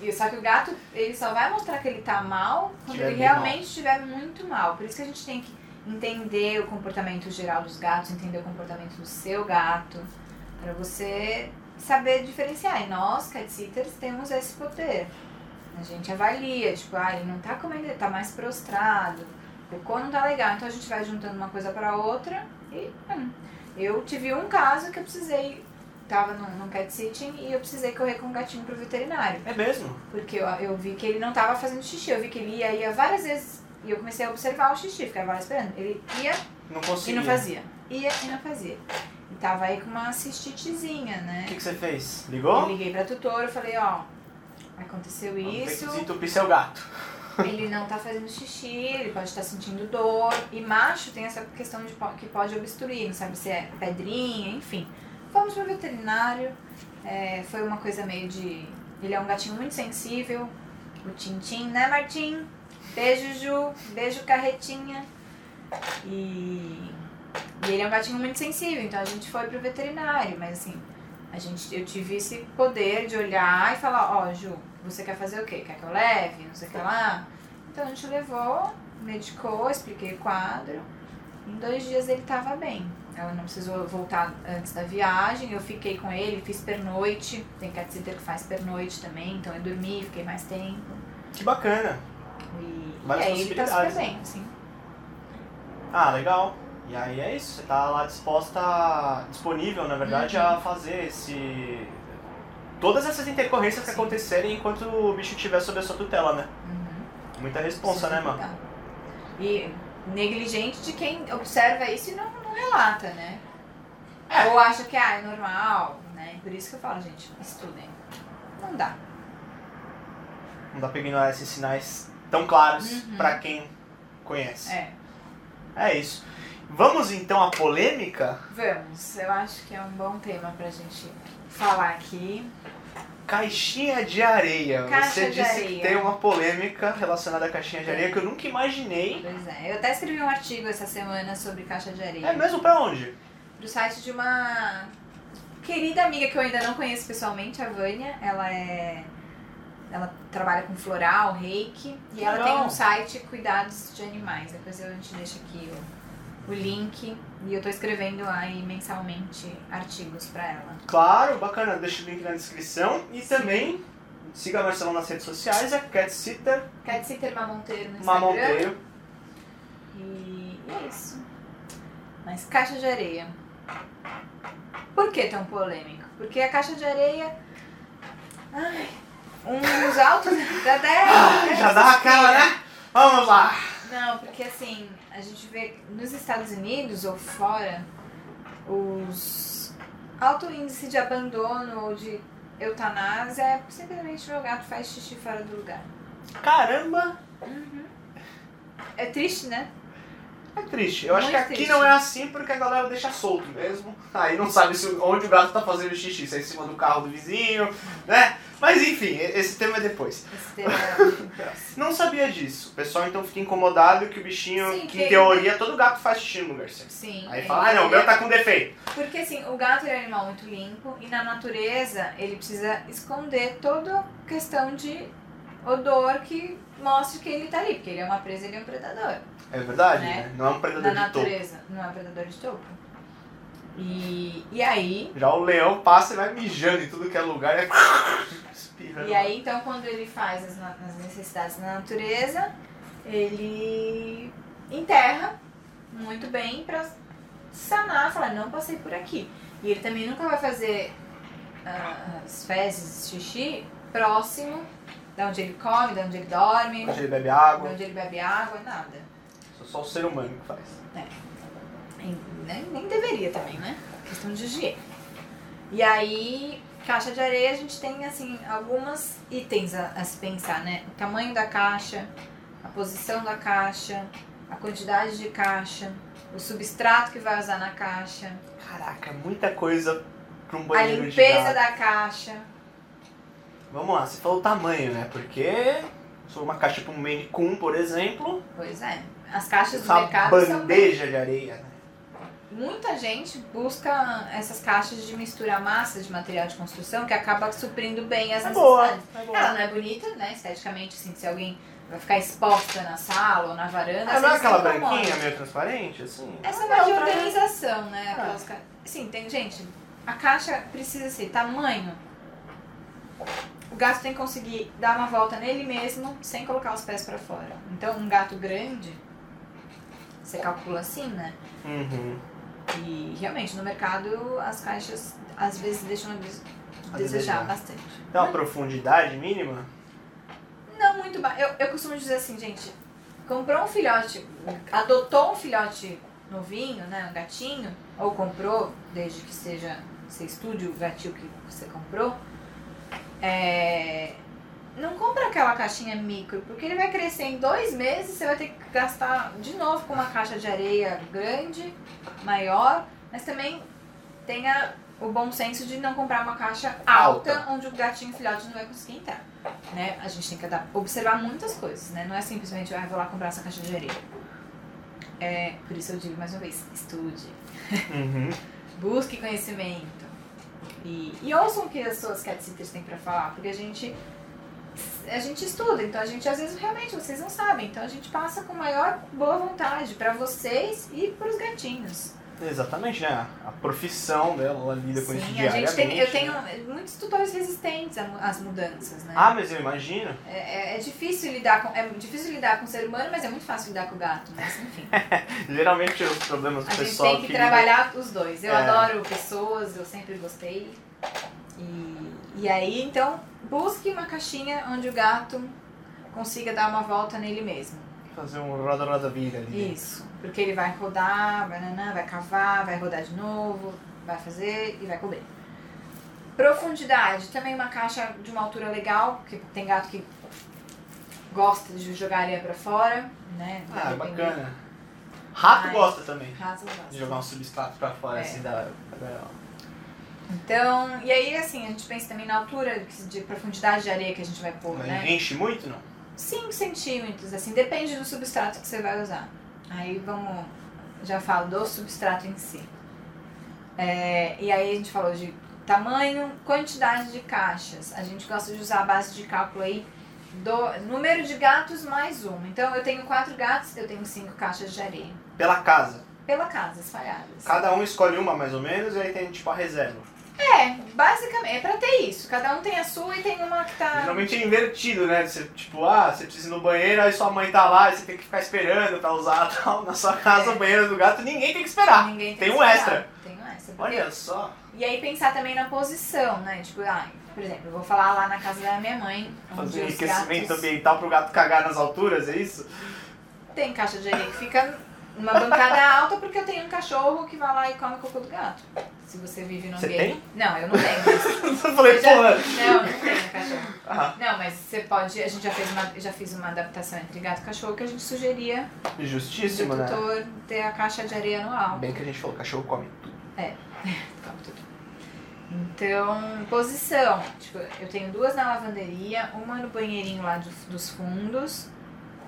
[SPEAKER 2] E- Só que o gato, ele só vai mostrar que ele tá mal quando
[SPEAKER 1] Tiver
[SPEAKER 2] ele
[SPEAKER 1] bem mal.
[SPEAKER 2] realmente estiver muito mal. Por isso que a gente tem que entender o comportamento geral dos gatos, entender o comportamento do seu gato, pra você saber diferenciar. E nós, cat sitters, temos esse poder. A gente avalia, tipo, ah, ele não tá comendo, ele tá mais prostrado, o cocô não tá legal. Então a gente vai juntando uma coisa pra outra e. hum. Eu tive um caso que eu precisei. Tava num, num cat sitting e eu precisei correr com o gatinho pro veterinário.
[SPEAKER 1] É mesmo?
[SPEAKER 2] Porque eu, eu vi que ele não tava fazendo xixi, eu vi que ele ia, ia várias vezes E eu comecei a observar o xixi, ficava lá esperando. Ele ia
[SPEAKER 1] Não
[SPEAKER 2] e
[SPEAKER 1] conseguia.
[SPEAKER 2] não fazia. Ia e não fazia. E tava aí com uma cistitezinha, né?
[SPEAKER 1] O que, que você fez?
[SPEAKER 2] Eu
[SPEAKER 1] Ligou?
[SPEAKER 2] liguei pra tutora, eu falei, ó, aconteceu isso,
[SPEAKER 1] Tem que desentupir seu gato.
[SPEAKER 2] ele não tá fazendo xixi, ele pode estar sentindo dor. E macho tem essa questão de po- que pode obstruir, não sabe se é pedrinha, enfim. Fomos pro veterinário, é, foi uma coisa meio de. Ele é um gatinho muito sensível, o Tintim, né, Martim? Beijo, Ju, beijo, Carretinha. E, e ele é um gatinho muito sensível, então a gente foi pro veterinário, mas assim, a gente, eu tive esse poder de olhar e falar, ó, Ju, você quer fazer o quê? Quer que eu leve? Não sei o que lá. Então a gente levou, medicou, expliquei o quadro. Em dois dias ele tava bem. Ela não precisou voltar antes da viagem. Eu fiquei com ele, fiz pernoite. Tem cat sitter que faz pernoite também. Então eu dormi, fiquei mais tempo.
[SPEAKER 1] Que bacana.
[SPEAKER 2] E, e
[SPEAKER 1] Várias
[SPEAKER 2] aí ele tá super
[SPEAKER 1] possibilidades, né?
[SPEAKER 2] bem, assim.
[SPEAKER 1] Ah, legal. E aí é isso, você tá lá disposta, disponível, na verdade,
[SPEAKER 2] Uhum.
[SPEAKER 1] a fazer esse. Todas essas intercorrências que
[SPEAKER 2] Sim.
[SPEAKER 1] acontecerem enquanto o bicho estiver sob a sua tutela, né?
[SPEAKER 2] Uhum.
[SPEAKER 1] Muita responsa, né,
[SPEAKER 2] Precisa
[SPEAKER 1] mano?
[SPEAKER 2] cuidar. E negligente de quem observa isso e não, não relata, né?
[SPEAKER 1] É.
[SPEAKER 2] Ou acha que ah, é normal, né? Por isso que eu falo, gente, estudem. Não dá.
[SPEAKER 1] Não dá pra ignorar esses sinais tão claros
[SPEAKER 2] Uhum.
[SPEAKER 1] pra quem conhece.
[SPEAKER 2] É,
[SPEAKER 1] É. isso. Vamos então à polêmica?
[SPEAKER 2] vamos. Eu acho que é um bom tema pra gente falar aqui.
[SPEAKER 1] Caixinha de areia.
[SPEAKER 2] Caixa
[SPEAKER 1] Você
[SPEAKER 2] de
[SPEAKER 1] disse que
[SPEAKER 2] areia.
[SPEAKER 1] tem uma polêmica relacionada à caixinha de
[SPEAKER 2] Tem.
[SPEAKER 1] areia que eu nunca imaginei.
[SPEAKER 2] Pois é. né? Eu até escrevi um artigo essa semana sobre caixa de areia.
[SPEAKER 1] É mesmo pra onde?
[SPEAKER 2] do site de uma querida amiga que eu ainda não conheço pessoalmente, a Vânia. Ela é. Ela trabalha com floral, reiki. E ela
[SPEAKER 1] Legal.
[SPEAKER 2] tem um site Cuidados de Animais. Depois eu te deixo aqui o, o link. E eu tô escrevendo aí mensalmente artigos pra ela.
[SPEAKER 1] Claro, bacana, deixa o link na descrição. E também siga a Marcela nas redes sociais, é Catsitter
[SPEAKER 2] Cat Sitter Mamonteiro no Instagram.
[SPEAKER 1] Mamonteiro.
[SPEAKER 2] E é isso. Mas caixa de areia. Por que tão polêmico? Porque a caixa de areia. Ai, uns altos da 10.
[SPEAKER 1] Ah, Já dá aquela, né? Vamos lá!
[SPEAKER 2] Não, porque assim, a gente vê nos Estados Unidos ou fora, os alto índice de abandono ou de eutanásia é simplesmente meu gato faz xixi fora do lugar.
[SPEAKER 1] Caramba!
[SPEAKER 2] É triste, né?
[SPEAKER 1] É triste. Eu acho
[SPEAKER 2] Muito
[SPEAKER 1] que aqui
[SPEAKER 2] triste.
[SPEAKER 1] não é assim porque a galera deixa solto mesmo. Aí não sabe se- onde o gato tá fazendo xixi, se é em cima do carro do vizinho, né? Mas enfim, e- esse tema é depois.
[SPEAKER 2] Esse tema é muito próximo.
[SPEAKER 1] Não sabia disso. O pessoal então fica incomodado que o bichinho,
[SPEAKER 2] Sim,
[SPEAKER 1] que
[SPEAKER 2] tem-
[SPEAKER 1] em teoria todo gato faz xixi no lugar certo.
[SPEAKER 2] Sim.
[SPEAKER 1] Aí
[SPEAKER 2] é
[SPEAKER 1] fala, ah não, o meu
[SPEAKER 2] incrível.
[SPEAKER 1] tá com defeito.
[SPEAKER 2] Porque assim, o gato ele é um animal muito limpo e na natureza ele precisa esconder toda questão de odor que mostre que ele tá ali, porque ele é uma presa, ele é um predador.
[SPEAKER 1] É verdade,
[SPEAKER 2] Né?
[SPEAKER 1] né? Não é um
[SPEAKER 2] Na
[SPEAKER 1] predador de topo.
[SPEAKER 2] natureza, não é um predador de topo. E, e aí,
[SPEAKER 1] Já o leão passa e vai mijando em tudo que é lugar e é... espirrando.
[SPEAKER 2] e aí então quando ele faz as, na- as necessidades na natureza, ele enterra muito bem pra sanar, falar, não passei por aqui. E ele também nunca vai fazer ah, as fezes, xixi, próximo da onde ele come, da onde ele dorme,
[SPEAKER 1] Onde ele bebe
[SPEAKER 2] da
[SPEAKER 1] água,
[SPEAKER 2] onde ele bebe água, nada.
[SPEAKER 1] só- só o ser humano que faz.
[SPEAKER 2] Nem, nem- nem deveria também, né? Questão de higiene. E aí, caixa de areia, a gente tem, assim, alguns itens a, a se pensar, né? O tamanho da caixa, a posição da caixa, a quantidade de caixa, o substrato que vai usar na caixa,
[SPEAKER 1] Caraca, é muita coisa pra um
[SPEAKER 2] a
[SPEAKER 1] banheiro de
[SPEAKER 2] limpeza
[SPEAKER 1] gato.
[SPEAKER 2] da caixa.
[SPEAKER 1] Vamos lá, você falou tamanho, né? Porque se for uma caixa pra um Maine Coon, por exemplo,
[SPEAKER 2] Pois é. As caixas do
[SPEAKER 1] essa
[SPEAKER 2] mercado são
[SPEAKER 1] bandeja de areia. né?
[SPEAKER 2] Muita gente busca essas caixas de misturar massa de material de construção que acaba suprindo bem as
[SPEAKER 1] É boa,
[SPEAKER 2] necessidades.
[SPEAKER 1] é
[SPEAKER 2] Ela
[SPEAKER 1] boa.
[SPEAKER 2] não é bonita, né? Esteticamente, assim, se alguém vai ficar exposta na sala ou na varanda.
[SPEAKER 1] Ah,
[SPEAKER 2] às
[SPEAKER 1] não é
[SPEAKER 2] vezes
[SPEAKER 1] aquela
[SPEAKER 2] incomoda.
[SPEAKER 1] branquinha meio transparente, assim?
[SPEAKER 2] Essa
[SPEAKER 1] não,
[SPEAKER 2] parte de
[SPEAKER 1] pra mim-
[SPEAKER 2] organização, né?
[SPEAKER 1] Ah.
[SPEAKER 2] Aquelas ca- Sim, tem gente. A caixa precisa ser tamanho. O gato tem que conseguir dar uma volta nele mesmo sem colocar os pés pra fora. Então, um gato grande, você calcula assim, né?
[SPEAKER 1] Uhum.
[SPEAKER 2] E realmente, no mercado, as caixas às vezes deixam a des-
[SPEAKER 1] A
[SPEAKER 2] desejar
[SPEAKER 1] desejar.
[SPEAKER 2] bastante.
[SPEAKER 1] Tem uma profundidade mínima?
[SPEAKER 2] Não muito ba... eu, eu costumo dizer assim, gente, comprou um filhote, adotou um filhote novinho, né, um gatinho, ou comprou, desde que seja, você estude o gatinho que você comprou, é, não compra aquela caixinha micro, porque ele vai crescer em dois meses, você vai ter que gastar de novo com uma caixa de areia grande, maior, mas também tenha o bom senso de não comprar uma caixa alta,
[SPEAKER 1] Alta.
[SPEAKER 2] onde o gatinho filhote não vai conseguir entrar. Né? A gente tem que adap- observar muitas coisas, né? Não é simplesmente, ah, vou lá comprar essa caixa de areia. É, por isso eu digo mais uma vez, estude,
[SPEAKER 1] Uhum.
[SPEAKER 2] busque conhecimento. E, e ouçam o que as suas cat sitters têm pra falar, porque a gente a gente estuda, então a gente às vezes realmente vocês não sabem, então a gente passa com maior boa vontade pra vocês e pros gatinhos.
[SPEAKER 1] Exatamente, né? A profissão dela, ela lida com isso
[SPEAKER 2] Sim, a
[SPEAKER 1] diariamente.
[SPEAKER 2] gente tem, eu tenho
[SPEAKER 1] né?
[SPEAKER 2] muitos tutores resistentes a mu- às mudanças, né?
[SPEAKER 1] Ah, mas eu imagino.
[SPEAKER 2] É, é- é difícil lidar com é difícil lidar com o ser humano, mas é muito fácil lidar com o gato, mas enfim.
[SPEAKER 1] Geralmente os problemas do
[SPEAKER 2] A gente
[SPEAKER 1] pessoal
[SPEAKER 2] tem que
[SPEAKER 1] lida-
[SPEAKER 2] trabalhar os dois. Eu
[SPEAKER 1] É.
[SPEAKER 2] adoro pessoas, eu sempre gostei. E, e aí, então, busque uma caixinha onde o gato consiga dar uma volta nele mesmo.
[SPEAKER 1] Fazer um roda-roda-vida ali.
[SPEAKER 2] Isso. Porque ele vai rodar, vai, nanã, vai cavar, vai rodar de novo, vai fazer e vai comer. Profundidade, também uma caixa de uma altura legal, porque tem gato que gosta de jogar areia pra fora, né?
[SPEAKER 1] Ah,
[SPEAKER 2] Dependendo.
[SPEAKER 1] bacana. Rato
[SPEAKER 2] Ai.
[SPEAKER 1] gosta também.
[SPEAKER 2] Ratos gostam.
[SPEAKER 1] De jogar um substrato pra fora,
[SPEAKER 2] É.
[SPEAKER 1] assim, da... da-
[SPEAKER 2] Então, e aí assim, a gente pensa também na altura que- de profundidade de areia que a gente vai pôr,
[SPEAKER 1] Mas
[SPEAKER 2] né?
[SPEAKER 1] enche muito, não?
[SPEAKER 2] 5 centímetros, assim, depende do substrato que você vai usar. Aí vamos, já falo do substrato em si. É, e aí a gente falou de tamanho, quantidade de caixas. A gente gosta de usar a base de cálculo aí do número de gatos mais um. Então eu tenho quatro gatos, eu tenho cinco caixas de areia.
[SPEAKER 1] Pela casa.
[SPEAKER 2] Pela casa, espalhadas.
[SPEAKER 1] Cada um escolhe uma, mais ou menos, e aí tem, tipo, a reserva.
[SPEAKER 2] É, basicamente, é pra ter isso. Cada um tem a sua e tem uma que tá.
[SPEAKER 1] Geralmente é invertido, né? Você, tipo, ah, você precisa ir no banheiro, aí sua mãe tá lá, e você tem que ficar esperando pra usar tal. Na sua casa,
[SPEAKER 2] É.
[SPEAKER 1] o banheiro do gato, ninguém tem que esperar.
[SPEAKER 2] Então, Ninguém
[SPEAKER 1] Tem
[SPEAKER 2] que
[SPEAKER 1] um
[SPEAKER 2] esperar.
[SPEAKER 1] extra.
[SPEAKER 2] Tem um extra. porque-
[SPEAKER 1] Olha só.
[SPEAKER 2] E aí pensar também na posição, né? Tipo, ah, por exemplo, eu vou falar lá na casa da minha mãe, onde
[SPEAKER 1] Fazer
[SPEAKER 2] os
[SPEAKER 1] enriquecimento
[SPEAKER 2] Um gatos...
[SPEAKER 1] ambiental pro gato cagar nas alturas, é isso?
[SPEAKER 2] Tem caixa de areia que fica numa bancada alta porque eu tenho um cachorro que vai lá e come cocô do gato. Se você vive num
[SPEAKER 1] Você
[SPEAKER 2] ambiente... Não, eu não tenho. Mas...
[SPEAKER 1] Eu falei,
[SPEAKER 2] eu já-
[SPEAKER 1] porra.
[SPEAKER 2] Não, não tenho um cachorro.
[SPEAKER 1] Ah,
[SPEAKER 2] Não, mas você pode... A gente já fez uma, já fiz uma adaptação entre gato e cachorro que a gente sugeria do
[SPEAKER 1] justíssimo, né?
[SPEAKER 2] tutor ter a caixa de areia no alto.
[SPEAKER 1] Bem que a gente falou, cachorro come tudo.
[SPEAKER 2] Calma, tudo. Então, posição. Tipo, eu tenho duas na lavanderia, uma no banheirinho lá do- dos fundos,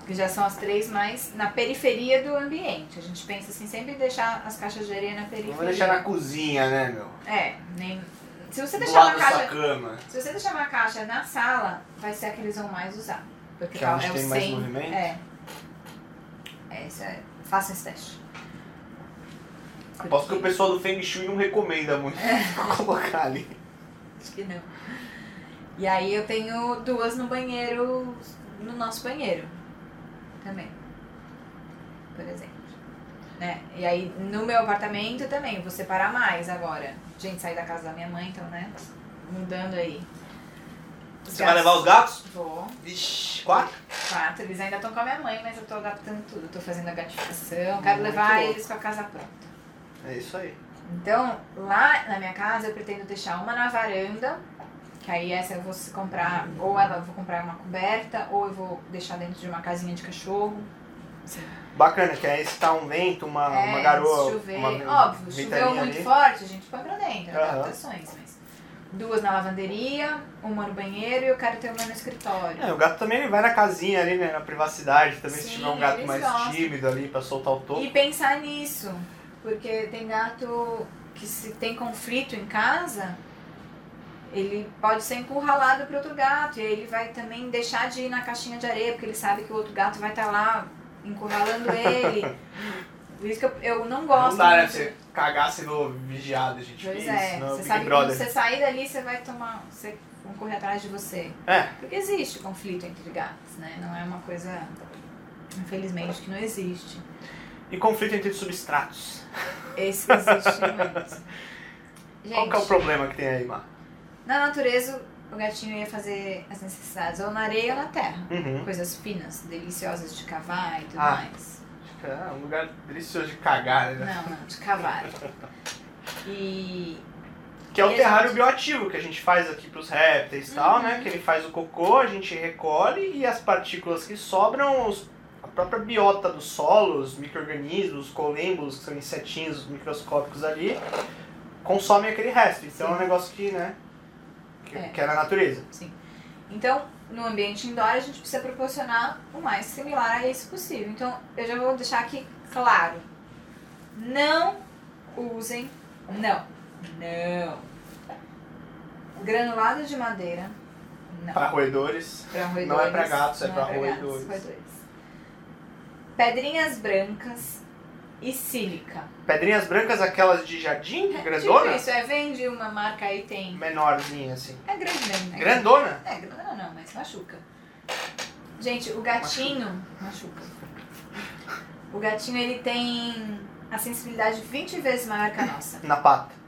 [SPEAKER 2] que já são as três mais na periferia do ambiente. A gente pensa assim, sempre deixar as caixas de areia na periferia.
[SPEAKER 1] Não vou deixar na cozinha, né, meu?
[SPEAKER 2] É, nem. Se você
[SPEAKER 1] Do
[SPEAKER 2] deixar
[SPEAKER 1] lado
[SPEAKER 2] uma
[SPEAKER 1] da
[SPEAKER 2] caixa.
[SPEAKER 1] sua cama.
[SPEAKER 2] Se você deixar uma caixa na sala, vai ser a que eles vão mais usar. Porque
[SPEAKER 1] Que é
[SPEAKER 2] tá-
[SPEAKER 1] onde
[SPEAKER 2] é o
[SPEAKER 1] tem mais
[SPEAKER 2] 100.
[SPEAKER 1] movimento?
[SPEAKER 2] É. É, isso é. Faça esse teste.
[SPEAKER 1] Posso que o pessoal do Feng Shui não recomenda muito
[SPEAKER 2] É.
[SPEAKER 1] colocar ali.
[SPEAKER 2] Acho que não. E aí eu tenho duas no banheiro, no nosso banheiro também, por exemplo. Né? E aí no meu apartamento também, vou separar mais agora. Gente, saí da casa da minha mãe, então, né? Mudando aí. Os
[SPEAKER 1] Você vai
[SPEAKER 2] gatos-
[SPEAKER 1] levar os gatos?
[SPEAKER 2] Vou,
[SPEAKER 1] Vixe, quatro?
[SPEAKER 2] quatro. Eles ainda estão com a minha mãe, mas eu tô adaptando tudo. Tô fazendo a gatificação, quero
[SPEAKER 1] Muito
[SPEAKER 2] levar
[SPEAKER 1] louco.
[SPEAKER 2] eles pra casa pronta.
[SPEAKER 1] É isso aí.
[SPEAKER 2] Então, lá na minha casa eu pretendo deixar uma na varanda, que aí essa eu vou se comprar, ou ela eu vou comprar uma coberta, ou eu vou deixar dentro de uma casinha de cachorro.
[SPEAKER 1] Bacana, que aí se tá um vento, uma,
[SPEAKER 2] É,
[SPEAKER 1] uma garoa.
[SPEAKER 2] se chover,
[SPEAKER 1] uma ven-
[SPEAKER 2] óbvio, se
[SPEAKER 1] ventania
[SPEAKER 2] choveu muito
[SPEAKER 1] ali. É,
[SPEAKER 2] forte, a gente põe pra dentro,
[SPEAKER 1] Aham.
[SPEAKER 2] adaptações, mas. Duas na lavanderia, uma no banheiro e eu quero ter uma no escritório.
[SPEAKER 1] É, o gato também ele vai na casinha ali, né? Na privacidade, também se
[SPEAKER 2] Sim,
[SPEAKER 1] tiver um gato
[SPEAKER 2] eles
[SPEAKER 1] mais
[SPEAKER 2] gostam.
[SPEAKER 1] tímido ali pra soltar o topo.
[SPEAKER 2] E pensar nisso, porque tem gato que se tem conflito em casa, ele pode ser encurralado para outro gato e aí ele vai também deixar de ir na caixinha de areia, porque ele sabe que o outro gato vai estar lá encurralando ele. Por isso que eu, eu não gosto.
[SPEAKER 1] não dá, né?
[SPEAKER 2] muito.
[SPEAKER 1] Você cagar sendo vigiado, gente.
[SPEAKER 2] Pois
[SPEAKER 1] Isso,
[SPEAKER 2] é,
[SPEAKER 1] não,
[SPEAKER 2] você
[SPEAKER 1] Big
[SPEAKER 2] sabe que quando
[SPEAKER 1] Brother.
[SPEAKER 2] você sair dali, você vai tomar. Você vão correr atrás de você.
[SPEAKER 1] É.
[SPEAKER 2] Porque existe conflito entre gatos, né? Não é uma coisa, infelizmente, que não existe.
[SPEAKER 1] E conflito entre substratos.
[SPEAKER 2] Esse existe muito.
[SPEAKER 1] é
[SPEAKER 2] Gente,
[SPEAKER 1] Qual que é o problema que tem aí, Mar?
[SPEAKER 2] na natureza, o gatinho ia fazer as necessidades ou na areia ou na terra.
[SPEAKER 1] Uhum.
[SPEAKER 2] Coisas finas, deliciosas de cavar e tudo
[SPEAKER 1] Ah.
[SPEAKER 2] mais.
[SPEAKER 1] Acho que É um lugar delicioso de cagar, né?
[SPEAKER 2] Não, não, de cavar. E
[SPEAKER 1] Que é o
[SPEAKER 2] Exato.
[SPEAKER 1] terrário bioativo que a gente faz aqui pros répteis e tal,
[SPEAKER 2] Uhum.
[SPEAKER 1] né? Que ele faz o cocô, a gente recolhe e as partículas que sobram, os- a própria biota do solo, os micro-organismos, os colêmbulos, que são insetinhos microscópicos ali, consomem aquele resto. Então é um negócio que, né? Que
[SPEAKER 2] É.
[SPEAKER 1] que é da natureza.
[SPEAKER 2] Então, no ambiente indoor, a gente precisa proporcionar o mais similar a isso possível. Então, eu já vou deixar aqui claro. Não usem, não, não. Granulado de madeira, não.
[SPEAKER 1] Para roedores.
[SPEAKER 2] Pra roedores,
[SPEAKER 1] Não é pra gatos, é
[SPEAKER 2] não
[SPEAKER 1] pra
[SPEAKER 2] gatos,
[SPEAKER 1] roedores.
[SPEAKER 2] Pedrinhas brancas e sílica.
[SPEAKER 1] Pedrinhas brancas, aquelas de jardim,
[SPEAKER 2] Tipo
[SPEAKER 1] grandona?
[SPEAKER 2] isso, é vende uma marca aí, tem.
[SPEAKER 1] Menorzinha, assim.
[SPEAKER 2] É grande mesmo. né?
[SPEAKER 1] Grandona?
[SPEAKER 2] É, grana não, mas machuca. Gente, o gatinho. Machuca. O gatinho ele tem a sensibilidade 20 vezes maior que a nossa.
[SPEAKER 1] Na pata.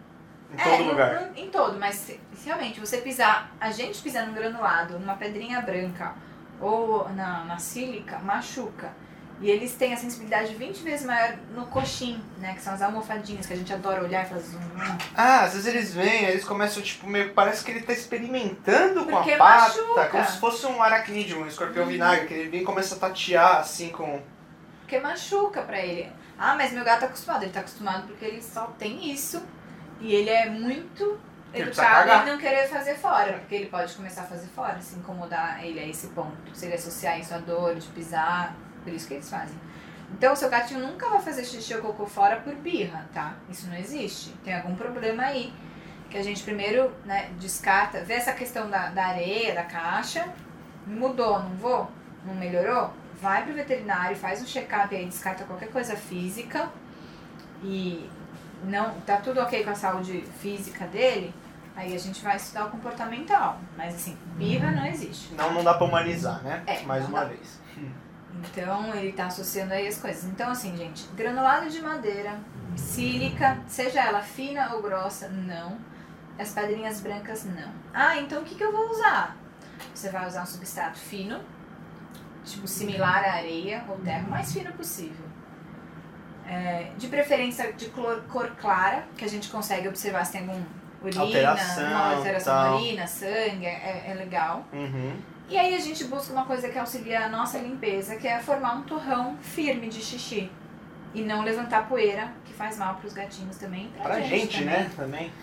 [SPEAKER 1] Em
[SPEAKER 2] é,
[SPEAKER 1] todo
[SPEAKER 2] no-
[SPEAKER 1] lugar.
[SPEAKER 2] no- em todo, mas se- se realmente você pisar, a gente pisar num granulado, numa pedrinha branca ou na, na sílica, machuca. E eles têm a sensibilidade 20 vezes maior no coxim, né? Que são as almofadinhas que a gente adora olhar e fazer zoom.
[SPEAKER 1] Ah, às vezes eles vêm, aí eles começam, tipo, meio. Parece que ele tá experimentando com
[SPEAKER 2] Porque
[SPEAKER 1] a pata,
[SPEAKER 2] machuca. Uhum.
[SPEAKER 1] como se fosse um aracnídeo, um escorpião vinagre, que ele vem e começa a tatear assim com.
[SPEAKER 2] Porque machuca pra ele. Ah, mas meu gato tá acostumado. Ele tá acostumado porque ele só tem isso. E ele é muito
[SPEAKER 1] Ele precisa
[SPEAKER 2] educado
[SPEAKER 1] cagar.
[SPEAKER 2] em não querer fazer fora. Porque ele pode começar a fazer fora, se incomodar ele a esse ponto. Se ele associar isso à dor, de pisar. Por isso que eles fazem. Então, o seu gatinho nunca vai fazer xixi ou cocô fora por birra, tá? Isso não existe. Tem algum problema aí. Que a gente primeiro né, descarta, vê essa questão da, da areia, da caixa. Mudou, não vou? Não melhorou? Vai pro veterinário, faz um check-up aí, descarta qualquer coisa física. E não tá tudo ok com a saúde física dele. Aí a gente vai estudar o comportamental. Mas assim, birra não existe.
[SPEAKER 1] Não, não dá pra humanizar, né?
[SPEAKER 2] É,
[SPEAKER 1] Mais
[SPEAKER 2] não
[SPEAKER 1] uma
[SPEAKER 2] dá.
[SPEAKER 1] vez.
[SPEAKER 2] Então ele tá associando aí as coisas. Então, assim, gente, granulado de madeira, sílica, seja ela fina ou grossa, não. As pedrinhas brancas, não. Ah, então o que, que eu vou usar? Você vai usar um substrato fino, tipo similar à areia ou terra, o mais fino possível. É, de preferência de clor- cor clara, que a gente consegue observar se tem algum urina,
[SPEAKER 1] Alteração,
[SPEAKER 2] uma alteração
[SPEAKER 1] tal.
[SPEAKER 2] na urina, sangue, é- é legal.
[SPEAKER 1] Uhum.
[SPEAKER 2] E aí a gente busca uma coisa que auxilia a nossa limpeza, que é formar um torrão firme de xixi. E não levantar poeira, que faz mal pros gatinhos também. e Pra,
[SPEAKER 1] Pra gente,
[SPEAKER 2] também.
[SPEAKER 1] né? Também.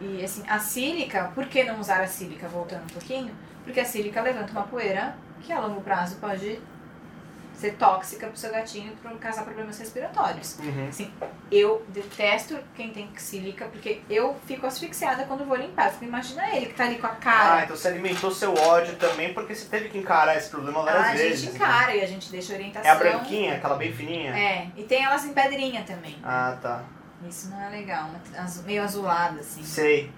[SPEAKER 2] E assim, a sílica, por que não usar a sílica? Voltando um pouquinho. Porque a sílica levanta uma poeira que a longo prazo pode ser tóxica pro seu gatinho e pro- causar problemas respiratórios.
[SPEAKER 1] Uhum.
[SPEAKER 2] Eu detesto quem tem sílica, porque eu fico asfixiada quando vou limpar. Eu fico, imagina ele que tá ali com a cara
[SPEAKER 1] Ah, então você alimentou seu ódio também porque você teve que encarar esse problema várias
[SPEAKER 2] Ah, a
[SPEAKER 1] vezes.
[SPEAKER 2] gente
[SPEAKER 1] né?
[SPEAKER 2] encara e a gente deixa orientação.
[SPEAKER 1] É a branquinha, aquela bem fininha?
[SPEAKER 2] É, e tem elas em pedrinha também.
[SPEAKER 1] Ah, tá.
[SPEAKER 2] Isso não é legal, uma- azu- meio azulada, assim.
[SPEAKER 1] Sei.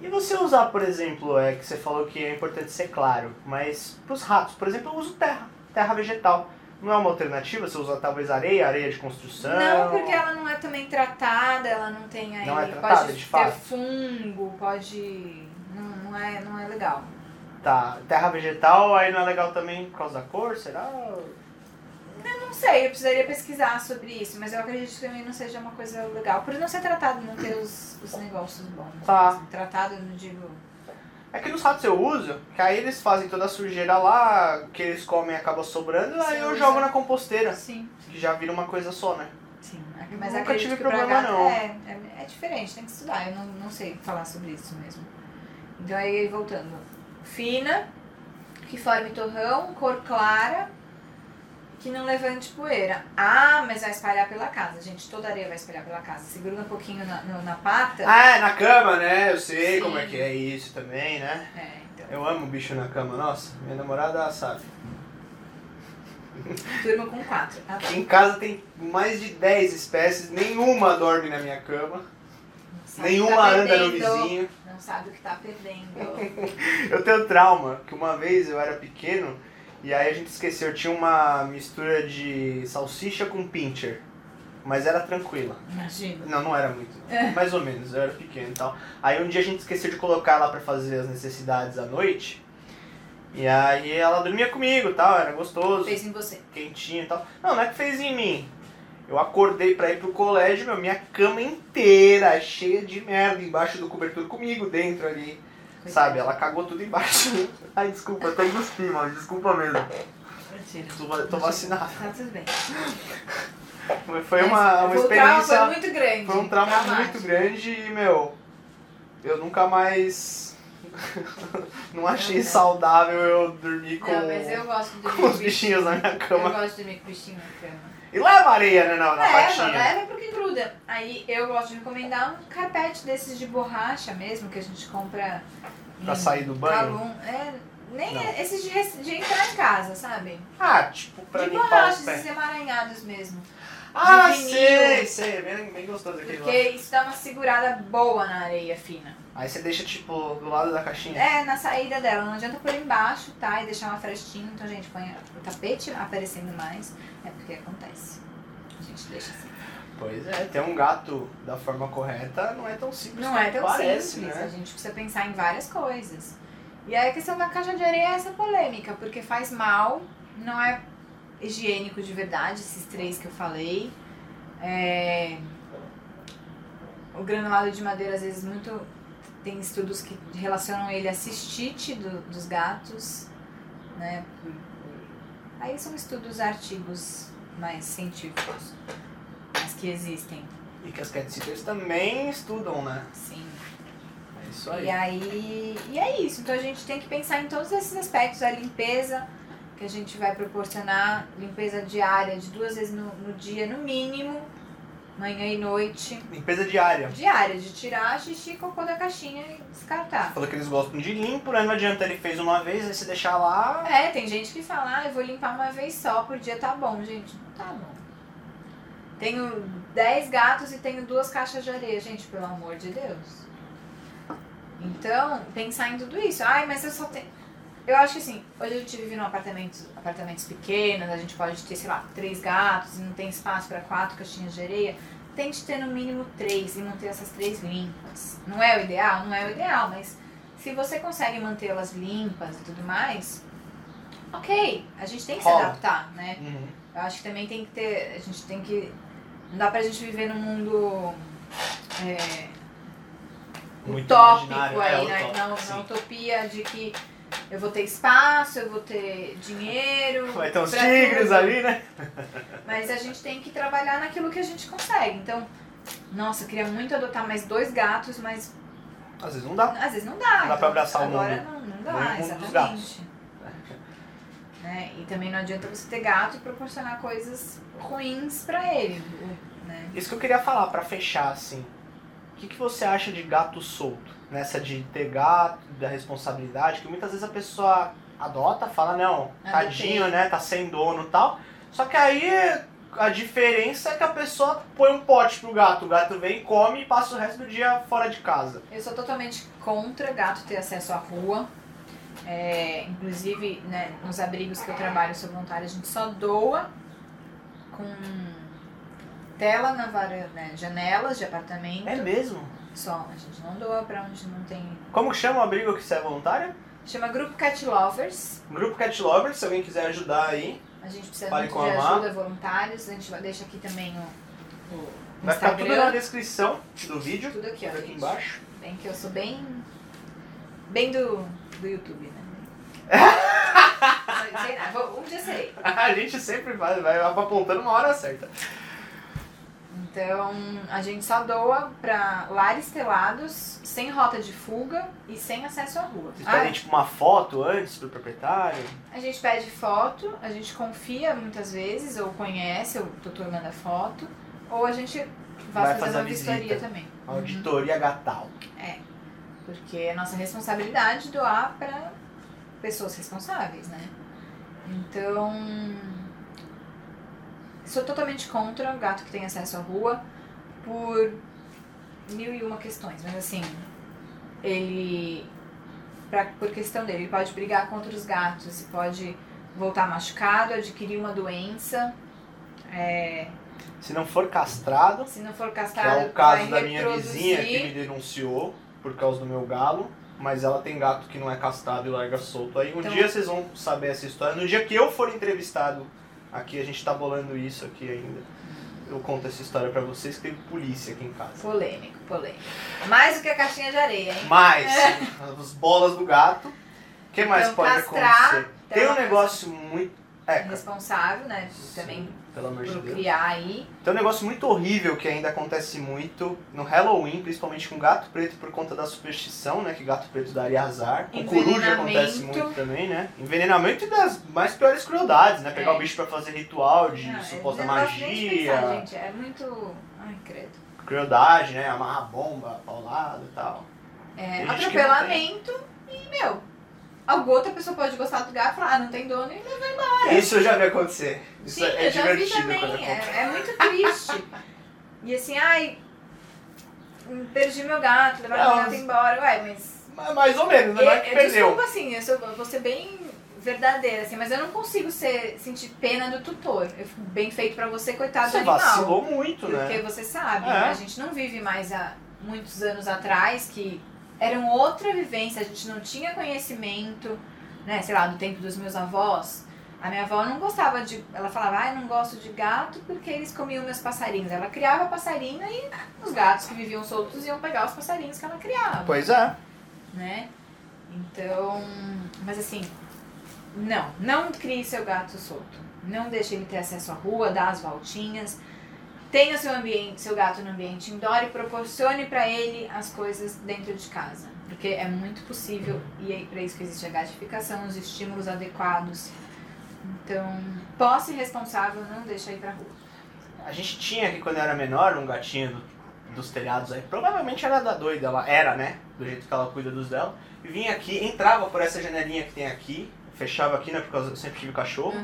[SPEAKER 1] E você usar, por exemplo, é que você falou que é importante ser claro, mas pros ratos, por exemplo, eu uso terra, terra vegetal. Não é uma alternativa? Você usa talvez areia, areia de construção?
[SPEAKER 2] Não, porque ela não é também tratada, ela não tem aí.
[SPEAKER 1] Não é tratada,
[SPEAKER 2] pode
[SPEAKER 1] de
[SPEAKER 2] ter
[SPEAKER 1] fato.
[SPEAKER 2] fungo, pode. Não, não, é, não é legal.
[SPEAKER 1] Tá, terra vegetal aí não é legal também por causa da cor, será?
[SPEAKER 2] Não sei, eu precisaria pesquisar sobre isso, mas eu acredito que também não seja uma coisa legal. Por não ser tratado, não ter os, os negócios bons.
[SPEAKER 1] Tá.
[SPEAKER 2] assim. Tratado, eu não digo.
[SPEAKER 1] É que nos ratos eu uso, que aí eles fazem toda a sujeira lá, que eles comem e acaba sobrando,
[SPEAKER 2] Você
[SPEAKER 1] aí eu
[SPEAKER 2] usa?
[SPEAKER 1] jogo na composteira,
[SPEAKER 2] Sim,
[SPEAKER 1] que já vira uma coisa só, né?
[SPEAKER 2] sim. Mas
[SPEAKER 1] Nunca
[SPEAKER 2] acredito
[SPEAKER 1] tive
[SPEAKER 2] que pra
[SPEAKER 1] problema,
[SPEAKER 2] gato-
[SPEAKER 1] não.
[SPEAKER 2] É, é, é diferente, tem que estudar. Eu não, não sei falar sobre isso mesmo. Então aí voltando. Fina, que forme torrão, cor clara, que não levante poeira. Ah, mas vai espalhar pela casa, gente. Toda areia vai espalhar pela casa. Segura um pouquinho na, no- na pata.
[SPEAKER 1] Ah, é, na cama, né? Eu sei
[SPEAKER 2] Sim.
[SPEAKER 1] como é que é isso também, né?
[SPEAKER 2] É, então.
[SPEAKER 1] Eu amo bicho na cama, nossa, minha namorada sabe.
[SPEAKER 2] então, Durma com quatro. Ah, tá.
[SPEAKER 1] Aqui em casa tem mais de 10 espécies, nenhuma dorme na minha cama,
[SPEAKER 2] Não sabe o que
[SPEAKER 1] nenhuma
[SPEAKER 2] tá
[SPEAKER 1] anda no
[SPEAKER 2] perdendo.
[SPEAKER 1] vizinho.
[SPEAKER 2] Não sabe o que tá perdendo.
[SPEAKER 1] Eu tenho trauma, que uma vez eu era pequeno e aí a gente esqueceu, tinha uma mistura de salsicha com pincher. mas era tranquila.
[SPEAKER 2] Imagina.
[SPEAKER 1] Não, não era muito. não.
[SPEAKER 2] É.
[SPEAKER 1] Mais ou menos, eu era pequeno e tal. Aí um dia a gente esqueceu de colocar ela pra fazer as necessidades à noite. E aí ela dormia comigo e tal, era gostoso,
[SPEAKER 2] Fez em você.
[SPEAKER 1] quentinho e tal. Não, não é que fez em mim. Eu acordei pra ir pro colégio, meu, minha cama inteira cheia de merda embaixo do cobertor comigo dentro ali. Sabe, ela cagou tudo embaixo. Ai, desculpa, até cuspi, mano, desculpa mesmo.
[SPEAKER 2] Mentira.
[SPEAKER 1] Tô, va- tô vacinado.
[SPEAKER 2] Tá tudo bem.
[SPEAKER 1] Mas Foi um uma, uma
[SPEAKER 2] Mas o trauma
[SPEAKER 1] experiência.
[SPEAKER 2] Foi muito grande.
[SPEAKER 1] Foi um trauma
[SPEAKER 2] Traumático.
[SPEAKER 1] muito grande e, meu, eu nunca mais. não achei
[SPEAKER 2] Não, não.
[SPEAKER 1] saudável eu dormir com,
[SPEAKER 2] Não, mas eu gosto de
[SPEAKER 1] com
[SPEAKER 2] dormir
[SPEAKER 1] os bichinhos na minha
[SPEAKER 2] Eu
[SPEAKER 1] cama.
[SPEAKER 2] gosto de dormir com bichinho na cama.
[SPEAKER 1] E leva areia, né, na, na
[SPEAKER 2] Leva,
[SPEAKER 1] patinha.
[SPEAKER 2] leva porque gruda. Aí eu gosto de recomendar um carpete desses de borracha mesmo, que a gente compra em
[SPEAKER 1] Pra sair do banho?
[SPEAKER 2] Calum. É, nem
[SPEAKER 1] Não.
[SPEAKER 2] é- esses de, res- de entrar em casa, sabe?
[SPEAKER 1] Ah, tipo, pra
[SPEAKER 2] de
[SPEAKER 1] limpar os
[SPEAKER 2] borrachas,
[SPEAKER 1] pés.
[SPEAKER 2] esses emaranhados mesmo.
[SPEAKER 1] Ah,
[SPEAKER 2] vinil.
[SPEAKER 1] sei, sei, bem, bem gostoso aquele
[SPEAKER 2] Porque
[SPEAKER 1] lá.
[SPEAKER 2] isso dá uma segurada boa na areia fina.
[SPEAKER 1] Aí você deixa, tipo, do lado da caixinha.
[SPEAKER 2] É, na saída dela. Não adianta pôr embaixo, tá? E deixar uma frestinha. Então, gente, põe o tapete aparecendo mais. É porque acontece. A gente deixa assim.
[SPEAKER 1] Pois é, ter um gato da forma correta não é tão simples.
[SPEAKER 2] Não é
[SPEAKER 1] quanto
[SPEAKER 2] tão
[SPEAKER 1] parece,
[SPEAKER 2] simples, a
[SPEAKER 1] né?
[SPEAKER 2] gente precisa pensar em várias coisas. E aí a questão da caixa de areia é essa polêmica, porque faz mal, não é higiênico de verdade, esses três que eu falei. É, O granulado de madeira, às vezes, muito. Tem estudos que relacionam ele à cistite do- dos gatos, né? Aí são estudos, artigos mais científicos, mas que existem,
[SPEAKER 1] E que as cat sitters também estudam, né?
[SPEAKER 2] sim.
[SPEAKER 1] É isso aí.
[SPEAKER 2] E aí, e é isso. Então a gente tem que pensar em todos esses aspectos, a limpeza que a gente vai proporcionar, limpeza diária de duas vezes no, no dia, no mínimo, manhã e noite.
[SPEAKER 1] Limpeza diária.
[SPEAKER 2] Diária, de tirar xixi e cocô da caixinha e descartar.
[SPEAKER 1] Ah, Falou que eles gostam de limpo, né? Não adianta ele fez uma vez, aí você deixar lá.
[SPEAKER 2] É, tem gente que fala, ah, eu vou limpar uma vez só por dia, tá bom, gente. Não tá bom. Tenho 10 gatos e tenho duas caixas de areia, gente, pelo amor de Deus. Então, pensar em tudo isso. Ai, mas eu só tenho. Eu acho que assim, hoje a gente vive num apartamento, apartamentos pequenos, a gente pode ter, sei lá, três gatos e não tem espaço para quatro caixinhas de areia. Tente ter no mínimo três e manter essas três limpas. Não é o ideal? Não é o ideal, mas se você consegue mantê-las limpas e tudo mais, ok, a gente tem que se
[SPEAKER 1] Rola.
[SPEAKER 2] adaptar, né?
[SPEAKER 1] Uhum.
[SPEAKER 2] Eu acho que também tem que ter. A gente tem que. Não dá pra gente viver num mundo é,
[SPEAKER 1] Muito
[SPEAKER 2] utópico
[SPEAKER 1] imaginário,
[SPEAKER 2] aí,
[SPEAKER 1] é,
[SPEAKER 2] né?
[SPEAKER 1] utópico,
[SPEAKER 2] na,
[SPEAKER 1] sim.
[SPEAKER 2] na utopia de que eu vou ter espaço, eu vou ter dinheiro.
[SPEAKER 1] Vai ter uns
[SPEAKER 2] pra
[SPEAKER 1] tigres
[SPEAKER 2] tudo.
[SPEAKER 1] ali, né?
[SPEAKER 2] Mas a gente tem que trabalhar naquilo que a gente consegue. Então, nossa, eu queria muito adotar mais dois gatos, mas
[SPEAKER 1] Às vezes não dá.
[SPEAKER 2] às vezes não dá. Então,
[SPEAKER 1] Não dá pra abraçar o
[SPEAKER 2] agora não, não
[SPEAKER 1] Não é o
[SPEAKER 2] dá,
[SPEAKER 1] mundo dos
[SPEAKER 2] exatamente. Né? E também não adianta você ter gato e proporcionar coisas ruins pra ele. Né?
[SPEAKER 1] Isso que eu queria falar pra fechar, assim. O que, que você acha de gato solto? Nessa de ter gato, da responsabilidade, que muitas vezes a pessoa adota, fala, não,
[SPEAKER 2] Adotei.
[SPEAKER 1] tadinho, né? Tá sem dono e tal. Só que aí a diferença é que a pessoa põe um pote pro gato, o gato vem, come e passa o resto do dia fora de casa.
[SPEAKER 2] Eu sou totalmente contra gato ter acesso à rua. É, inclusive, né, nos abrigos que eu trabalho, sou voluntária, a gente só doa com tela na varanda, né, janelas de apartamento.
[SPEAKER 1] É mesmo?
[SPEAKER 2] Só, a gente não doa pra onde não tem.
[SPEAKER 1] Como que chama o abrigo que você é voluntária?
[SPEAKER 2] Chama Grupo Cat Lovers.
[SPEAKER 1] Grupo Cat Lovers, se alguém quiser ajudar aí.
[SPEAKER 2] A gente precisa
[SPEAKER 1] Fale
[SPEAKER 2] muito
[SPEAKER 1] com
[SPEAKER 2] de
[SPEAKER 1] a Má.
[SPEAKER 2] ajuda, voluntários. A gente vai- deixa aqui também o, o
[SPEAKER 1] Vai ficar tudo na
[SPEAKER 2] Instagram.
[SPEAKER 1] descrição do vídeo,
[SPEAKER 2] Tudo aqui, ó.
[SPEAKER 1] aqui
[SPEAKER 2] gente.
[SPEAKER 1] embaixo.
[SPEAKER 2] Bem que eu sou bem. Bem do, do YouTube, né? Sei- sei lá, vou- um dia serei.
[SPEAKER 1] A gente sempre vai, vai apontando uma hora certa.
[SPEAKER 2] Então, a gente só doa pra lares telados, sem rota de fuga e sem acesso à rua.
[SPEAKER 1] Vocês
[SPEAKER 2] Ah,
[SPEAKER 1] pedem tipo uma foto antes pro proprietário?
[SPEAKER 2] a gente pede foto, a gente confia muitas vezes, ou conhece, ou o tutor manda foto, ou a gente
[SPEAKER 1] Vai
[SPEAKER 2] vai, fazer,
[SPEAKER 1] fazer a
[SPEAKER 2] uma vistoria
[SPEAKER 1] visita.
[SPEAKER 2] também. Uhum.
[SPEAKER 1] Auditoria gatal.
[SPEAKER 2] Porque é nossa responsabilidade doar para pessoas responsáveis, né? Então, sou totalmente contra o gato que tem acesso à rua por mil e uma questões, mas assim, ele pra, por questão dele, ele pode brigar contra os gatos, e pode voltar machucado, adquirir uma doença, é,
[SPEAKER 1] Se não for castrado,
[SPEAKER 2] Se não for
[SPEAKER 1] que
[SPEAKER 2] castrado,
[SPEAKER 1] é o caso da
[SPEAKER 2] vai
[SPEAKER 1] minha
[SPEAKER 2] reproduzir.
[SPEAKER 1] vizinha que me denunciou por causa do meu galo, mas ela tem gato que não é castrado e larga solto. Aí um
[SPEAKER 2] Então-
[SPEAKER 1] dia vocês vão saber essa história. No dia que eu for entrevistado aqui, a gente tá bolando isso aqui ainda. Eu conto essa história pra vocês que teve polícia aqui em casa.
[SPEAKER 2] Polêmico, polêmico. Mais do que a caixinha de areia, hein?
[SPEAKER 1] Mas, as bolas do gato. O que mais
[SPEAKER 2] é. Então,
[SPEAKER 1] pode
[SPEAKER 2] castrar,
[SPEAKER 1] acontecer?
[SPEAKER 2] então,
[SPEAKER 1] Tem um negócio muito. É, cara,
[SPEAKER 2] Responsável, né? Também
[SPEAKER 1] pelo amor de
[SPEAKER 2] por
[SPEAKER 1] Deus.
[SPEAKER 2] criar aí.
[SPEAKER 1] Tem um negócio muito horrível que ainda acontece muito no Halloween, principalmente com gato preto por conta da superstição, né? Que gato preto daria azar. Com coruja acontece
[SPEAKER 2] Envenenamento.
[SPEAKER 1] muito também, né? Envenenamento e das mais piores crueldades, né? Pegar
[SPEAKER 2] É.
[SPEAKER 1] o bicho pra fazer ritual de
[SPEAKER 2] Não, é
[SPEAKER 1] suposta
[SPEAKER 2] um negócio nem de pensar,
[SPEAKER 1] magia,
[SPEAKER 2] gente. É muito. Ai, credo.
[SPEAKER 1] crueldade, né? Amarrar bomba, paulada e tal.
[SPEAKER 2] É,
[SPEAKER 1] Tem gente que não
[SPEAKER 2] atropelamento e, meu, alguma outra pessoa pode gostar do gato e falar, ah, não tem dono e
[SPEAKER 1] Isso eu já vi acontecer. Isso
[SPEAKER 2] Sim,
[SPEAKER 1] é
[SPEAKER 2] eu já vi
[SPEAKER 1] divertido quando
[SPEAKER 2] também.
[SPEAKER 1] acontece.
[SPEAKER 2] É, é muito triste. e assim, ai, perdi meu gato, levaram
[SPEAKER 1] Não,
[SPEAKER 2] meu gato
[SPEAKER 1] mas-
[SPEAKER 2] embora. Ué, mas.
[SPEAKER 1] Mas Mais ou menos, não é
[SPEAKER 2] Eu-
[SPEAKER 1] que
[SPEAKER 2] eu-
[SPEAKER 1] perdeu.
[SPEAKER 2] desculpa, assim, eu, sou, eu vou ser bem verdadeira, assim, mas eu não consigo ser, sentir pena do tutor. Eu fico bem feito pra você, coitado
[SPEAKER 1] Você
[SPEAKER 2] do animal.
[SPEAKER 1] vacilou muito,
[SPEAKER 2] Porque
[SPEAKER 1] né?
[SPEAKER 2] você sabe,
[SPEAKER 1] É.
[SPEAKER 2] a gente não vive mais há muitos anos atrás que era uma outra vivência, a gente não tinha conhecimento, né, sei lá, do tempo dos meus avós. A minha avó não gostava de. Ela falava, ah, eu não gosto de gato porque eles comiam meus passarinhos. Ela criava passarinho e os gatos que viviam soltos iam pegar os passarinhos que ela criava
[SPEAKER 1] Pois é.
[SPEAKER 2] né? Então, mas assim, não, não crie seu gato solto. Não deixe ele ter acesso à rua, dá as voltinhas. Tenha seu ambiente, seu gato no ambiente indoor e proporcione para ele as coisas dentro de casa, porque é muito possível e é para isso que existe a gatificação, os estímulos adequados. Então, posse responsável, não deixa ir para rua.
[SPEAKER 1] A gente tinha aqui quando eu era menor um gatinho do- dos telhados aí. Provavelmente era da doida, ela era, né? Do jeito que ela cuida dos dela. E vinha aqui, entrava por essa janelinha que tem aqui, fechava aqui, né? Porque eu sempre tive cachorro.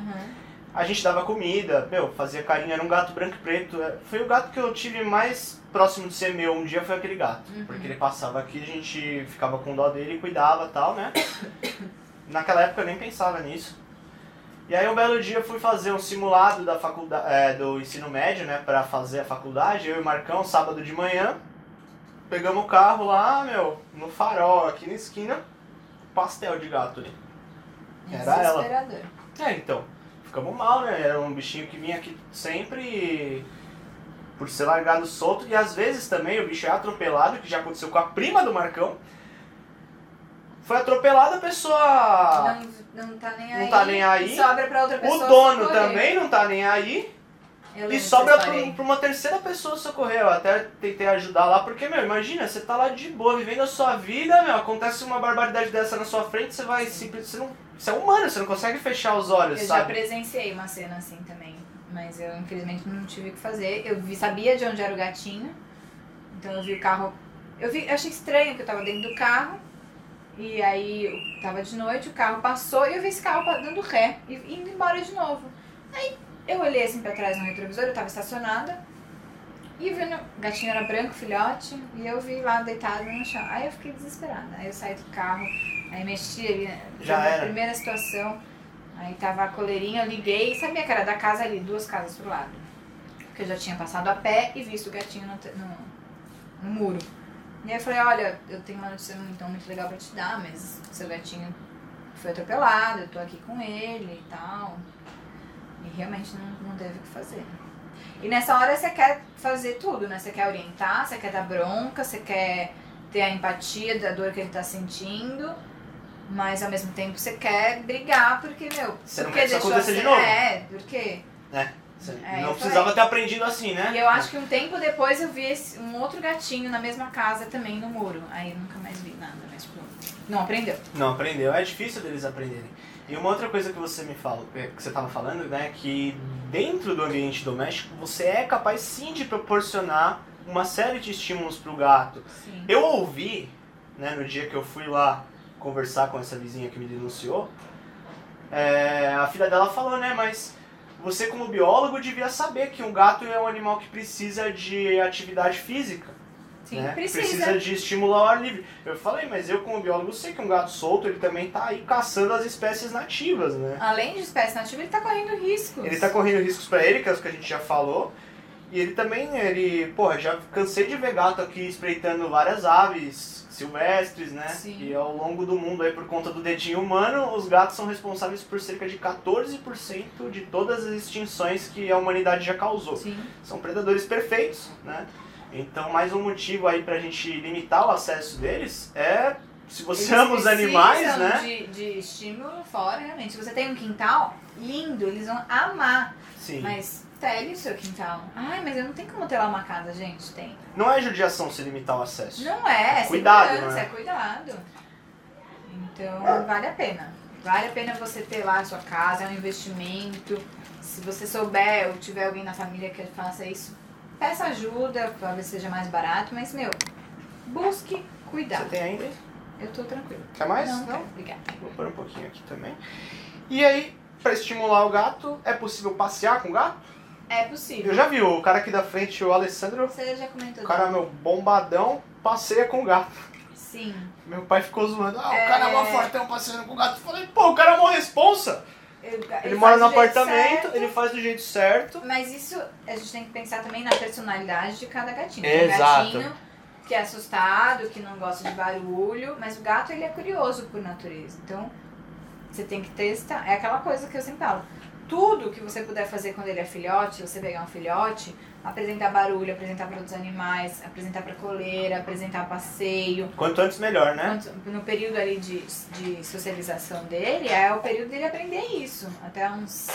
[SPEAKER 1] A gente dava comida, meu, fazia carinho, era um gato branco e preto. É, Foi o gato que eu tive mais próximo de ser meu um dia, foi aquele gato.
[SPEAKER 2] Uhum.
[SPEAKER 1] Porque ele passava aqui, a gente ficava com dó dele, cuidava e tal, né? Naquela época eu nem pensava nisso. E aí um belo dia eu fui fazer um simulado da faculdade, do ensino médio, né, pra fazer a faculdade, eu e o Marcão, sábado de manhã. Pegamos o carro lá, meu, no farol, aqui na esquina, pastel de gato ali. Era ela.
[SPEAKER 2] Desesperador.
[SPEAKER 1] É, então. Ficamos mal, né? Era um bichinho que vinha aqui sempre e- por ser largado solto. E às vezes também o bicho é atropelado, que já aconteceu com a prima do Marcão. Foi atropelada a pessoa.
[SPEAKER 2] Não, não tá nem
[SPEAKER 1] Ah, Não
[SPEAKER 2] aí.
[SPEAKER 1] tá nem aí.
[SPEAKER 2] Sobra pra outra pessoa.
[SPEAKER 1] o dono
[SPEAKER 2] socorrer.
[SPEAKER 1] também não tá nem aí.
[SPEAKER 2] Eu lembro
[SPEAKER 1] E
[SPEAKER 2] dessa
[SPEAKER 1] sobra
[SPEAKER 2] história
[SPEAKER 1] pra, um,
[SPEAKER 2] aí.
[SPEAKER 1] pra uma terceira pessoa socorrer. Eu até tentei ajudar lá, porque, meu, imagina, você tá lá de boa, vivendo a sua vida, meu, acontece uma barbaridade dessa na sua frente, você vai simples. Você, não, você é humano, você não consegue fechar os olhos,
[SPEAKER 2] Eu já
[SPEAKER 1] sabe?
[SPEAKER 2] presenciei uma cena assim também, mas eu infelizmente não tive o que fazer. Eu vi, sabia de onde era o gatinho, então eu vi o carro. Eu, vi, eu achei estranho que eu tava dentro do carro, e aí eu tava de noite, o carro passou e eu vi esse carro pa- dando ré e indo embora de novo. Aí eu olhei assim pra trás no retrovisor, eu tava estacionada. E vi no- o gatinho era branco, filhote, e eu vi lá deitado no chão. Aí eu fiquei desesperada. Aí eu saí do carro, aí mexi ele.
[SPEAKER 1] Já
[SPEAKER 2] foi a
[SPEAKER 1] era.
[SPEAKER 2] Primeira situação. Aí tava a coleirinha, eu liguei e sabia que era da casa ali, duas casas pro lado. Porque eu já tinha passado a pé e visto o gatinho no, te- no- no muro. E aí eu falei, olha, eu tenho uma notícia então muito legal pra te dar, mas seu gatinho foi atropelado, eu tô aqui com ele e tal. E realmente não, não teve o que fazer. E nessa hora você quer fazer tudo, né? Você quer orientar, você quer dar bronca, você quer ter a empatia da dor que ele tá sentindo. Mas ao mesmo tempo você quer brigar, porque, meu,
[SPEAKER 1] Você não
[SPEAKER 2] porque
[SPEAKER 1] quer que isso aconteça de novo.
[SPEAKER 2] É, porque.
[SPEAKER 1] Você
[SPEAKER 2] É,
[SPEAKER 1] não
[SPEAKER 2] eu
[SPEAKER 1] precisava
[SPEAKER 2] falei.
[SPEAKER 1] ter aprendido assim, né?
[SPEAKER 2] E eu acho que um tempo depois eu vi esse- um outro gatinho na mesma casa também no muro. Aí eu nunca mais vi nada, mas tipo, não aprendeu.
[SPEAKER 1] Não aprendeu, é difícil deles aprenderem. E uma outra coisa que você me fala, é, que você estava falando, né, que dentro do ambiente doméstico você é capaz sim de proporcionar uma série de estímulos para o gato.
[SPEAKER 2] Sim.
[SPEAKER 1] Eu ouvi, né, no dia que eu fui lá conversar com essa vizinha que me denunciou, é, a filha dela falou, né, mas você como biólogo devia saber que um gato é um animal que precisa de atividade física.
[SPEAKER 2] Sim,
[SPEAKER 1] né?
[SPEAKER 2] precisa.
[SPEAKER 1] de estimular o ar livre. Eu falei, mas eu como biólogo sei que um gato solto, ele também tá aí caçando as espécies nativas, né?
[SPEAKER 2] Além de espécie nativa, ele tá correndo riscos.
[SPEAKER 1] Ele tá correndo riscos pra ele, que é os que a gente já falou. E ele também, ele, porra, já cansei de ver gato aqui espreitando várias aves silvestres, né?
[SPEAKER 2] Sim.
[SPEAKER 1] E ao longo do mundo, aí, por conta do dedinho humano, os gatos são responsáveis por cerca de 14% de todas as extinções que a humanidade já causou.
[SPEAKER 2] Sim.
[SPEAKER 1] São predadores perfeitos, né? Então, mais um motivo aí pra gente limitar o acesso deles é, se você
[SPEAKER 2] Eles
[SPEAKER 1] ama os animais,
[SPEAKER 2] precisam
[SPEAKER 1] né?
[SPEAKER 2] De, de estímulo fora, realmente. Se você tem um quintal, lindo, eles vão amar.
[SPEAKER 1] Sim.
[SPEAKER 2] Mas tele o seu quintal. Ai, mas eu não tenho como ter lá uma casa, gente. Tem.
[SPEAKER 1] Não é judiação se limitar o acesso.
[SPEAKER 2] Não é, é
[SPEAKER 1] Cuidado,
[SPEAKER 2] segurança,
[SPEAKER 1] né?
[SPEAKER 2] é cuidado. Então vale a pena. Vale a pena você ter lá a sua casa, é um investimento. Se você souber ou tiver alguém na família que faça isso, peça ajuda, talvez seja mais barato, mas meu, busque cuidar.
[SPEAKER 1] Você tem ainda?
[SPEAKER 2] Eu tô tranquila.
[SPEAKER 1] Quer mais?
[SPEAKER 2] Não, não, obrigada.
[SPEAKER 1] Vou pôr um pouquinho aqui também. E aí, pra estimular o gato, é possível passear com o gato?
[SPEAKER 2] É possível.
[SPEAKER 1] Eu já vi o cara aqui da frente, o Alessandro,
[SPEAKER 2] Você já comentou.
[SPEAKER 1] o cara é meu bombadão, passeia com o gato.
[SPEAKER 2] Sim.
[SPEAKER 1] Meu pai ficou zoando. Ah,
[SPEAKER 2] É.
[SPEAKER 1] o cara é mó fortão passeando com o gato. Eu falei, pô, o cara é mó responsa.
[SPEAKER 2] Ele,
[SPEAKER 1] Ele, mora
[SPEAKER 2] faz
[SPEAKER 1] no
[SPEAKER 2] do jeito
[SPEAKER 1] apartamento,
[SPEAKER 2] certo,
[SPEAKER 1] ele faz do jeito certo.
[SPEAKER 2] Mas isso a gente tem que pensar também na personalidade de cada gatinho.
[SPEAKER 1] Exato.
[SPEAKER 2] Tem gatinho que é assustado, que não gosta de barulho, mas o gato ele é curioso por natureza. Então você tem que testar. É aquela coisa que eu sempre falo. Tudo que você puder fazer quando ele é filhote, você pegar um filhote, apresentar barulho, apresentar para outros animais, apresentar para coleira, apresentar passeio,
[SPEAKER 1] Quanto antes, melhor, né?
[SPEAKER 2] Quanto- No período ali de, de socialização dele, é o período dele aprender isso. Até uns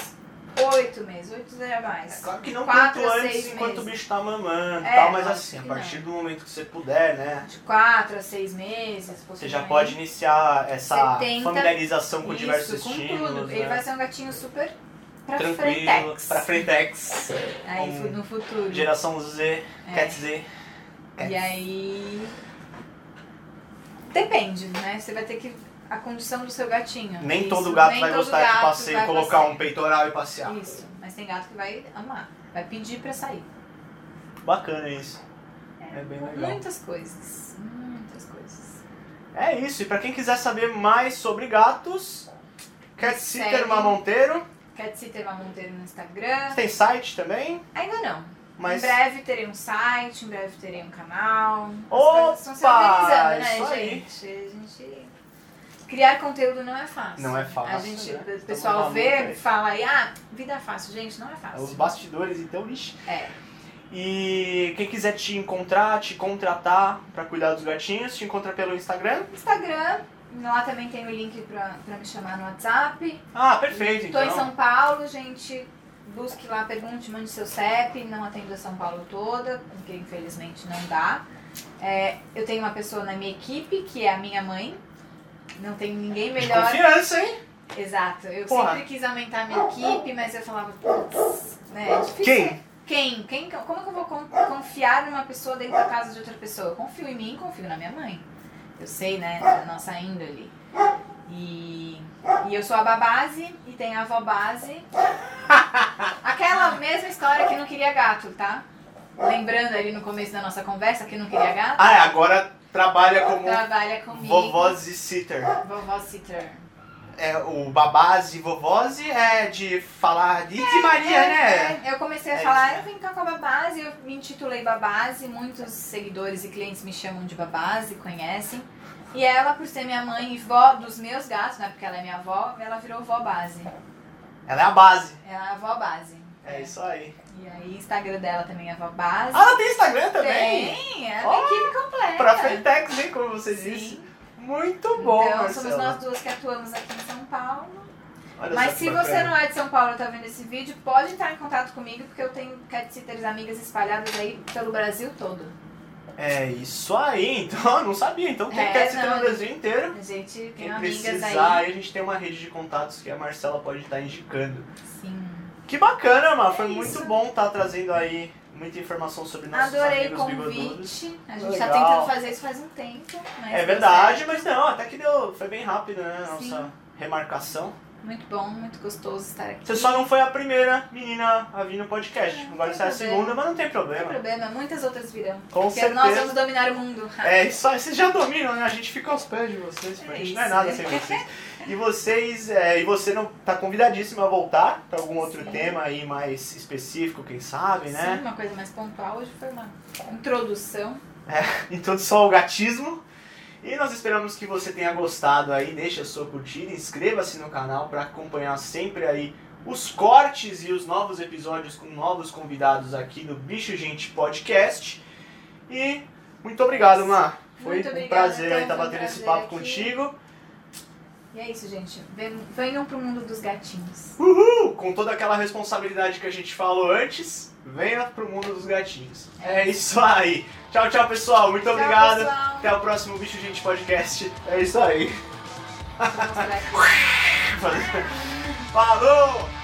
[SPEAKER 2] oito meses, oito já é mais.
[SPEAKER 1] Claro que não
[SPEAKER 2] Quatro,
[SPEAKER 1] quanto
[SPEAKER 2] seis
[SPEAKER 1] antes, enquanto o
[SPEAKER 2] meses.
[SPEAKER 1] bicho tá mamando e
[SPEAKER 2] É,
[SPEAKER 1] tal, mas
[SPEAKER 2] lógico
[SPEAKER 1] assim, a
[SPEAKER 2] que
[SPEAKER 1] partir
[SPEAKER 2] não.
[SPEAKER 1] do momento que você puder, né?
[SPEAKER 2] De quatro a seis meses.
[SPEAKER 1] Você já
[SPEAKER 2] possivelmente.
[SPEAKER 1] pode iniciar essa
[SPEAKER 2] Você tenta
[SPEAKER 1] familiarização com
[SPEAKER 2] Isso,
[SPEAKER 1] diversos
[SPEAKER 2] com
[SPEAKER 1] estímulos.
[SPEAKER 2] tudo.
[SPEAKER 1] né?
[SPEAKER 2] Ele vai ser um gatinho super pra
[SPEAKER 1] Tranquilo,
[SPEAKER 2] frentex.
[SPEAKER 1] pra frentex.
[SPEAKER 2] Aí
[SPEAKER 1] um
[SPEAKER 2] fu- no futuro.
[SPEAKER 1] Geração Z,
[SPEAKER 2] É.
[SPEAKER 1] Cat Z.
[SPEAKER 2] E aí. Depende, né? Você vai ter que. A condição do seu gatinho.
[SPEAKER 1] Nem
[SPEAKER 2] Isso,
[SPEAKER 1] todo gato
[SPEAKER 2] nem
[SPEAKER 1] vai
[SPEAKER 2] todo
[SPEAKER 1] gostar
[SPEAKER 2] gato
[SPEAKER 1] de passeio,
[SPEAKER 2] vai
[SPEAKER 1] colocar
[SPEAKER 2] passear.
[SPEAKER 1] um peitoral e passear.
[SPEAKER 2] Isso, mas tem gato que vai amar. Vai pedir pra sair.
[SPEAKER 1] Bacana isso. É bem legal.
[SPEAKER 2] Muitas coisas. Muitas coisas.
[SPEAKER 1] É isso, e pra quem quiser saber mais sobre gatos, Cat Sitter
[SPEAKER 2] Segue.
[SPEAKER 1] Ma Monteiro.
[SPEAKER 2] Cat Sitter vai Monteiro no Instagram.
[SPEAKER 1] Você tem site também,
[SPEAKER 2] Ainda não.
[SPEAKER 1] mas.
[SPEAKER 2] Em breve terei um site, em breve terei um canal. As
[SPEAKER 1] Opa,
[SPEAKER 2] coisas estão se organizando, né,
[SPEAKER 1] isso aí.
[SPEAKER 2] gente? A gente. Criar conteúdo não é fácil.
[SPEAKER 1] Não é fácil,
[SPEAKER 2] A gente,
[SPEAKER 1] né?
[SPEAKER 2] O pessoal
[SPEAKER 1] Estamos
[SPEAKER 2] vê,
[SPEAKER 1] malucos aí.
[SPEAKER 2] fala aí, ah, vida fácil. Gente, não é fácil.
[SPEAKER 1] Os bastidores, então, vixe.
[SPEAKER 2] É.
[SPEAKER 1] E quem quiser te encontrar, te contratar pra cuidar dos gatinhos, te encontra pelo Instagram.
[SPEAKER 2] Instagram, lá também tem o link pra, pra me chamar no WhatsApp.
[SPEAKER 1] Ah, perfeito,
[SPEAKER 2] Tô
[SPEAKER 1] então.
[SPEAKER 2] em São Paulo, gente. Busque lá, pergunte, mande seu CEP. Não atendo a São Paulo toda, porque infelizmente não dá. É, eu tenho uma pessoa na minha equipe, que é a minha mãe. Não tem ninguém
[SPEAKER 1] De
[SPEAKER 2] melhor.
[SPEAKER 1] confiança, hein?
[SPEAKER 2] Exato. Eu
[SPEAKER 1] Porra.
[SPEAKER 2] sempre quis aumentar a minha equipe, mas eu falava, putz, né? É difícil.
[SPEAKER 1] Quem?
[SPEAKER 2] Quem? Quem? Como que eu vou con- confiar numa pessoa dentro da casa de outra pessoa? Eu confio em mim, confio na minha mãe. Eu sei, né, da nossa índole. E, e eu sou a babase e tem a avó base. Aquela mesma história que não queria gato, tá? Lembrando ali no começo da nossa conversa que não queria gato.
[SPEAKER 1] Ah, é, agora trabalha como
[SPEAKER 2] Trabalha comigo.
[SPEAKER 1] vovós e sitter.
[SPEAKER 2] Vovó Sitter.
[SPEAKER 1] É, o babás e vovós é de falar de Maria, né?
[SPEAKER 2] É, eu comecei a
[SPEAKER 1] É
[SPEAKER 2] falar,
[SPEAKER 1] isso.
[SPEAKER 2] eu vim cá com a Babase, eu me intitulei Babase, muitos seguidores e clientes me chamam de Babase, conhecem. E ela, por ser minha mãe e vó dos meus gatos, né, porque ela é minha avó, ela virou vó base.
[SPEAKER 1] Ela é a base.
[SPEAKER 2] Ela é a avó base.
[SPEAKER 1] É isso aí.
[SPEAKER 2] E aí, Instagram dela também é avó base.
[SPEAKER 1] Ah, ela tem Instagram também?
[SPEAKER 2] Tem, é uma
[SPEAKER 1] Ó,
[SPEAKER 2] equipe completa.
[SPEAKER 1] Pra Frentex, hein, como você disse.
[SPEAKER 2] Sim.
[SPEAKER 1] é Muito bom,
[SPEAKER 2] Então, somos
[SPEAKER 1] Marcela.
[SPEAKER 2] nós duas que atuamos aqui em São Paulo.
[SPEAKER 1] Olha
[SPEAKER 2] Mas
[SPEAKER 1] só
[SPEAKER 2] se
[SPEAKER 1] que
[SPEAKER 2] você
[SPEAKER 1] bacana.
[SPEAKER 2] não é de São Paulo e tá vendo esse vídeo, pode entrar em contato comigo, porque eu tenho cat sitters amigas espalhadas aí pelo Brasil todo.
[SPEAKER 1] É isso aí, então. Eu não sabia. Então tem
[SPEAKER 2] É,
[SPEAKER 1] Cat Sitter
[SPEAKER 2] não.
[SPEAKER 1] no Brasil inteiro.
[SPEAKER 2] A gente tem
[SPEAKER 1] Quem
[SPEAKER 2] amigas
[SPEAKER 1] precisar,
[SPEAKER 2] aí.
[SPEAKER 1] aí a gente tem uma rede de contatos que a Marcela pode estar indicando.
[SPEAKER 2] Sim.
[SPEAKER 1] Que bacana, Mar. Foi
[SPEAKER 2] É
[SPEAKER 1] muito
[SPEAKER 2] isso.
[SPEAKER 1] bom estar trazendo aí muita informação sobre nossos
[SPEAKER 2] Adorei o
[SPEAKER 1] amigos bigodudos.
[SPEAKER 2] convite. A gente tá
[SPEAKER 1] Legal.
[SPEAKER 2] tentando fazer isso faz um tempo. mas
[SPEAKER 1] É
[SPEAKER 2] deu
[SPEAKER 1] verdade, mas não, até que deu, foi bem rápido, né, a nossa
[SPEAKER 2] Sim.
[SPEAKER 1] remarcação.
[SPEAKER 2] certo. Muito bom, muito gostoso estar aqui.
[SPEAKER 1] Você só não foi a primeira menina a vir no podcast.
[SPEAKER 2] É, não
[SPEAKER 1] Agora
[SPEAKER 2] tem
[SPEAKER 1] você é a
[SPEAKER 2] problema.
[SPEAKER 1] segunda, mas não tem
[SPEAKER 2] Não tem
[SPEAKER 1] problema.
[SPEAKER 2] problema, muitas outras virão.
[SPEAKER 1] Com
[SPEAKER 2] Porque nós
[SPEAKER 1] certeza.
[SPEAKER 2] vamos dominar o mundo.
[SPEAKER 1] É isso aí, vocês já dominam, né? A gente fica aos pés de vocês, pô. a
[SPEAKER 2] É
[SPEAKER 1] gente
[SPEAKER 2] isso,
[SPEAKER 1] não é nada
[SPEAKER 2] né?
[SPEAKER 1] sem vocês. E vocês, é, e você não tá convidadíssimo a voltar pra algum outro
[SPEAKER 2] Sim.
[SPEAKER 1] tema aí mais específico, quem sabe, né?
[SPEAKER 2] Sim, uma coisa mais pontual. Hoje foi uma introdução.
[SPEAKER 1] Introdução ao Então, gatismo. E nós esperamos que você tenha gostado aí, deixa a sua curtida, inscreva-se no canal para acompanhar sempre aí os cortes e os novos episódios com novos convidados aqui do Bicho Gente Podcast. E muito obrigado, Mar. Foi
[SPEAKER 2] Muito
[SPEAKER 1] um
[SPEAKER 2] obrigada,
[SPEAKER 1] prazer aí
[SPEAKER 2] então,
[SPEAKER 1] estar
[SPEAKER 2] foi um
[SPEAKER 1] batendo esse
[SPEAKER 2] prazer
[SPEAKER 1] papo
[SPEAKER 2] aqui.
[SPEAKER 1] contigo.
[SPEAKER 2] E é isso, gente. Ven- Venham pro mundo dos gatinhos.
[SPEAKER 1] Uhul! Com toda aquela responsabilidade que a gente falou antes, venha pro mundo dos gatinhos. É isso aí. Tchau, tchau, pessoal. Muito
[SPEAKER 2] Tchau,
[SPEAKER 1] obrigado.
[SPEAKER 2] pessoal.
[SPEAKER 1] Até o próximo Bicho Gente Podcast. É isso aí.
[SPEAKER 2] Vou mostrar aqui.
[SPEAKER 1] Falou!